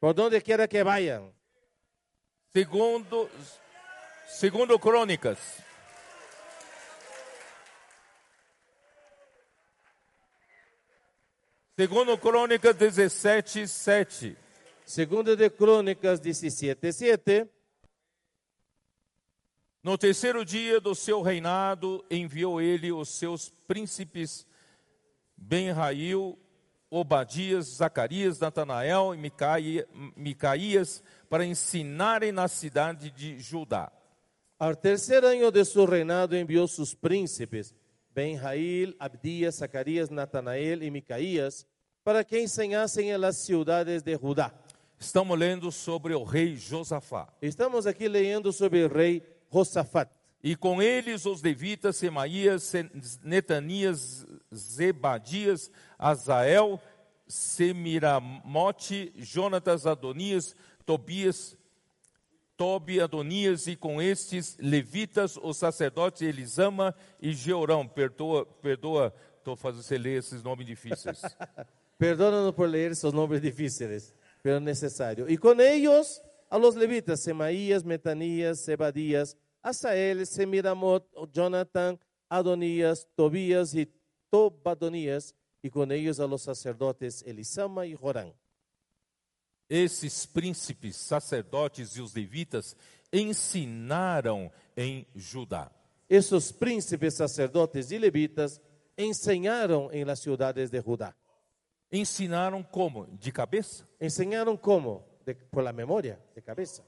[SPEAKER 2] por donde quiera que vayan.
[SPEAKER 1] segundo segundo Crônicas Segundo Crônicas 17, 7.
[SPEAKER 2] Segundo de Crônicas 17:7,
[SPEAKER 1] No terceiro dia do seu reinado, enviou ele os seus príncipes Ben-Rail, Obadias, Zacarias, Natanael e Micaia- Micaías para ensinarem na cidade de Judá.
[SPEAKER 2] Al tercer año de su reinado envió sus príncipes, Benjail, Abdías, Zacarías, Natanael y Micaías, para que enseñasen en las ciudades de Judá.
[SPEAKER 1] Estamos lendo sobre o rei Josafá.
[SPEAKER 2] Estamos aquí leyendo sobre el rey Josafat.
[SPEAKER 1] E com eles os levitas, Semaías, Se- Netanias, Zebadias, Azael, Semiramote, Jonatas, Adonias, Tobias, Tobi, Adonias, e com estes levitas, os sacerdotes Elisama e Georão. Perdoa, perdoa, estou fazendo você ler esses nomes difíceis.
[SPEAKER 2] Perdónanos por leer esos nombres difíciles, pero necesario. Y con ellos a los levitas, Semaías, Metanías, Zebadías, Asael, Semiramot, Jonathan, Adonías, Tobías y Tobadonías, y con ellos a los sacerdotes Elisama y Jorán.
[SPEAKER 1] Esses príncipes, sacerdotes e os levitas ensinaram em Judá.
[SPEAKER 2] Esos príncipes, sacerdotes y levitas enseñaron en las ciudades de Judá.
[SPEAKER 1] Ensinaram como? De cabeça?
[SPEAKER 2] ¿Enseñaron cómo? De- por la memoria, de cabeza.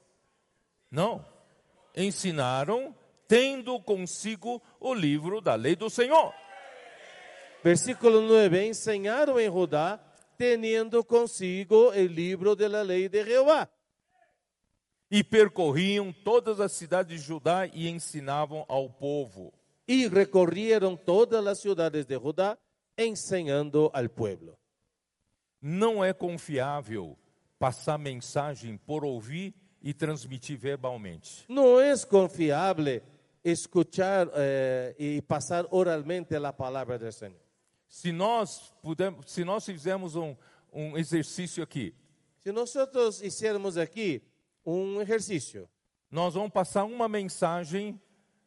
[SPEAKER 1] Não. Ensinaram tendo consigo o livro da lei do Senhor.
[SPEAKER 2] Versículo 9. Enseñaron en Judá teniendo consigo el libro de la ley de Jehová.
[SPEAKER 1] E percorriam todas as cidades de Judá e ensinavam ao povo.
[SPEAKER 2] Y recorrieron todas las ciudades de Judá enseñando al pueblo.
[SPEAKER 1] Não é confiável passar mensagem por ouvir e transmitir verbalmente.
[SPEAKER 2] No es confiable escuchar eh, y pasar oralmente la palabra del Señor.
[SPEAKER 1] Se nós, pudermos, se nós fizermos um, um exercício aqui,
[SPEAKER 2] Si nosotros hiciéramos aquí un ejercicio,
[SPEAKER 1] nós vamos passar uma mensagem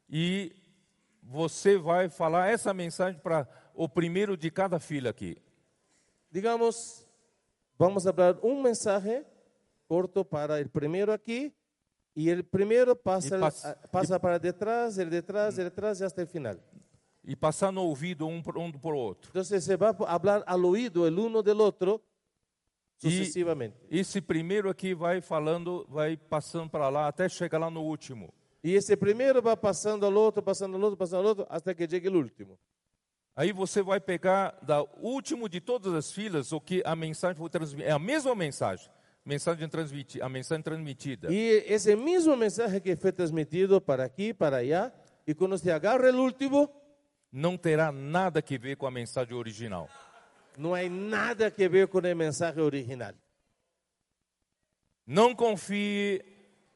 [SPEAKER 1] e você vai falar essa mensagem para o primeiro de cada filha aqui.
[SPEAKER 2] digamos, vamos a hablar un mensaje corto para el primero aquí y el primero pasa,
[SPEAKER 1] Y Mm. pas-
[SPEAKER 2] a- pasa para detrás, el detrás, el detrás y hasta el final.
[SPEAKER 1] e passar no ouvido um para um pro outro.
[SPEAKER 2] Entonces se va a hablar al oído el uno del otro
[SPEAKER 1] Y-
[SPEAKER 2] sucesivamente.
[SPEAKER 1] Esse primeiro aqui vai falando, vai passando para lá até chegar lá no último.
[SPEAKER 2] Y ese primero va pasando al otro, pasando al otro, pasando al otro, hasta que llegue el último.
[SPEAKER 1] Aí você vai pegar da último de todas as filas o que a mensagem foi transmitida. É a mesma mensagem, mensagem transmitida, a mensagem transmitida.
[SPEAKER 2] Y ese mismo mensaje que fue transmitido para aquí, para allá, y cuando se agarra el último,
[SPEAKER 1] Não terá nada que ver com a mensagem original.
[SPEAKER 2] no hay nada que ver con el mensaje original.
[SPEAKER 1] Não confie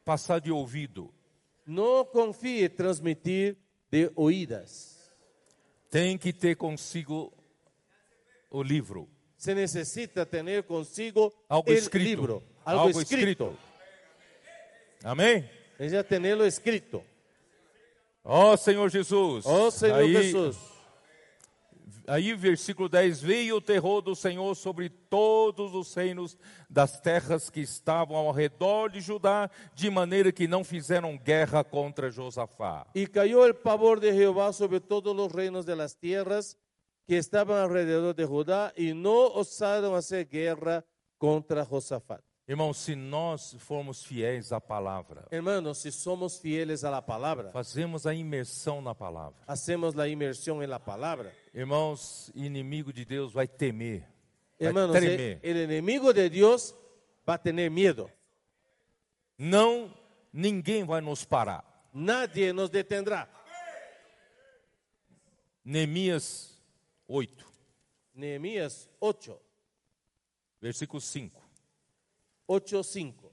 [SPEAKER 1] passar de ouvido.
[SPEAKER 2] No confíe transmitir de oídas.
[SPEAKER 1] Tem que ter consigo o livro,
[SPEAKER 2] Se necesita tener consigo
[SPEAKER 1] algo
[SPEAKER 2] el
[SPEAKER 1] escrito,
[SPEAKER 2] libro, algo, escrito.
[SPEAKER 1] Amém?
[SPEAKER 2] Ella tenerlo escrito.
[SPEAKER 1] Ó Senhor Jesus.
[SPEAKER 2] Oh Señor
[SPEAKER 1] aí,
[SPEAKER 2] Jesús.
[SPEAKER 1] Aí, versículo 10: Veio o terror do Senhor sobre todos os reinos das terras que estavam ao redor de Judá, de maneira que não fizeram guerra contra Josafá.
[SPEAKER 2] Y cayó el pavor de Jehová sobre todos los reinos de las tierras que estaban alrededor de Judá y no osaron hacer guerra contra Josafat.
[SPEAKER 1] Irmãos, se nós formos fiéis à palavra,
[SPEAKER 2] Hermanos, si somos fieles a la palabra,
[SPEAKER 1] fazemos a imersão na palavra.
[SPEAKER 2] hacemos la inmersión en la palabra.
[SPEAKER 1] Irmãos, inimigo de Deus vai temer, vai
[SPEAKER 2] Hermanos, el,
[SPEAKER 1] tremer.
[SPEAKER 2] el enemigo de Dios va a tener miedo.
[SPEAKER 1] Não, ninguém vai nos parar.
[SPEAKER 2] Nadie nos detendrá.
[SPEAKER 1] Neemias 8,
[SPEAKER 2] Nehemías 8,
[SPEAKER 1] versículo 5.
[SPEAKER 2] 8, 5.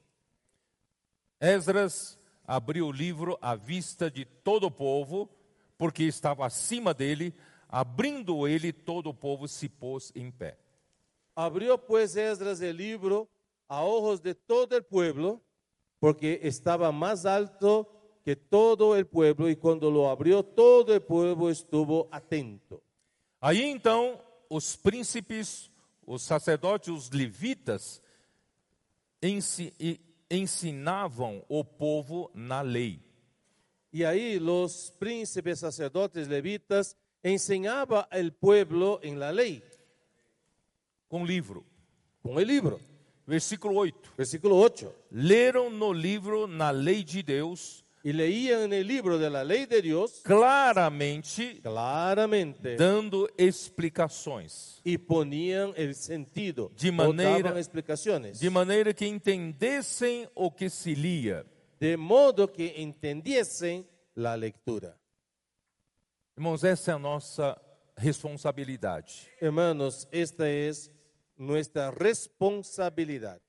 [SPEAKER 1] Esdras abriu o livro à vista de todo o povo, porque estava acima dele, abrindo ele, todo o povo se pôs em pé.
[SPEAKER 2] Abrió pues Esdras el libro a ojos de todo el pueblo, porque estaba más alto que todo el pueblo, y cuando lo abrió todo el pueblo estuvo atento.
[SPEAKER 1] Aí então os príncipes, os sacerdotes, os levitas ensi- e- ensinavam o povo na lei.
[SPEAKER 2] Y ahí los príncipes, sacerdotes, levitas, enseñaba al pueblo en la ley,
[SPEAKER 1] com o livro.
[SPEAKER 2] con el libro.
[SPEAKER 1] Versículo 8.
[SPEAKER 2] Versículo 8.
[SPEAKER 1] Leram no livro, na lei de Deus,
[SPEAKER 2] Y leían en el libro de la ley de Dios
[SPEAKER 1] claramente
[SPEAKER 2] claramente
[SPEAKER 1] dando explicações,
[SPEAKER 2] y ponían el sentido.
[SPEAKER 1] De
[SPEAKER 2] o
[SPEAKER 1] manera-
[SPEAKER 2] daban explicaciones.
[SPEAKER 1] de maneira que entendessem o que se lia.
[SPEAKER 2] de modo que entendiesen la lectura.
[SPEAKER 1] Irmãos, essa é a nossa responsabilidade.
[SPEAKER 2] Hermanos, esta es nuestra responsabilidad.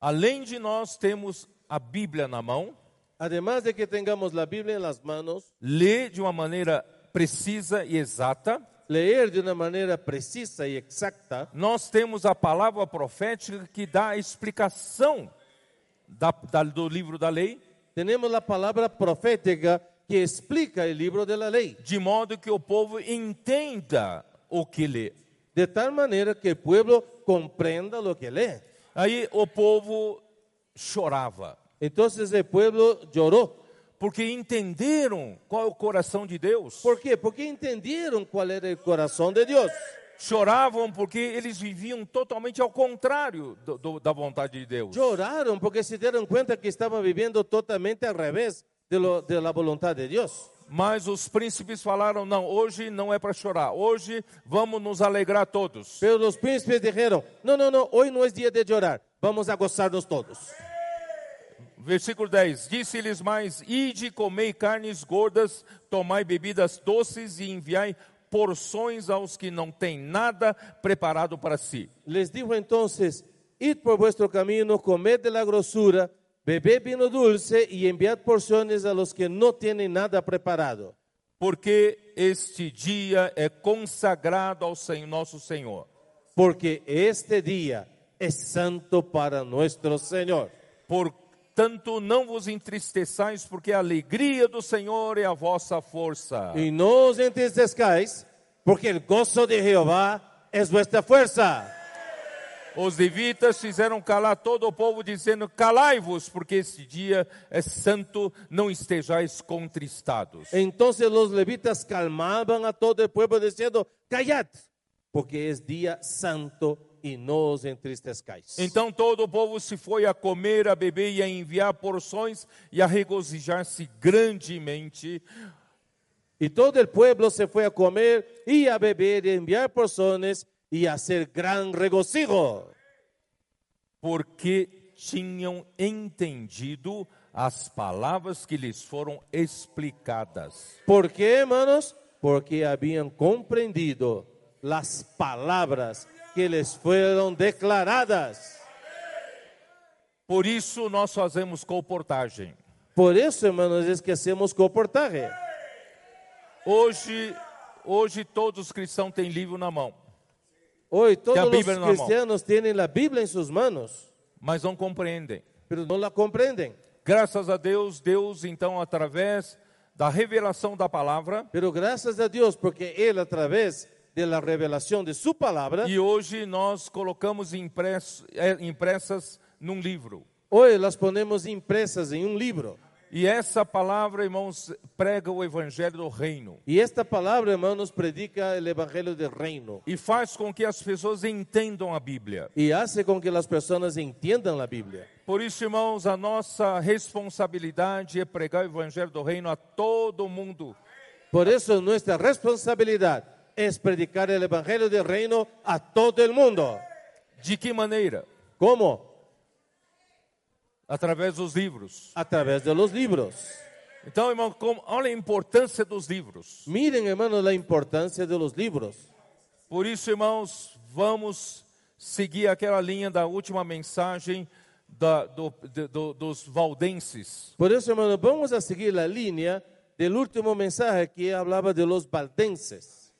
[SPEAKER 1] Além de nós temos a Bíblia na mão,
[SPEAKER 2] Además de que tengamos la Biblia en las manos,
[SPEAKER 1] ler de uma maneira precisa e exata,
[SPEAKER 2] leer de una manera precisa y exacta,
[SPEAKER 1] nós temos a palavra profética que dá a explicação da- da- do livro da lei,
[SPEAKER 2] tenemos la palabra profética que explica el libro de la ley,
[SPEAKER 1] de modo que o povo entenda o que lê.
[SPEAKER 2] de tal manera que el pueblo comprenda lo que lee.
[SPEAKER 1] Aí o povo chorava,
[SPEAKER 2] Entonces el pueblo lloró.
[SPEAKER 1] porque entenderam qual é o coração de Deus.
[SPEAKER 2] ¿Por quê? Porque entendieron cuál era el corazón de Dios.
[SPEAKER 1] Choravam porque eles viviam totalmente ao contrário do- do- da vontade de Deus.
[SPEAKER 2] Lloraron porque se dieron cuenta que estaban viviendo totalmente al revés de, lo, de la voluntad de Dios.
[SPEAKER 1] Mas os príncipes falaram: não, hoje não é para chorar, hoje vamos nos alegrar todos.
[SPEAKER 2] Pero los príncipes dijeron, no, no, no, hoy no es día de llorar, vamos a gozarnos todos.
[SPEAKER 1] Versículo 10: Disse-lhes mais: Ide, comei carnes gordas, tomai bebidas doces e enviai porções aos que não têm nada preparado para si.
[SPEAKER 2] Les dijo entonces, id por vuestro camino, comed de la grosura, bebed vino dulce y enviad porciones a los que no tienen nada preparado,
[SPEAKER 1] Porque este dia é consagrado ao Senhor, nosso Senhor.
[SPEAKER 2] porque este día es santo para nuestro Señor.
[SPEAKER 1] Portanto, não vos entristeçais, porque a alegria do Senhor é a vossa força.
[SPEAKER 2] Y no os entristezcáis, porque el gozo de Jehová es vuestra fuerza.
[SPEAKER 1] Os levitas fizeram calar todo o povo, dizendo: Calai-vos, porque este dia é santo, não estejais contristados.
[SPEAKER 2] Entonces los levitas calmaban a todo el pueblo diciendo, callad, porque es día santo y no os entristezcáis.
[SPEAKER 1] Então todo o povo se foi a comer, a beber e a enviar porções e a regozijar-se grandemente.
[SPEAKER 2] y todo el pueblo se fue a comer y a beber y a enviar porciones y a hacer gran regocijo,
[SPEAKER 1] porque tinham entendido as palavras que lhes foram explicadas.
[SPEAKER 2] ¿Por qué, hermanos? Porque habían comprendido las palabras que les fueron declaradas.
[SPEAKER 1] Por isso nós fazemos comportagem.
[SPEAKER 2] Por eso, hermanos, es que hacemos comportaje.
[SPEAKER 1] Hoje, hoje todos os cristãos têm livro na mão,
[SPEAKER 2] Hoy
[SPEAKER 1] Ya
[SPEAKER 2] todos los
[SPEAKER 1] Biblia en la mano.
[SPEAKER 2] cristianos tienen la Biblia en sus manos.
[SPEAKER 1] mas não compreendem.
[SPEAKER 2] pero no la comprenden.
[SPEAKER 1] Graças a Deus, Deus então através da revelação da palavra
[SPEAKER 2] Pero gracias a Dios, porque Él a través de la revelación de su palabra,
[SPEAKER 1] E hoje nós colocamos impresso- é, impressas num livro.
[SPEAKER 2] hoy las ponemos impresas en un libro.
[SPEAKER 1] E essa palavra, irmãos, prega o evangelho do reino.
[SPEAKER 2] Y esta palabra, hermanos, predica el Evangelio del Reino
[SPEAKER 1] E faz com que as pessoas entendam a Bíblia.
[SPEAKER 2] y hace con que las personas entiendan la Biblia.
[SPEAKER 1] Por isso, irmãos, a nossa responsabilidade é pregar o evangelho do reino a todo mundo.
[SPEAKER 2] Por eso nuestra responsabilidad es predicar el Evangelio del Reino a todo el mundo.
[SPEAKER 1] De que maneira?
[SPEAKER 2] ¿Cómo?
[SPEAKER 1] através dos livros.
[SPEAKER 2] a través de los libros.
[SPEAKER 1] Então, irmão, como- olha a importância dos livros.
[SPEAKER 2] Miren, hermanos, la importancia de los libros.
[SPEAKER 1] Por isso, irmãos, vamos seguir aquela linha da última mensagem da- do- de- do- dos valdenses.
[SPEAKER 2] Por eso, hermanos, vamos a seguir la línea del último mensaje que hablaba de los valdenses,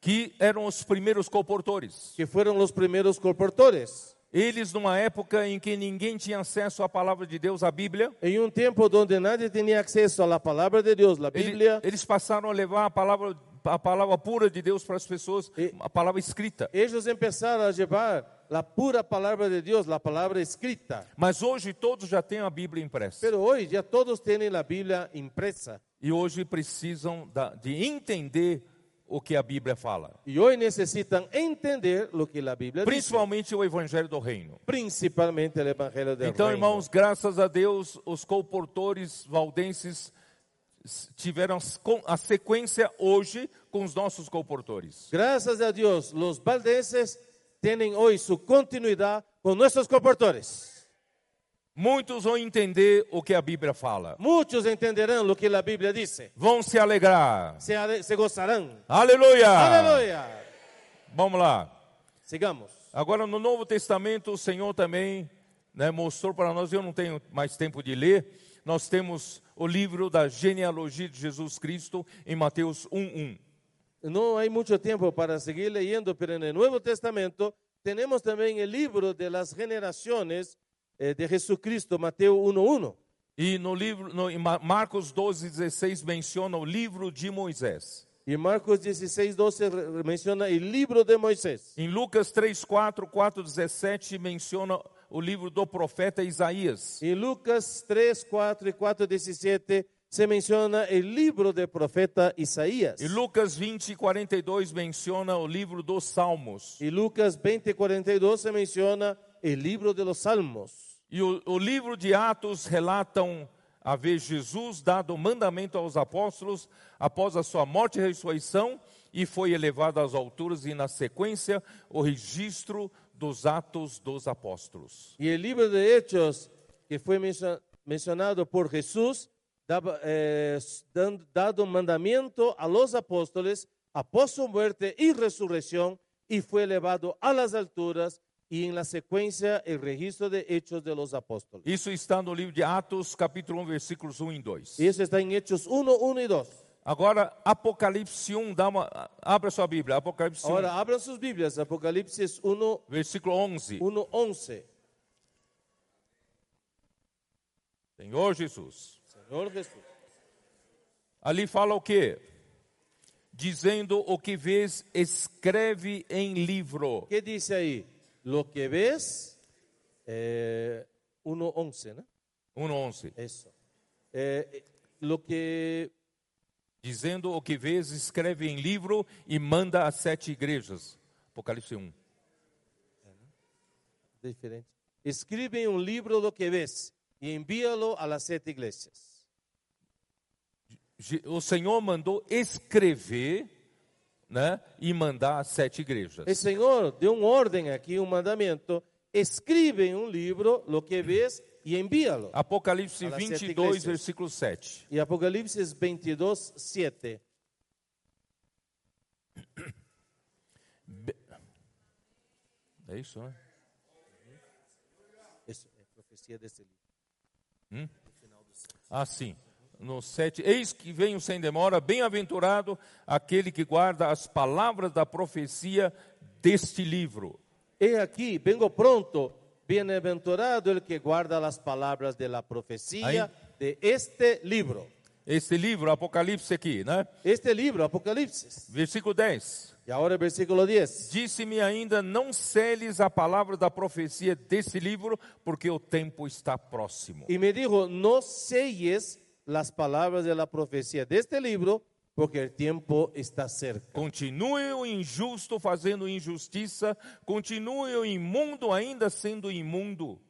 [SPEAKER 1] que eram os primeiros comportores.
[SPEAKER 2] que fueron los primeros colportores.
[SPEAKER 1] Eles, numa época em que ninguém tinha acesso à palavra de Deus, à Bíblia,
[SPEAKER 2] En un tiempo donde nadie tenía acceso a la palabra de Dios, la
[SPEAKER 1] ele-
[SPEAKER 2] Biblia,
[SPEAKER 1] eles passaram a levar a palavra, a palavra pura de Deus para as pessoas,
[SPEAKER 2] E-
[SPEAKER 1] a palavra escrita.
[SPEAKER 2] ellos empezaron a llevar la pura palabra de Dios, la palabra escrita.
[SPEAKER 1] Mas hoje todos já têm a Bíblia impressa.
[SPEAKER 2] Pero hoy ya todos tienen la Biblia impresa.
[SPEAKER 1] E hoje precisam da- de entender o que a Bíblia fala.
[SPEAKER 2] Y hoy necesitan entender lo que la Biblia dice,
[SPEAKER 1] Principalmente o Evangelho do Reino.
[SPEAKER 2] principalmente el Evangelio del
[SPEAKER 1] Então,
[SPEAKER 2] É Reino.
[SPEAKER 1] irmãos, graças a Deus, os comportores valdenses s- tiveram as com- a sequência hoje com os nossos comportores.
[SPEAKER 2] Gracias a Dios, los valdenses tienen hoy su continuidad con nuestros comportores.
[SPEAKER 1] Muitos vão entender o que a Bíblia fala.
[SPEAKER 2] Muchos entenderán lo que la Biblia dice,
[SPEAKER 1] Vão se alegrar.
[SPEAKER 2] se, ale- se gozarán.
[SPEAKER 1] Aleluia!
[SPEAKER 2] Aleluya.
[SPEAKER 1] Vamos lá.
[SPEAKER 2] Sigamos.
[SPEAKER 1] Agora, no Novo Testamento, o Senhor também né, mostrou para nós, eu não tenho mais tempo de ler, nós temos o livro da genealogia de Jesus Cristo em Mateus 1.1.
[SPEAKER 2] No hay mucho tiempo para seguir leyendo, pero en el Nuevo Testamento tenemos también el libro de las generaciones eh, de Jesucristo, Mateo 1.1.
[SPEAKER 1] E no livro, no, em Ma- Marcos 12,16 menciona o livro de Moisés.
[SPEAKER 2] Y Marcos 16, 12 re- menciona el libro de Moisés.
[SPEAKER 1] Em Lucas 3,4, 4,17 menciona o livro do profeta Isaías.
[SPEAKER 2] En Lucas 3, 4 y 4, 17 se menciona el libro del profeta Isaías.
[SPEAKER 1] E Lucas 20, 42 menciona o livro dos Salmos.
[SPEAKER 2] Y Lucas 20, 42 se menciona el libro de los Salmos.
[SPEAKER 1] E o, o livro de Atos relatam haver Jesus dado o mandamento aos apóstolos após a sua morte e ressurreição e foi elevado às alturas e na sequência o registro dos atos dos apóstolos.
[SPEAKER 2] Y el libro de Hechos, que fue mencio- mencionado por Jesús, daba, eh, s- dan- dado mandamiento a los apóstoles após su muerte y resurrección, y fue elevado a las alturas, y en la secuencia el registro de Hechos de los apóstoles.
[SPEAKER 1] Isso está no livro de Atos, capítulo 1, versículos 1 e 2.
[SPEAKER 2] Y eso está en Hechos 1, 1 y 2.
[SPEAKER 1] Agora, Apocalipse 1, dá uma, abra sua Bíblia, Apocalipse 1,
[SPEAKER 2] Ahora abran sus Biblias, Apocalipsis 1,
[SPEAKER 1] versículo 11.
[SPEAKER 2] 1, 11.
[SPEAKER 1] Senhor Jesus.
[SPEAKER 2] Señor Jesús.
[SPEAKER 1] Ali fala o quê? Dizendo o que vês, escreve em livro.
[SPEAKER 2] ¿Qué dice ahí? Lo que ves, eh, 1.11, ¿no?
[SPEAKER 1] 1:11.
[SPEAKER 2] Eso. Eh, eh, lo que,
[SPEAKER 1] Dizendo o que vês, escreve em livro e manda às sete igrejas. Apocalipse 1.
[SPEAKER 2] diferente. Escribe en un libro lo que ves y envíalo a las siete iglesias.
[SPEAKER 1] Je- O Senhor mandou escrever, né, e mandar às sete igrejas.
[SPEAKER 2] El Señor dio un orden aquí, un mandamiento. Escribe en un libro lo que ves y envíalo.
[SPEAKER 1] Ah. Apocalipse
[SPEAKER 2] Às sete
[SPEAKER 1] 22,
[SPEAKER 2] igrejas.
[SPEAKER 1] versículo 7.
[SPEAKER 2] Y Apocalipsis 22, 7.
[SPEAKER 1] É isso, né?
[SPEAKER 2] Eso, es profecía de este libro.
[SPEAKER 1] Ah, sim. No 7, eis que venho sem demora, bem-aventurado aquele que guarda as palavras da profecia deste livro.
[SPEAKER 2] He aquí, vengo pronto. Bienaventurado el que guarda las palabras de la profecía
[SPEAKER 1] Ahí.
[SPEAKER 2] de este libro.
[SPEAKER 1] Este livro, Apocalipse aqui, né?
[SPEAKER 2] Este libro, Apocalipsis.
[SPEAKER 1] Versículo 10.
[SPEAKER 2] Y ahora el versículo 10.
[SPEAKER 1] Disse-me ainda, não seles a palavra da profecia deste livro, porque o tempo está próximo.
[SPEAKER 2] Y me dijo, no selles las palabras de la profecía de este libro, porque el tiempo está cerca.
[SPEAKER 1] Continue o injusto fazendo injustiça, continue o imundo ainda sendo imundo.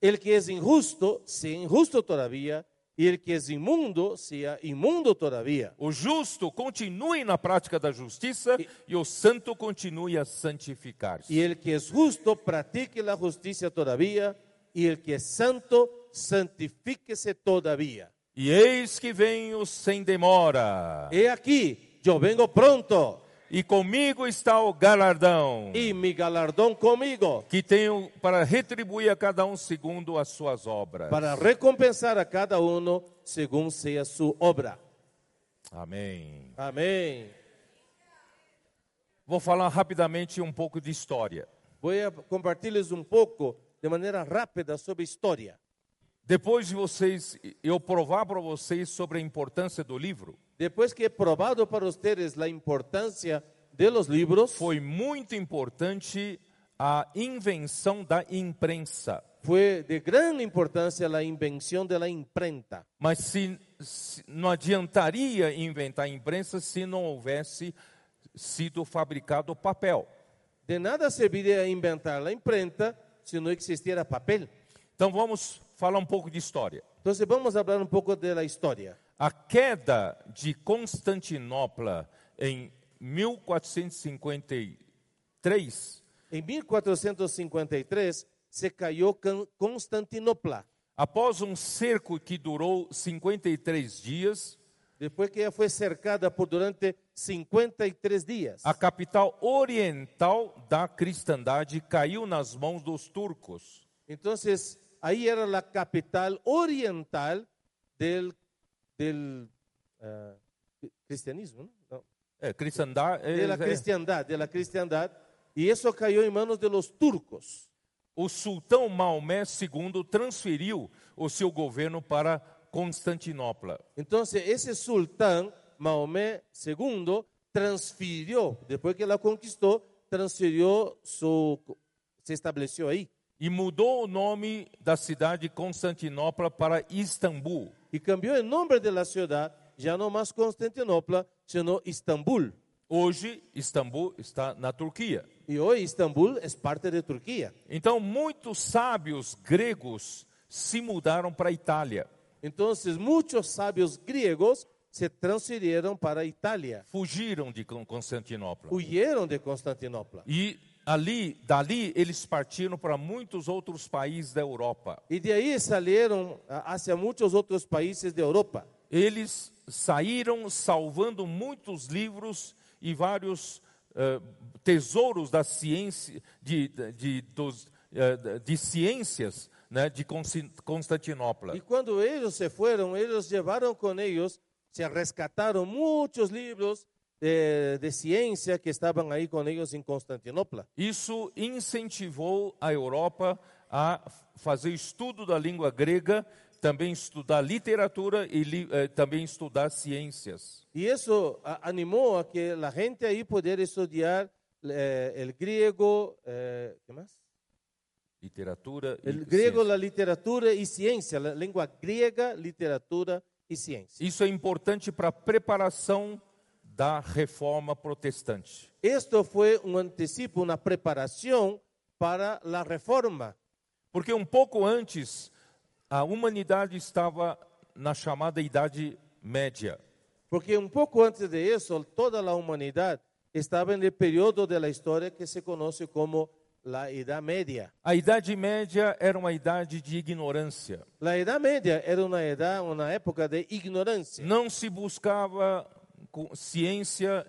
[SPEAKER 2] El que es injusto, sea injusto todavía, y el que es inmundo, sea inmundo todavía.
[SPEAKER 1] O justo continue na prática da justiça e, o santo continue a santificar-se.
[SPEAKER 2] Y el que es justo, practique la justicia todavía, y el que es santo, santifíquese todavía.
[SPEAKER 1] E eis que venho sem demora,
[SPEAKER 2] He aquí, yo vengo pronto
[SPEAKER 1] e comigo está o galardão,
[SPEAKER 2] y mi galardón conmigo
[SPEAKER 1] que tenho para retribuir a cada um segundo as suas obras.
[SPEAKER 2] para recompensar a cada uno según sea su obra.
[SPEAKER 1] Amém.
[SPEAKER 2] Amén.
[SPEAKER 1] Vou falar rapidamente um pouco de história.
[SPEAKER 2] Voy a compartirles un poco de manera rápida sobre historia.
[SPEAKER 1] Depois de vocês, eu provar para vocês sobre a importância do livro,
[SPEAKER 2] Después que he probado para ustedes la importancia de los libros,
[SPEAKER 1] foi muito importante a invenção da imprensa.
[SPEAKER 2] fue de gran importancia la invención de la imprenta.
[SPEAKER 1] Mas se, se- não adiantaria inventar a imprensa se não houvesse sido fabricado o papel.
[SPEAKER 2] De nada serviría inventar la imprenta si no existiera papel.
[SPEAKER 1] Então vamos falar um pouco de história.
[SPEAKER 2] Entonces vamos a hablar un poco de la historia.
[SPEAKER 1] A queda de Constantinopla em 1453
[SPEAKER 2] En 1453 se cayó Can- Constantinopla,
[SPEAKER 1] Após um cerco que durou 53 dias,
[SPEAKER 2] después que ella fue cercada por durante 53 días.
[SPEAKER 1] a capital oriental da cristandade caiu nas mãos dos turcos.
[SPEAKER 2] Entonces, ahí era la capital oriental del, del, eh, cristianismo, ¿no? No,
[SPEAKER 1] É, cristandade,
[SPEAKER 2] de la cristiandad, de la cristiandad, y eso cayó en manos de los turcos.
[SPEAKER 1] o sultão Maomé II transferiu o seu governo para Constantinopla.
[SPEAKER 2] Entonces, ese sultán, Mahomet II, transfirió, después que la conquistó, transfirió su, se estableció ahí
[SPEAKER 1] E mudou o nome da cidade de Constantinopla para Istambul.
[SPEAKER 2] y cambió el nombre de la ciudad, ya no más Constantinopla, sino Estambul.
[SPEAKER 1] Hoje, Istambul está na Turquia.
[SPEAKER 2] Y hoy Estambul es parte de Turquía.
[SPEAKER 1] Então, muitos sábios gregos se mudaram para a Itália.
[SPEAKER 2] Entonces, muchos sabios griegos se transfirieron para Italia,
[SPEAKER 1] fugiram de Con- Constantinopla.
[SPEAKER 2] huyeron de Constantinopla.
[SPEAKER 1] E ali, dali, eles partiram para muitos outros países da Europa.
[SPEAKER 2] Y de ahí salieron a- hacia muchos otros países de Europa.
[SPEAKER 1] Eles saíram salvando muitos livros e vários eh, tesouros da ciência, de, de, dos, eh, de ciências né, de Consi- Constantinopla.
[SPEAKER 2] Y cuando ellos se fueron, ellos llevaron con ellos, se rescataron muchos libros eh, de ciencia que estaban ahí con ellos en Constantinopla.
[SPEAKER 1] Isso incentivou a Europa a fazer estudo da língua grega, também estudar literatura e li- eh, também estudar ciências.
[SPEAKER 2] Y eso a- animó a que la gente ahí pudiera estudiar eh, el griego, eh, ¿qué más?
[SPEAKER 1] Literatura e
[SPEAKER 2] El griego,
[SPEAKER 1] ciência.
[SPEAKER 2] la literatura y ciencia, la lengua griega, literatura y ciencia.
[SPEAKER 1] Isso é importante para a preparação da reforma protestante.
[SPEAKER 2] Esto fue un anticipo, una preparación para la reforma.
[SPEAKER 1] Porque um pouco antes, a humanidade estava na chamada Idade Média.
[SPEAKER 2] Porque un poco antes de eso, toda la humanidad estaba en el periodo de la historia que se conoce como la Edad Media.
[SPEAKER 1] A Idade Média era uma idade de ignorância.
[SPEAKER 2] La Edad Media era una edad, una época de ignorancia.
[SPEAKER 1] Não se buscava co- ciência,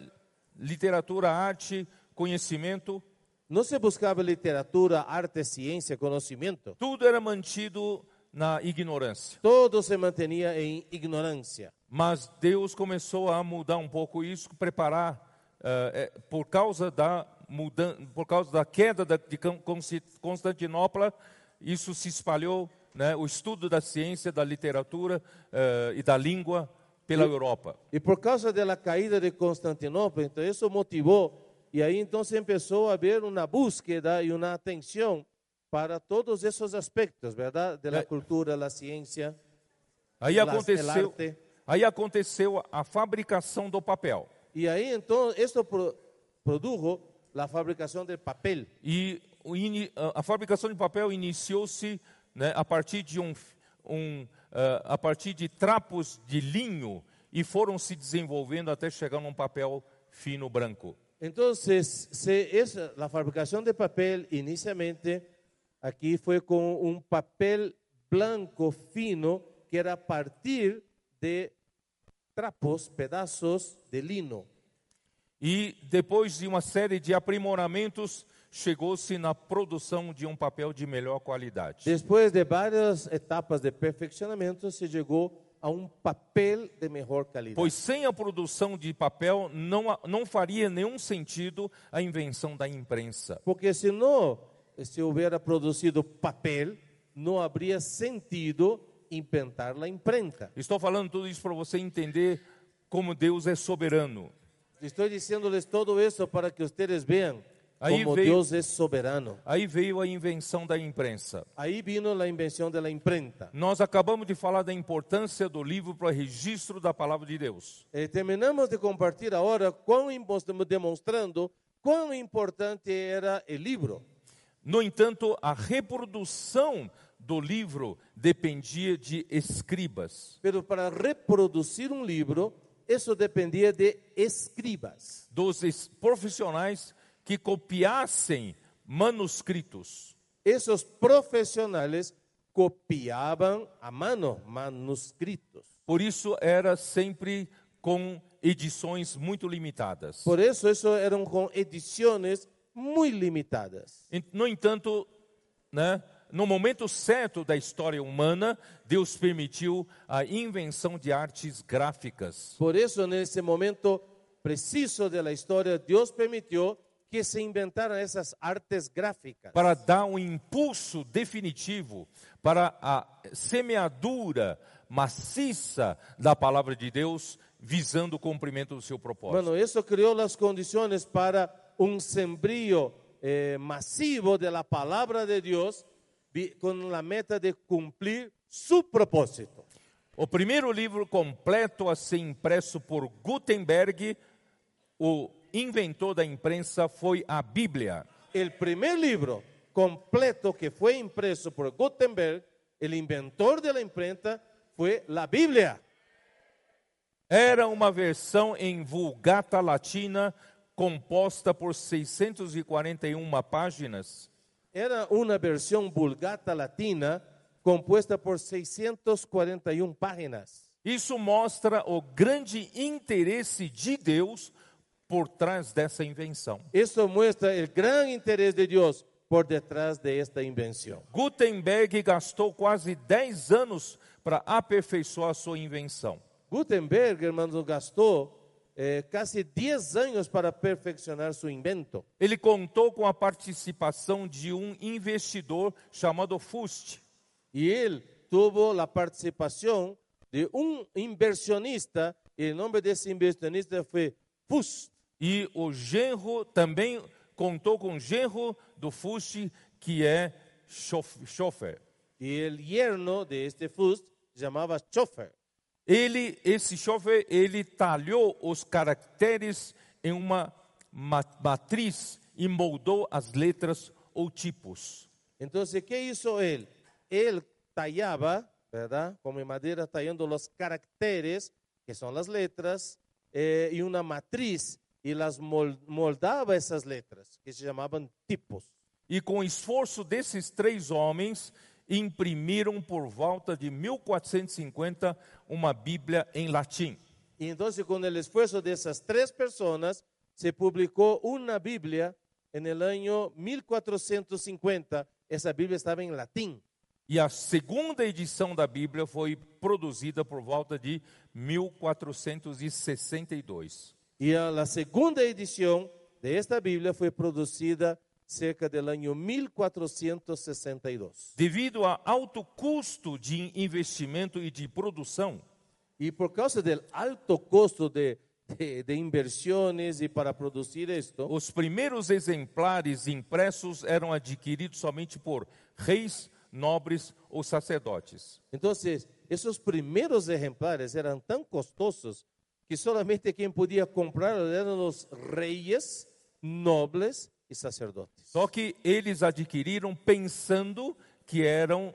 [SPEAKER 1] literatura, arte, conhecimento.
[SPEAKER 2] No se buscaba literatura, arte, ciencia, conocimiento.
[SPEAKER 1] Tudo era mantido na ignorância.
[SPEAKER 2] Todo se mantenía en ignorancia.
[SPEAKER 1] Mas Deus começou a mudar um pouco isso, preparar eh, eh, por causa da mudança, por causa da queda da, de Can- Consi- Constantinopla, isso se espalhou, né, o estudo da ciência, da literatura eh, e da língua pela Europa.
[SPEAKER 2] Y por causa de la caída de Constantinopla, entonces eso motivó y ahí entonces empezó a haber una búsqueda y una atención para todos esos aspectos, ¿verdad? De la
[SPEAKER 1] Eh.
[SPEAKER 2] cultura, la ciencia.
[SPEAKER 1] Aí
[SPEAKER 2] Las- el
[SPEAKER 1] aconteceu,
[SPEAKER 2] arte.
[SPEAKER 1] aí aconteceu a fabricação do papel.
[SPEAKER 2] Y ahí entonces esto pro- produjo la fabricación del papel.
[SPEAKER 1] E o ini- a a fabricação de papel iniciou-se né, a partir de um, f- um, ah, a partir de trapos de linho e foram se desenvolvendo até chegar num papel fino branco.
[SPEAKER 2] Entonces, se- es la fabricación de papel inicialmente ah, Aquí fue con un papel blanco fino que era a partir de trapos, pedazos de lino.
[SPEAKER 1] E depois de uma série de aprimoramentos, chegou-se na produção de um papel de melhor qualidade.
[SPEAKER 2] Después de varias etapas de perfeccionamiento se llegó a un papel de mejor calidad.
[SPEAKER 1] Pois sem a produção de papel não, a- não faria nenhum sentido a invenção da imprensa.
[SPEAKER 2] Porque si no se hubiera producido papel, no habría sentido inventar la imprenta.
[SPEAKER 1] Estou falando tudo isso para você entender como Deus é soberano.
[SPEAKER 2] Estoy diciéndoles todo eso para que ustedes vean
[SPEAKER 1] Ahí
[SPEAKER 2] cómo
[SPEAKER 1] ve-
[SPEAKER 2] Dios es soberano.
[SPEAKER 1] Aí veio a invenção da imprensa.
[SPEAKER 2] Ahí vino la invención de la imprenta.
[SPEAKER 1] Nós acabamos de falar da importância do livro para registro da palavra de Deus.
[SPEAKER 2] Eh, terminamos de compartir ahora cuán impo- demostrando cuán importante era el libro.
[SPEAKER 1] No entanto, a reprodução do livro dependia de escribas.
[SPEAKER 2] Pero para reproducir un libro, eso dependía de escribas,
[SPEAKER 1] dos es- profissionais que copiassem manuscritos.
[SPEAKER 2] esos profesionales copiaban a mano manuscritos.
[SPEAKER 1] Por isso era sempre com edições muito limitadas.
[SPEAKER 2] Por eso eso eran con ediciones muy limitadas.
[SPEAKER 1] En- No entanto, né, no momento certo da história humana, Deus permitiu a invenção de artes gráficas.
[SPEAKER 2] Por eso en ese momento preciso de la historia, Dios permitió que se inventaran esas artes gráficas.
[SPEAKER 1] Para dar um impulso definitivo para a semeadura maciça da palavra de Deus, visando o cumprimento do seu propósito.
[SPEAKER 2] Bueno, eso creó las condiciones para un sembrío eh, masivo de la palabra de Dios vi- con la meta de cumplir su propósito.
[SPEAKER 1] O primeiro livro completo a ser impresso por Gutenberg, o inventor da imprensa, foi a Bíblia.
[SPEAKER 2] El primer libro completo que fue impreso por Gutenberg, el inventor de la imprenta, fue la Biblia.
[SPEAKER 1] Era uma versão em vulgata latina composta por 641 páginas
[SPEAKER 2] Era una versión vulgata latina compuesta por 641 páginas.
[SPEAKER 1] Isso mostra o grande interesse de Deus por trás dessa invenção.
[SPEAKER 2] Esto muestra el gran interés de Dios por detrás de esta invención.
[SPEAKER 1] Gutenberg gastou quase 10 anos para aperfeiçoar sua invenção.
[SPEAKER 2] Gutenberg, hermanos, gastó eh, casi 10 años para perfeccionar su invento.
[SPEAKER 1] Ele contou com a participação de um investidor chamado Fust.
[SPEAKER 2] Y él tuvo la participación de un inversionista, y el nombre de ese inversionista fue Fust.
[SPEAKER 1] E o genro também contou com o genro do Fust, que é Schof- Schoeffer.
[SPEAKER 2] Y el yerno de este Fust se llamaba Schoeffer.
[SPEAKER 1] Ele, esse Schoeffer, ele talhou os caracteres em uma ma- matriz e moldou as letras ou tipos.
[SPEAKER 2] Entonces, ¿qué hizo él? Él tallaba, ¿verdad? Como en madera, tallando los caracteres, que son las letras, eh, y una matriz, y las mol- moldaba esas letras, que se llamaban tipos.
[SPEAKER 1] E com o esforço desses três homens, imprimiram por volta de 1450 uma Bíblia em latim.
[SPEAKER 2] Y entonces, con el esfuerzo de esas tres personas, se publicó una Biblia en el año 1450. Esa Biblia estaba en latín.
[SPEAKER 1] E a segunda edição da Bíblia foi produzida por volta de 1462.
[SPEAKER 2] Y a la segunda edición de esta Biblia fue producida cerca del año 1462.
[SPEAKER 1] Devido a alto custo de investimento e de produção,
[SPEAKER 2] Y por causa del alto costo de, de- de inversiones y para producir esto,
[SPEAKER 1] os primeiros exemplares impressos eram adquiridos somente por reis, nobres ou sacerdotes.
[SPEAKER 2] entonces esos primeros ejemplares eran tan costosos que solamente quien podía comprarlos eran los reyes, nobles y sacerdotes.
[SPEAKER 1] Só que eles adquiriram pensando que eram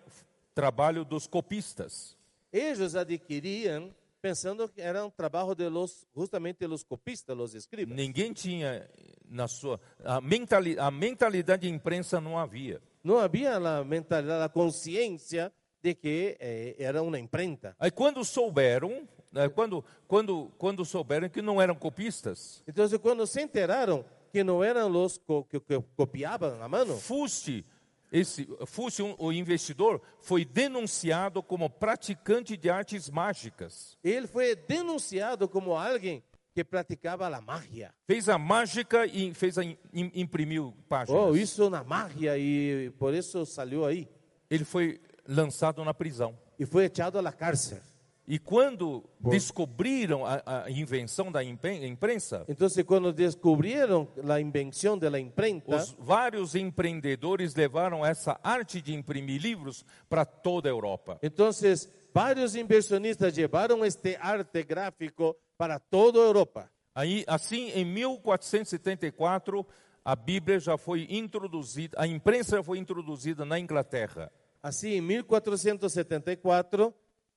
[SPEAKER 1] trabalho dos copistas.
[SPEAKER 2] Ellos adquirían pensando que era un trabajo de los justamente los copistas, los escribas.
[SPEAKER 1] Ninguém tinha na sua a, mentali, a mentalidade de imprensa não havia.
[SPEAKER 2] no había la mentalidad, la conciencia de que eh, era una imprenta.
[SPEAKER 1] Aí quando souberam, né, quando, quando, quando souberam que não eram copistas,
[SPEAKER 2] Entonces cuando se enteraron que no eran los co- que, que copiaban a mano,
[SPEAKER 1] Fuste, esse, Fuste um- o investidor, foi denunciado como praticante de artes mágicas.
[SPEAKER 2] él fue denunciado como alguien que practicaba la magia.
[SPEAKER 1] Fez a mágica e fez a im- im- imprimiu páginas.
[SPEAKER 2] Oh, hizo una magia y por eso salió ahí.
[SPEAKER 1] Ele foi lançado na prisão.
[SPEAKER 2] Y fue echado a la cárcel.
[SPEAKER 1] E quando descobriram a, a invenção da impen- imprensa,
[SPEAKER 2] Entonces cuando descubrieron la invención de la imprenta,
[SPEAKER 1] os vários empreendedores levaram essa arte de imprimir livros para toda a Europa.
[SPEAKER 2] Entonces, varios inversionistas llevaron este arte gráfico para toda Europa.
[SPEAKER 1] Aí, assim, em 1474, a Bíblia já foi introduzida, a imprensa já foi introduzida na Inglaterra.
[SPEAKER 2] Así, en 1474,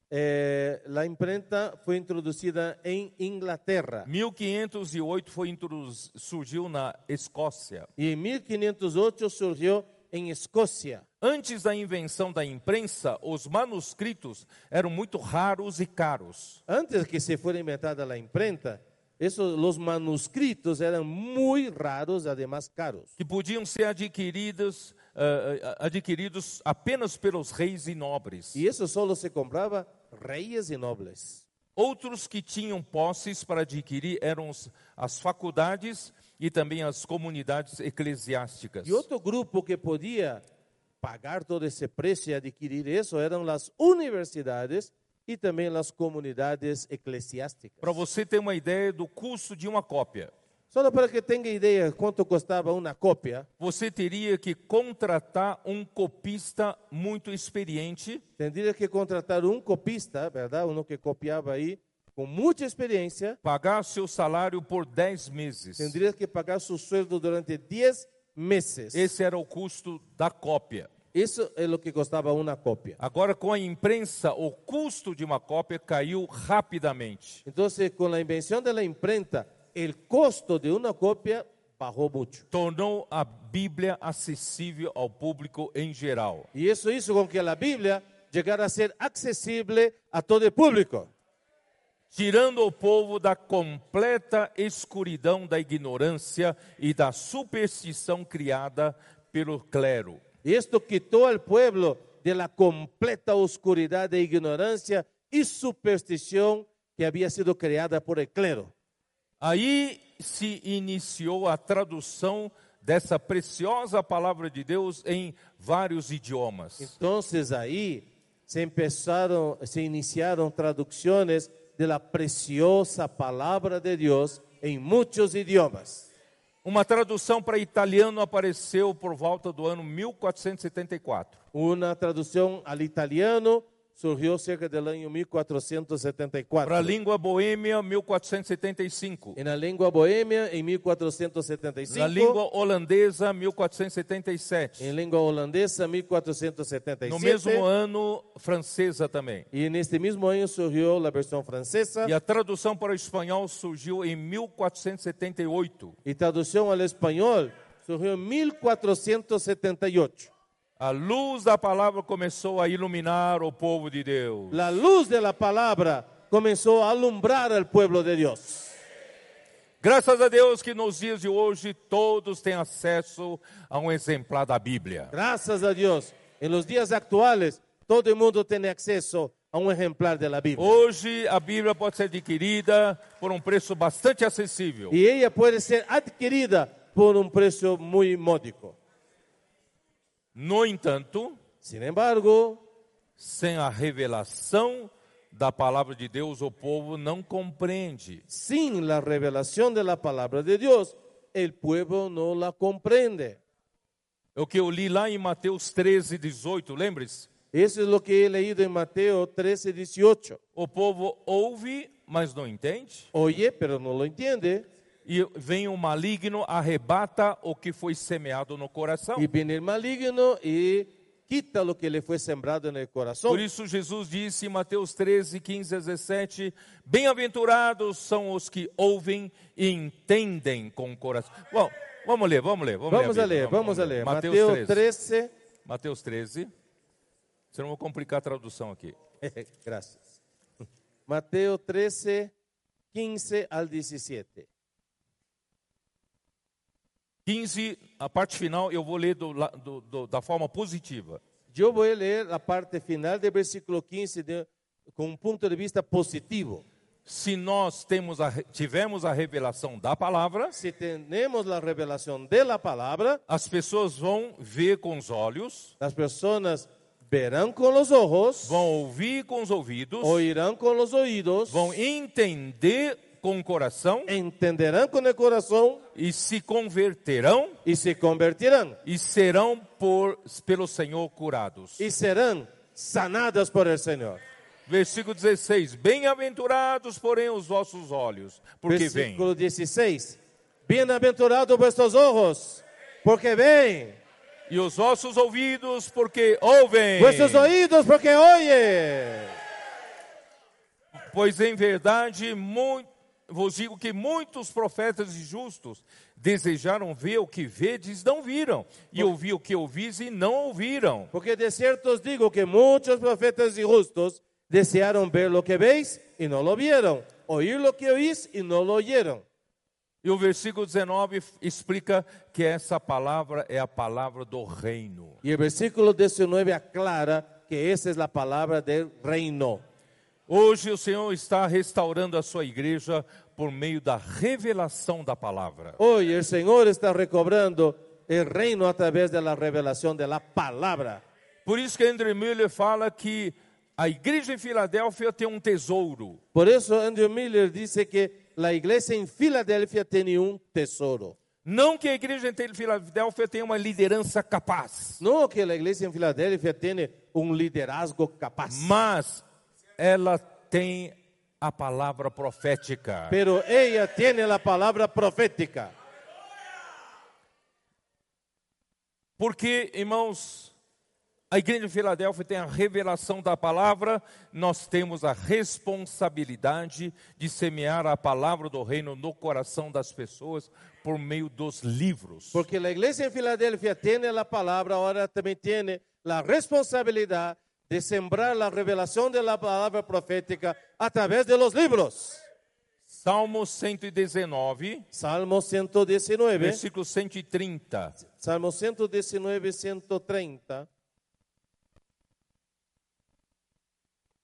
[SPEAKER 2] eh, la imprenta fue introducida en Inglaterra
[SPEAKER 1] 1508 foi introduz, surgiu na Escócia.
[SPEAKER 2] y en 1508 surgió en Escocia.
[SPEAKER 1] Antes da invenção da imprensa, os manuscritos eram muito raros e caros.
[SPEAKER 2] Antes que se fuera inventada la imprenta, esos, los manuscritos eran muy raros, además caros,
[SPEAKER 1] Que podiam ser adquiridos, ah, ah, adquiridos apenas pelos reis e nobres.
[SPEAKER 2] y eso solo se compraba reyes y nobles.
[SPEAKER 1] Outros que tinham posses para adquirir eram os- as faculdades e também as comunidades eclesiásticas.
[SPEAKER 2] Y otro grupo que podía pagar todo ese precio y adquirir eso eran las universidades y también las comunidades eclesiásticas.
[SPEAKER 1] Para você ter uma ideia do custo de uma cópia,
[SPEAKER 2] Solo para que tenga idea cuánto costaba una copia,
[SPEAKER 1] você teria que contratar um copista muito experiente
[SPEAKER 2] tendría que contratar un copista, ¿verdad? Uno que copiaba ahí con mucha experiencia,
[SPEAKER 1] pagar seu salário por 10 meses.
[SPEAKER 2] tendría que pagar su sueldo durante 10 meses.
[SPEAKER 1] Esse era o custo da cópia.
[SPEAKER 2] Eso es lo que costaba una copia.
[SPEAKER 1] Agora, com a imprensa, o custo de uma cópia caiu rapidamente.
[SPEAKER 2] Entonces, con la invención de la imprenta, el costo de una copia bajó mucho.
[SPEAKER 1] Tornou a Bíblia acessível ao público em geral.
[SPEAKER 2] Y eso hizo con que la Biblia llegara a ser accesible a todo el público,
[SPEAKER 1] tirando o povo da completa escuridão da ignorância e da superstição criada pelo clero.
[SPEAKER 2] y esto quitó al pueblo de la completa oscuridad de ignorancia y superstición que había sido creada por el clero.
[SPEAKER 1] Aí se iniciou a tradução dessa preciosa palavra de Deus em vários idiomas.
[SPEAKER 2] Entonces ahí se empezaron, se iniciaron traducciones de la preciosa palabra de Dios en muchos idiomas.
[SPEAKER 1] Uma tradução para italiano apareceu por volta do ano 1474.
[SPEAKER 2] Una traducción al italiano surgió cerca del año
[SPEAKER 1] Para a
[SPEAKER 2] 1474.
[SPEAKER 1] língua boêmia, 1475.
[SPEAKER 2] En la lengua bohemia
[SPEAKER 1] Na
[SPEAKER 2] en 1475.
[SPEAKER 1] língua holandesa, 1477.
[SPEAKER 2] en lengua holandesa
[SPEAKER 1] No
[SPEAKER 2] 1477.
[SPEAKER 1] mesmo ano, francesa também.
[SPEAKER 2] y en este mismo año surgió la versión francesa.
[SPEAKER 1] E a tradução para o espanhol surgiu em 1478.
[SPEAKER 2] Y traducción al español surgiu en 1478.
[SPEAKER 1] A luz da palavra começou a iluminar o povo de Deus.
[SPEAKER 2] La luz de la palabra comenzó a alumbrar al pueblo de Dios.
[SPEAKER 1] Graças a Deus que nos dias de hoje todos têm acesso a um exemplar da Bíblia.
[SPEAKER 2] Gracias a Dios. En los días actuales, todo el mundo tiene acceso a un ejemplar de la Biblia.
[SPEAKER 1] Oh. Hoje a Bíblia pode ser adquirida por um preço bastante acessível.
[SPEAKER 2] y ella puede ser adquirida por un precio muy módico.
[SPEAKER 1] No entanto,
[SPEAKER 2] Sin embargo,
[SPEAKER 1] sem a revelação da palavra de Deus, o povo não compreende.
[SPEAKER 2] sin la revelación de la palabra de Dios, el pueblo no la comprende.
[SPEAKER 1] É o que eu li lá em Mateus 13, 18, lembre-se?
[SPEAKER 2] Eso es lo que he leído en Mateo 13, 18.
[SPEAKER 1] O povo ouve, mas não entende.
[SPEAKER 2] Oye, pero no lo entiende.
[SPEAKER 1] E vem o maligno, arrebata o que foi semeado no coração.
[SPEAKER 2] Y viene el maligno y quita lo que le fue sembrado en el
[SPEAKER 1] Por
[SPEAKER 2] corazón.
[SPEAKER 1] isso Jesus disse em Mateus 13, 15 a 17: Bem-aventurados são os que ouvem e entendem com o coração. Bom, vamos ler, vamos ler. Vamos,
[SPEAKER 2] Vamos
[SPEAKER 1] ler,
[SPEAKER 2] a leer,
[SPEAKER 1] Bíblia,
[SPEAKER 2] vamos a leer.
[SPEAKER 1] Mateus
[SPEAKER 2] Mateo 13,
[SPEAKER 1] Mateus 13. Se não vou complicar a tradução aqui.
[SPEAKER 2] Gracias. Mateo 13, 15 al 17.
[SPEAKER 1] 15, a parte final eu vou ler do la- do- do- da forma positiva.
[SPEAKER 2] Yo voy a leer la parte final del versículo 15 de- con un punto de vista positivo.
[SPEAKER 1] Se nós temos a re- tivemos a revelação da palavra,
[SPEAKER 2] Si tenemos la revelación de la palabra,
[SPEAKER 1] as pessoas vão ver com os olhos,
[SPEAKER 2] las personas verán con los ojos,
[SPEAKER 1] vão ouvir com os ouvidos,
[SPEAKER 2] oirán con los oídos,
[SPEAKER 1] vão entender com o coração
[SPEAKER 2] entenderán con el corazón
[SPEAKER 1] e se converterão
[SPEAKER 2] y se convertirán
[SPEAKER 1] e serão por pelo Senhor curados.
[SPEAKER 2] y serán sanadas por el Señor.
[SPEAKER 1] Versículo 16: Bem-aventurados, porém, os vossos olhos, porque vêm.
[SPEAKER 2] Versículo 16. Bienaventurados vuestros ojos, porque ven.
[SPEAKER 1] E os vossos ouvidos, porque ouvem.
[SPEAKER 2] Vuestros oídos, porque oyen.
[SPEAKER 1] Pois em verdade, muito, vos digo que muitos profetas e justos desejaram ver o que vedes, não viram, e ouvir o que ouvis e não ouviram.
[SPEAKER 2] Porque de cierto os digo que muchos profetas y justos desearon ver lo que veis y no lo vieron, oír lo que oís y no lo oyeron.
[SPEAKER 1] E o versículo 19 f- explica que essa palavra é a palavra do reino.
[SPEAKER 2] Y el versículo 19 aclara que esa es la palabra del reino.
[SPEAKER 1] Hoje o Senhor está restaurando a sua igreja por meio da revelação da palavra.
[SPEAKER 2] Hoy el Señor está recobrando el reino a través de la revelación de la palabra.
[SPEAKER 1] Por isso que André Miller fala que a igreja em Filadélfia tem um tesouro.
[SPEAKER 2] Por eso Andrew Miller dice que la iglesia en Filadelfia tenía un tesoro.
[SPEAKER 1] Não que a igreja em Filadélfia tenha uma liderança capaz,
[SPEAKER 2] No que la iglesia en Filadelfia tiene un liderazgo capaz,
[SPEAKER 1] mas ela tem a palavra profética.
[SPEAKER 2] pero ella tiene la palabra profética.
[SPEAKER 1] Porque, irmãos, a igreja em Filadélfia tem a revelação da palavra, nós temos a responsabilidade de semear a palavra do reino no coração das pessoas por meio dos livros.
[SPEAKER 2] Porque la iglesia en Filadelfia tiene la palabra, ahora también tiene la responsabilidad de sembrar la revelación de la palabra profética a través de los libros.
[SPEAKER 1] Salmo 119,
[SPEAKER 2] Salmo 119,
[SPEAKER 1] versículo 130.
[SPEAKER 2] Salmo 119, 130.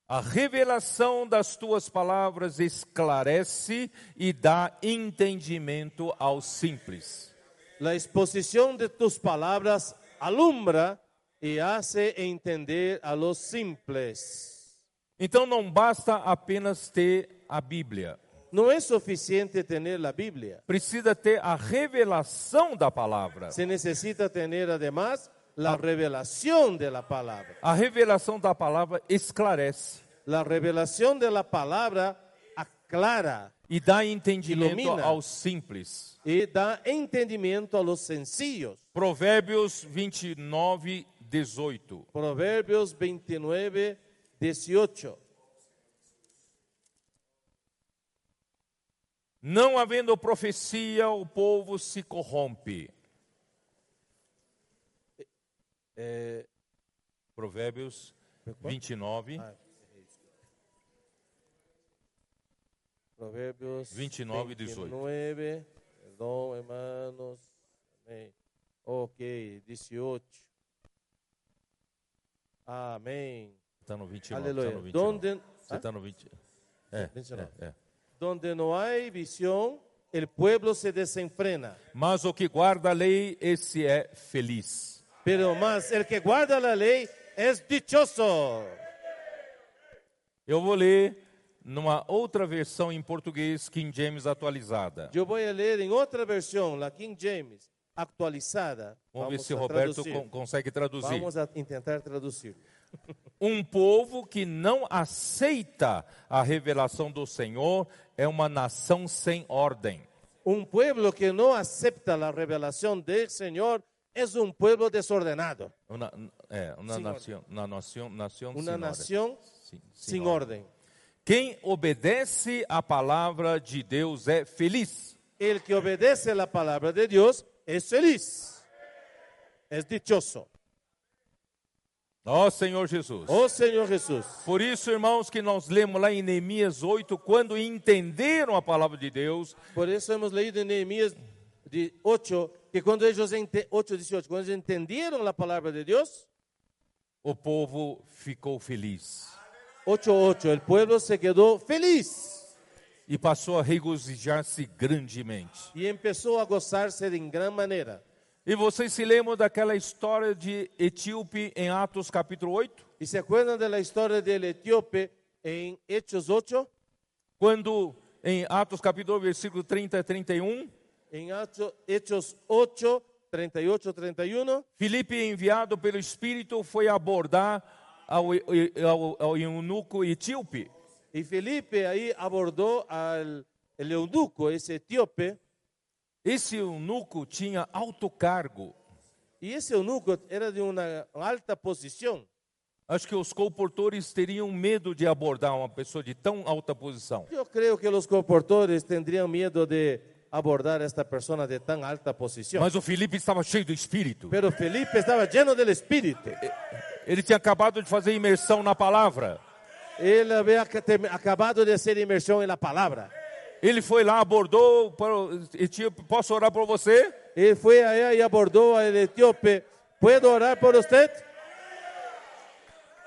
[SPEAKER 1] A revelação das tuas palavras esclarece e dá entendimento aos simples.
[SPEAKER 2] La exposición de tus palabras alumbra y hace entender a los simples.
[SPEAKER 1] Então não basta apenas ter a Bíblia,
[SPEAKER 2] No es suficiente tener la Biblia.
[SPEAKER 1] precisa ter a revelação da palavra.
[SPEAKER 2] Se necesita tener además la revelación de la palabra.
[SPEAKER 1] A revelação da palavra esclarece
[SPEAKER 2] La revelación de la palabra aclara
[SPEAKER 1] e dá entendimento
[SPEAKER 2] Ilumina.
[SPEAKER 1] aos simples.
[SPEAKER 2] y da entendimiento a los sencillos.
[SPEAKER 1] Provérbios 29, 18.
[SPEAKER 2] Proverbios 29, 18.
[SPEAKER 1] Não havendo profecia, o povo se corrompe.
[SPEAKER 2] Eh,
[SPEAKER 1] Provérbios 29,
[SPEAKER 2] Proverbios
[SPEAKER 1] 29, 18.
[SPEAKER 2] 29, perdón, hermanos. Amén. Ok, 18. Amén.
[SPEAKER 1] está no 29.
[SPEAKER 2] Aleluia.
[SPEAKER 1] Tá
[SPEAKER 2] Ah.
[SPEAKER 1] no 29.
[SPEAKER 2] Donde-
[SPEAKER 1] Você está no 20. É,
[SPEAKER 2] 29.
[SPEAKER 1] é, é.
[SPEAKER 2] Donde no hay visión, el pueblo se desenfrena.
[SPEAKER 1] Mas o que guarda a lei, esse é feliz.
[SPEAKER 2] Pero más, el que guarda la ley es dichoso.
[SPEAKER 1] Eu vou ler numa outra versão em português, King James atualizada.
[SPEAKER 2] Yo voy a leer en otra versión, la King James, actualizada.
[SPEAKER 1] Vamos ver se o
[SPEAKER 2] a
[SPEAKER 1] Roberto
[SPEAKER 2] traducir.
[SPEAKER 1] con- consegue traduzir.
[SPEAKER 2] Vamos a intentar traducirlo.
[SPEAKER 1] Um povo que não aceita a revelação do Senhor é uma nação sem ordem.
[SPEAKER 2] Un pueblo que no acepta la revelación del Señor es un pueblo desordenado,
[SPEAKER 1] Uma, é, uma
[SPEAKER 2] Sem
[SPEAKER 1] nação, uma nação, nação
[SPEAKER 2] una
[SPEAKER 1] sem ordem.
[SPEAKER 2] nación
[SPEAKER 1] Sim, sem
[SPEAKER 2] sin
[SPEAKER 1] ordem.
[SPEAKER 2] orden.
[SPEAKER 1] Quem obedece à palavra de Deus é feliz.
[SPEAKER 2] El que obedece la palabra de Dios es feliz, es dichoso. Oh,
[SPEAKER 1] Ó Senhor Jesus.
[SPEAKER 2] O Senhor Jesus.
[SPEAKER 1] Por isso, irmãos, que nós lemos lá em Neemias 8, quando entenderam a palavra de Deus,
[SPEAKER 2] Por eso hemos leído en Nehemías de 8 que cuando ellos ente- 8, 18, cuando ellos entendieron la palabra de Dios,
[SPEAKER 1] o povo ficou feliz
[SPEAKER 2] 8, 8, el pueblo se quedó feliz
[SPEAKER 1] e passou a regozijar-se grandemente.
[SPEAKER 2] y empezó a gozarse de en gran manera.
[SPEAKER 1] E vocês se lembram daquela história de Etíope em Atos capítulo 8?
[SPEAKER 2] ¿Y se acuerdan de la historia del etíope en Hechos 8?
[SPEAKER 1] Quando em Atos capítulo 8, versículo 30 a 31,
[SPEAKER 2] En Hacho- Hechos 8, 38, 31,
[SPEAKER 1] Filipe, enviado pelo Espírito, foi abordar ao, ao, ao eunuco etíope.
[SPEAKER 2] y Felipe ahí abordó al el eunuco, ese etíope,
[SPEAKER 1] Esse eunuco tinha alto cargo.
[SPEAKER 2] y ese eunuco era de una alta posición.
[SPEAKER 1] Acho que os comportores teriam medo de abordar uma pessoa de tão alta posição.
[SPEAKER 2] Yo creo que los comportores tendrían miedo de abordar a esta persona de tan alta posición.
[SPEAKER 1] Mas o Filipe estava cheio do espírito.
[SPEAKER 2] Pero Felipe estaba lleno del Espíritu.
[SPEAKER 1] Ele tinha acabado de fazer imersão na palavra.
[SPEAKER 2] Él había ca- tem- acabado de hacer inmersión en la palabra.
[SPEAKER 1] Ele foi lá, abordou, etíope, posso orar por você?
[SPEAKER 2] Él fue allá y abordó al etíope. ¿Puedo orar por usted?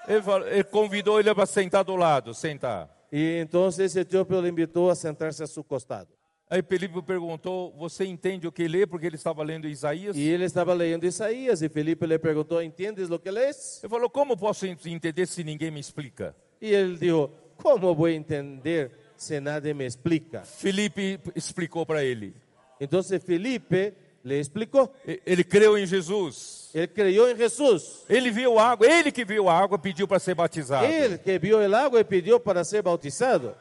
[SPEAKER 1] Ele, falou- ele convidou ele para sentar do lado, sentar.
[SPEAKER 2] Y entonces el etíope le invitó a sentarse a su costado.
[SPEAKER 1] Aí Filipe perguntou, você entende o que lê? Porque ele estava lendo Isaías.
[SPEAKER 2] Y él estaba leyendo Isaías y Felipe le preguntó, ¿entiendes lo que lees?
[SPEAKER 1] Ele falou, como posso en- entender se ninguém me explica?
[SPEAKER 2] Y él dijo, ¿cómo voy a entender si nadie me explica?
[SPEAKER 1] Filipe explicou para ele.
[SPEAKER 2] Entonces Felipe le explicó.
[SPEAKER 1] E- Ele creu em Jesus.
[SPEAKER 2] Él creyó en Jesús.
[SPEAKER 1] Ele viu a água, ele que viu a água pediu para ser batizado.
[SPEAKER 2] Él que vio el agua y pidió para ser bautizado.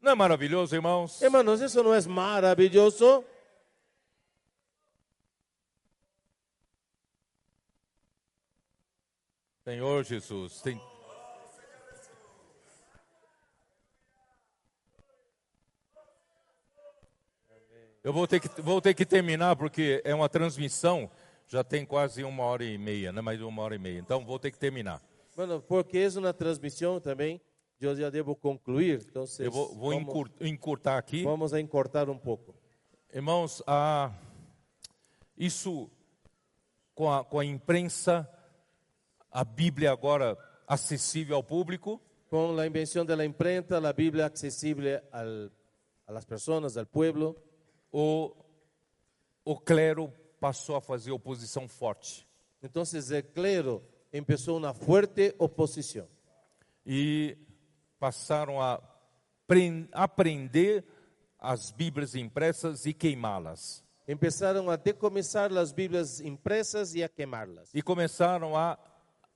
[SPEAKER 1] Não é maravilhoso, irmãos?
[SPEAKER 2] Hermanos, ¿eso no es maravilloso?
[SPEAKER 1] Senhor Jesus, tem... Eu vou ter, que, vou ter que terminar porque é uma transmissão, já tem quase uma hora e meia, né? Mais uma hora e meia. Então vou ter que terminar.
[SPEAKER 2] Bueno, porque es una transmisión también, yo ya debo concluir. Entonces,
[SPEAKER 1] Eu vou, vou
[SPEAKER 2] vamos-
[SPEAKER 1] encur- encurtar aqui.
[SPEAKER 2] vamos a encortar un poco.
[SPEAKER 1] Irmãos, a- isso com a, com a imprensa, a Bíblia agora acessível ao público,
[SPEAKER 2] Con la invención de la imprenta, la Biblia accesible al- a las personas, al pueblo,
[SPEAKER 1] o, o clero passou a fazer oposição forte.
[SPEAKER 2] entonces el clero empezó una fuerte oposición
[SPEAKER 1] E passaram a pren- a prender as Bíblias impressas e queimá-las.
[SPEAKER 2] empezaron a decomisar las Biblias impresas y a quemarlas.
[SPEAKER 1] E começaram a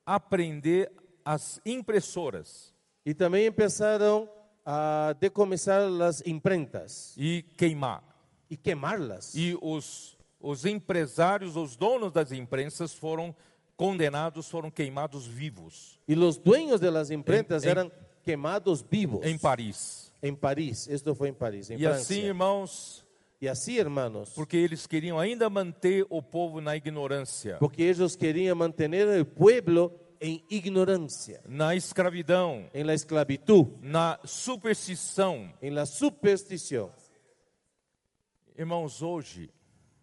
[SPEAKER 1] aprender as impressoras
[SPEAKER 2] Y también empezaron a decomisar las imprentas
[SPEAKER 1] e queimar.
[SPEAKER 2] y quemarlas.
[SPEAKER 1] e os, os empresários, os donos das imprensas foram condenados, foram queimados vivos
[SPEAKER 2] Y los dueños de las imprentas
[SPEAKER 1] En- en-
[SPEAKER 2] eran quemados vivos
[SPEAKER 1] em Paris.
[SPEAKER 2] en París. Esto fue en París, en
[SPEAKER 1] E assim,
[SPEAKER 2] Francia.
[SPEAKER 1] irmãos,
[SPEAKER 2] y así, hermanos,
[SPEAKER 1] porque eles queriam ainda manter o povo na ignorância,
[SPEAKER 2] porque ellos querían mantener el pueblo en ignorancia,
[SPEAKER 1] na escravidão,
[SPEAKER 2] en la esclavitud,
[SPEAKER 1] na superstição.
[SPEAKER 2] en la superstición.
[SPEAKER 1] Irmãos, hoje,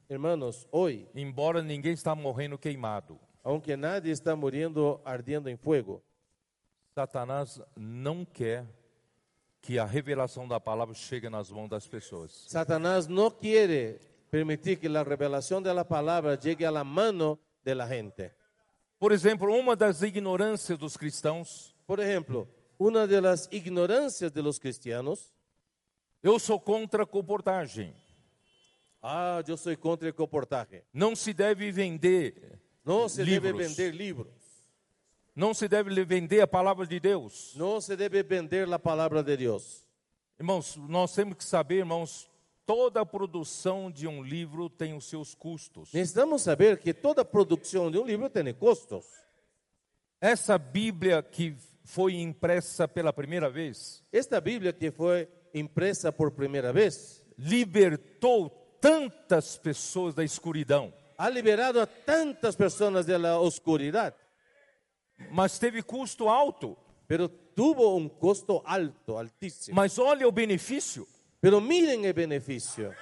[SPEAKER 2] Hermanos, hoy,
[SPEAKER 1] embora ninguém está morrendo queimado,
[SPEAKER 2] aunque nadie está muriendo ardiendo en fuego,
[SPEAKER 1] Satanás não quer que a revelação da palavra chegue nas mãos das pessoas.
[SPEAKER 2] Satanás no quiere permitir que la revelación de la palabra llegue a la mano de la gente.
[SPEAKER 1] Por exemplo, uma das ignorâncias dos cristãos
[SPEAKER 2] Por ejemplo, una de las ignorancias de los cristianos
[SPEAKER 1] Eu sou contra a comportagem.
[SPEAKER 2] Ah, yo soy contra el comportaje.
[SPEAKER 1] Não se deve vender,
[SPEAKER 2] No se debe
[SPEAKER 1] Libros.
[SPEAKER 2] vender libros.
[SPEAKER 1] não se deve lhe vender a palavra de Deus.
[SPEAKER 2] No se debe vender la palabra de Dios.
[SPEAKER 1] Irmãos, nós temos que saber, irmãos, toda a produção de um livro tem os seus custos.
[SPEAKER 2] Necesitamos saber que toda producción de un libro tiene costos.
[SPEAKER 1] Essa Bíblia que foi impressa pela primeira vez
[SPEAKER 2] Esta Biblia que fue impresa por primera vez
[SPEAKER 1] libertou tantas pessoas da escuridão.
[SPEAKER 2] ha liberado a tantas personas de la oscuridad.
[SPEAKER 1] mas teve custo alto.
[SPEAKER 2] pero tuvo un costo alto, altísimo.
[SPEAKER 1] Mas olha o benefício.
[SPEAKER 2] Pero miren el beneficio.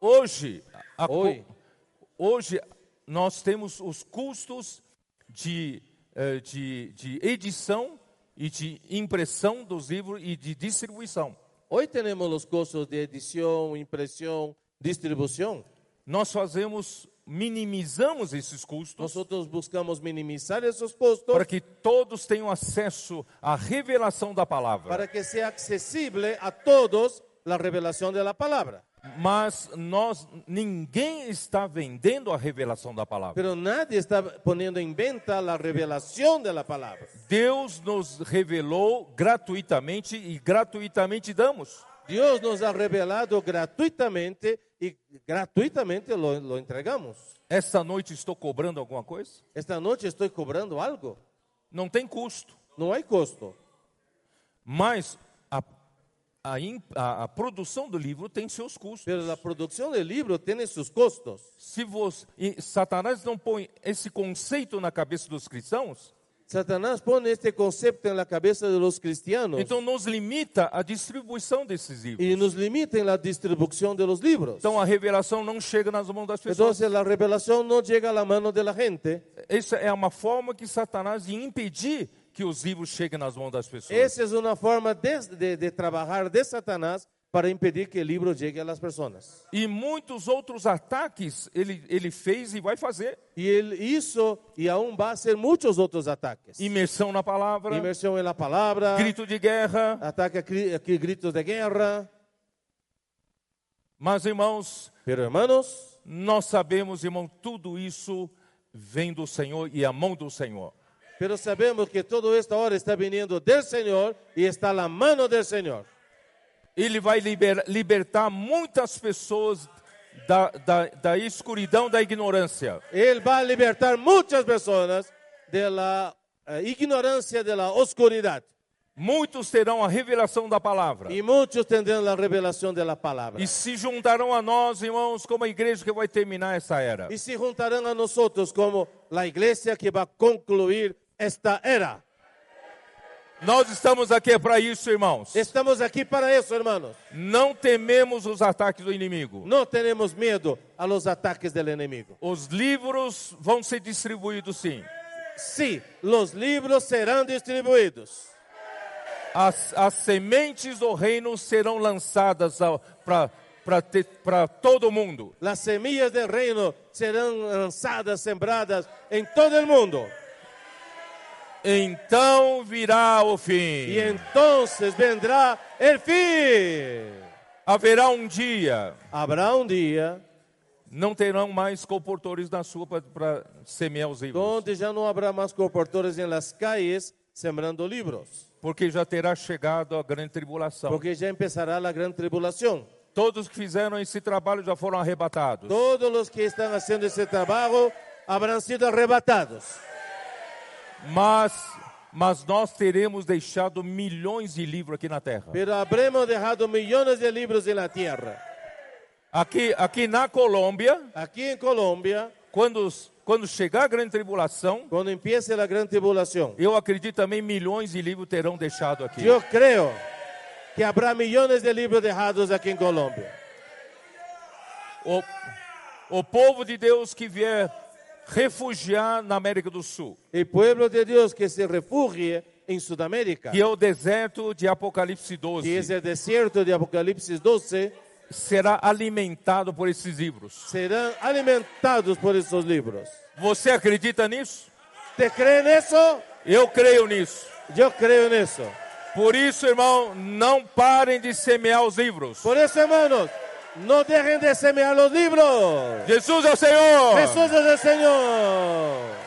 [SPEAKER 1] Hoje, a co-
[SPEAKER 2] Oi.
[SPEAKER 1] hoje nós temos os custos de, eh, de, de edição e de impressão dos livros e de distribuição.
[SPEAKER 2] Hoy tenemos los costos de edición, impresión, distribución.
[SPEAKER 1] Nós fazemos, minimizamos esses custos
[SPEAKER 2] Nosotros buscamos minimizar esos costos
[SPEAKER 1] para que todos tenham acesso à revelação da palavra.
[SPEAKER 2] para que sea accesible a todos la revelación de la palabra.
[SPEAKER 1] Mas nós ninguém está vendendo a revelação da palavra.
[SPEAKER 2] Pero nadie está poniendo en venta la revelación de la palabra.
[SPEAKER 1] Deus nos revelou gratuitamente e gratuitamente damos.
[SPEAKER 2] Dios nos ha revelado gratuitamente y gratuitamente lo, lo entregamos.
[SPEAKER 1] Esta noite estou cobrando alguma coisa?
[SPEAKER 2] Esta noche estoy cobrando algo.
[SPEAKER 1] Não tem custo,
[SPEAKER 2] No hay costo.
[SPEAKER 1] mas a, a im- a- a produção do livro tem seus custos.
[SPEAKER 2] Pero la producción del libro tiene sus costos.
[SPEAKER 1] Se você, e Satanás não põe esse conceito na cabeça dos cristãos,
[SPEAKER 2] Satanás pone este concepto en la cabeza de los cristianos
[SPEAKER 1] então nos limita a distribuição desses
[SPEAKER 2] y
[SPEAKER 1] livros.
[SPEAKER 2] nos limita en la distribución de los libros.
[SPEAKER 1] Então a revelação não chega nas mãos das pessoas.
[SPEAKER 2] Entonces la revelación no llega a la mano de la gente.
[SPEAKER 1] Essa é uma forma que Satanás de impedir que os livros cheguem nas mãos das pessoas.
[SPEAKER 2] Esa es una é forma de, de- de trabajar de Satanás para impedir que el libro llegue a las personas.
[SPEAKER 1] E muitos outros ataques ele, ele fez e vai fazer.
[SPEAKER 2] Y él hizo y aún va a hacer muchos otros ataques.
[SPEAKER 1] Imersão na palavra,
[SPEAKER 2] Inversión en la palabra,
[SPEAKER 1] grito de guerra,
[SPEAKER 2] ataque a cri- a cri- gritos de guerra.
[SPEAKER 1] Mas, irmãos,
[SPEAKER 2] Pero hermanos,
[SPEAKER 1] nós sabemos, irmão, tudo isso vem do Senhor e é a mão do Senhor.
[SPEAKER 2] pero sabemos que todo esto ahora está viniendo del Señor y está a la mano del Señor.
[SPEAKER 1] Ele vai liber- libertar muitas pessoas da, da, da escuridão, da ignorância.
[SPEAKER 2] Él va a libertar muchas personas de la eh, ignorancia, de la oscuridad.
[SPEAKER 1] Muitos terão a revelação da palavra
[SPEAKER 2] Y muchos tendrán la revelación de la palabra.
[SPEAKER 1] e se juntarão a nós, irmãos, como a igreja que vai terminar essa era.
[SPEAKER 2] Y se juntarán a nosotros como la iglesia que va a concluir esta era.
[SPEAKER 1] Nós estamos aqui para isso, irmãos.
[SPEAKER 2] Estamos aquí para eso, hermanos.
[SPEAKER 1] Não tememos os ataques do inimigo.
[SPEAKER 2] No tenemos miedo a los ataques del enemigo.
[SPEAKER 1] Os livros vão ser distribuídos, sim.
[SPEAKER 2] Sí, los libros serán distribuidos.
[SPEAKER 1] As, as sementes do reino serão lançadas para todo mundo.
[SPEAKER 2] Las semillas del reino serán lanzadas, sembradas en todo el mundo.
[SPEAKER 1] Então virá o
[SPEAKER 2] Y
[SPEAKER 1] fim.
[SPEAKER 2] entonces vendrá el fin.
[SPEAKER 1] Haverá um dia,
[SPEAKER 2] Habrá un día
[SPEAKER 1] não terão mais comportores na sua para semear os livros,
[SPEAKER 2] donde ya no habrá más comportores en las calles sembrando libros,
[SPEAKER 1] porque já terá chegado a grande tribulação.
[SPEAKER 2] porque ya empezará la gran tribulación.
[SPEAKER 1] Todos que fizeram esse trabalho já foram arrebatados.
[SPEAKER 2] Todos los que están haciendo ese trabajo habrán sido arrebatados.
[SPEAKER 1] Mas, mas nós teremos deixado milhões de livros aqui na terra.
[SPEAKER 2] Pero habremos dejado millones de libros en la tierra.
[SPEAKER 1] Aqui, aqui na Colômbia,
[SPEAKER 2] Aquí en Colombia,
[SPEAKER 1] quando, quando chegar a grande tribulação,
[SPEAKER 2] cuando empiece la gran tribulación,
[SPEAKER 1] Eu acredito também milhões de livros terão deixado aqui.
[SPEAKER 2] yo creo que habrá millones de libros dejados aquí en Colombia.
[SPEAKER 1] O, o povo de Deus que vier refugiar na América do Sul,
[SPEAKER 2] El pueblo de Dios que se refugie en Sudamérica,
[SPEAKER 1] que é o deserto de Apocalipse
[SPEAKER 2] que es
[SPEAKER 1] 12,
[SPEAKER 2] el desierto de Apocalipsis 12,
[SPEAKER 1] será alimentado por esses livros.
[SPEAKER 2] serán alimentados por esos libros.
[SPEAKER 1] Você acredita nisso?
[SPEAKER 2] ¿Te creen eso?
[SPEAKER 1] Eu creio nisso.
[SPEAKER 2] Yo creo en eso.
[SPEAKER 1] Por isso, irmão, não parem de semear os livros.
[SPEAKER 2] Por eso, hermanos, no dejen de semear los libros.
[SPEAKER 1] Jesus é o Senhor!
[SPEAKER 2] Jesús es el Señor.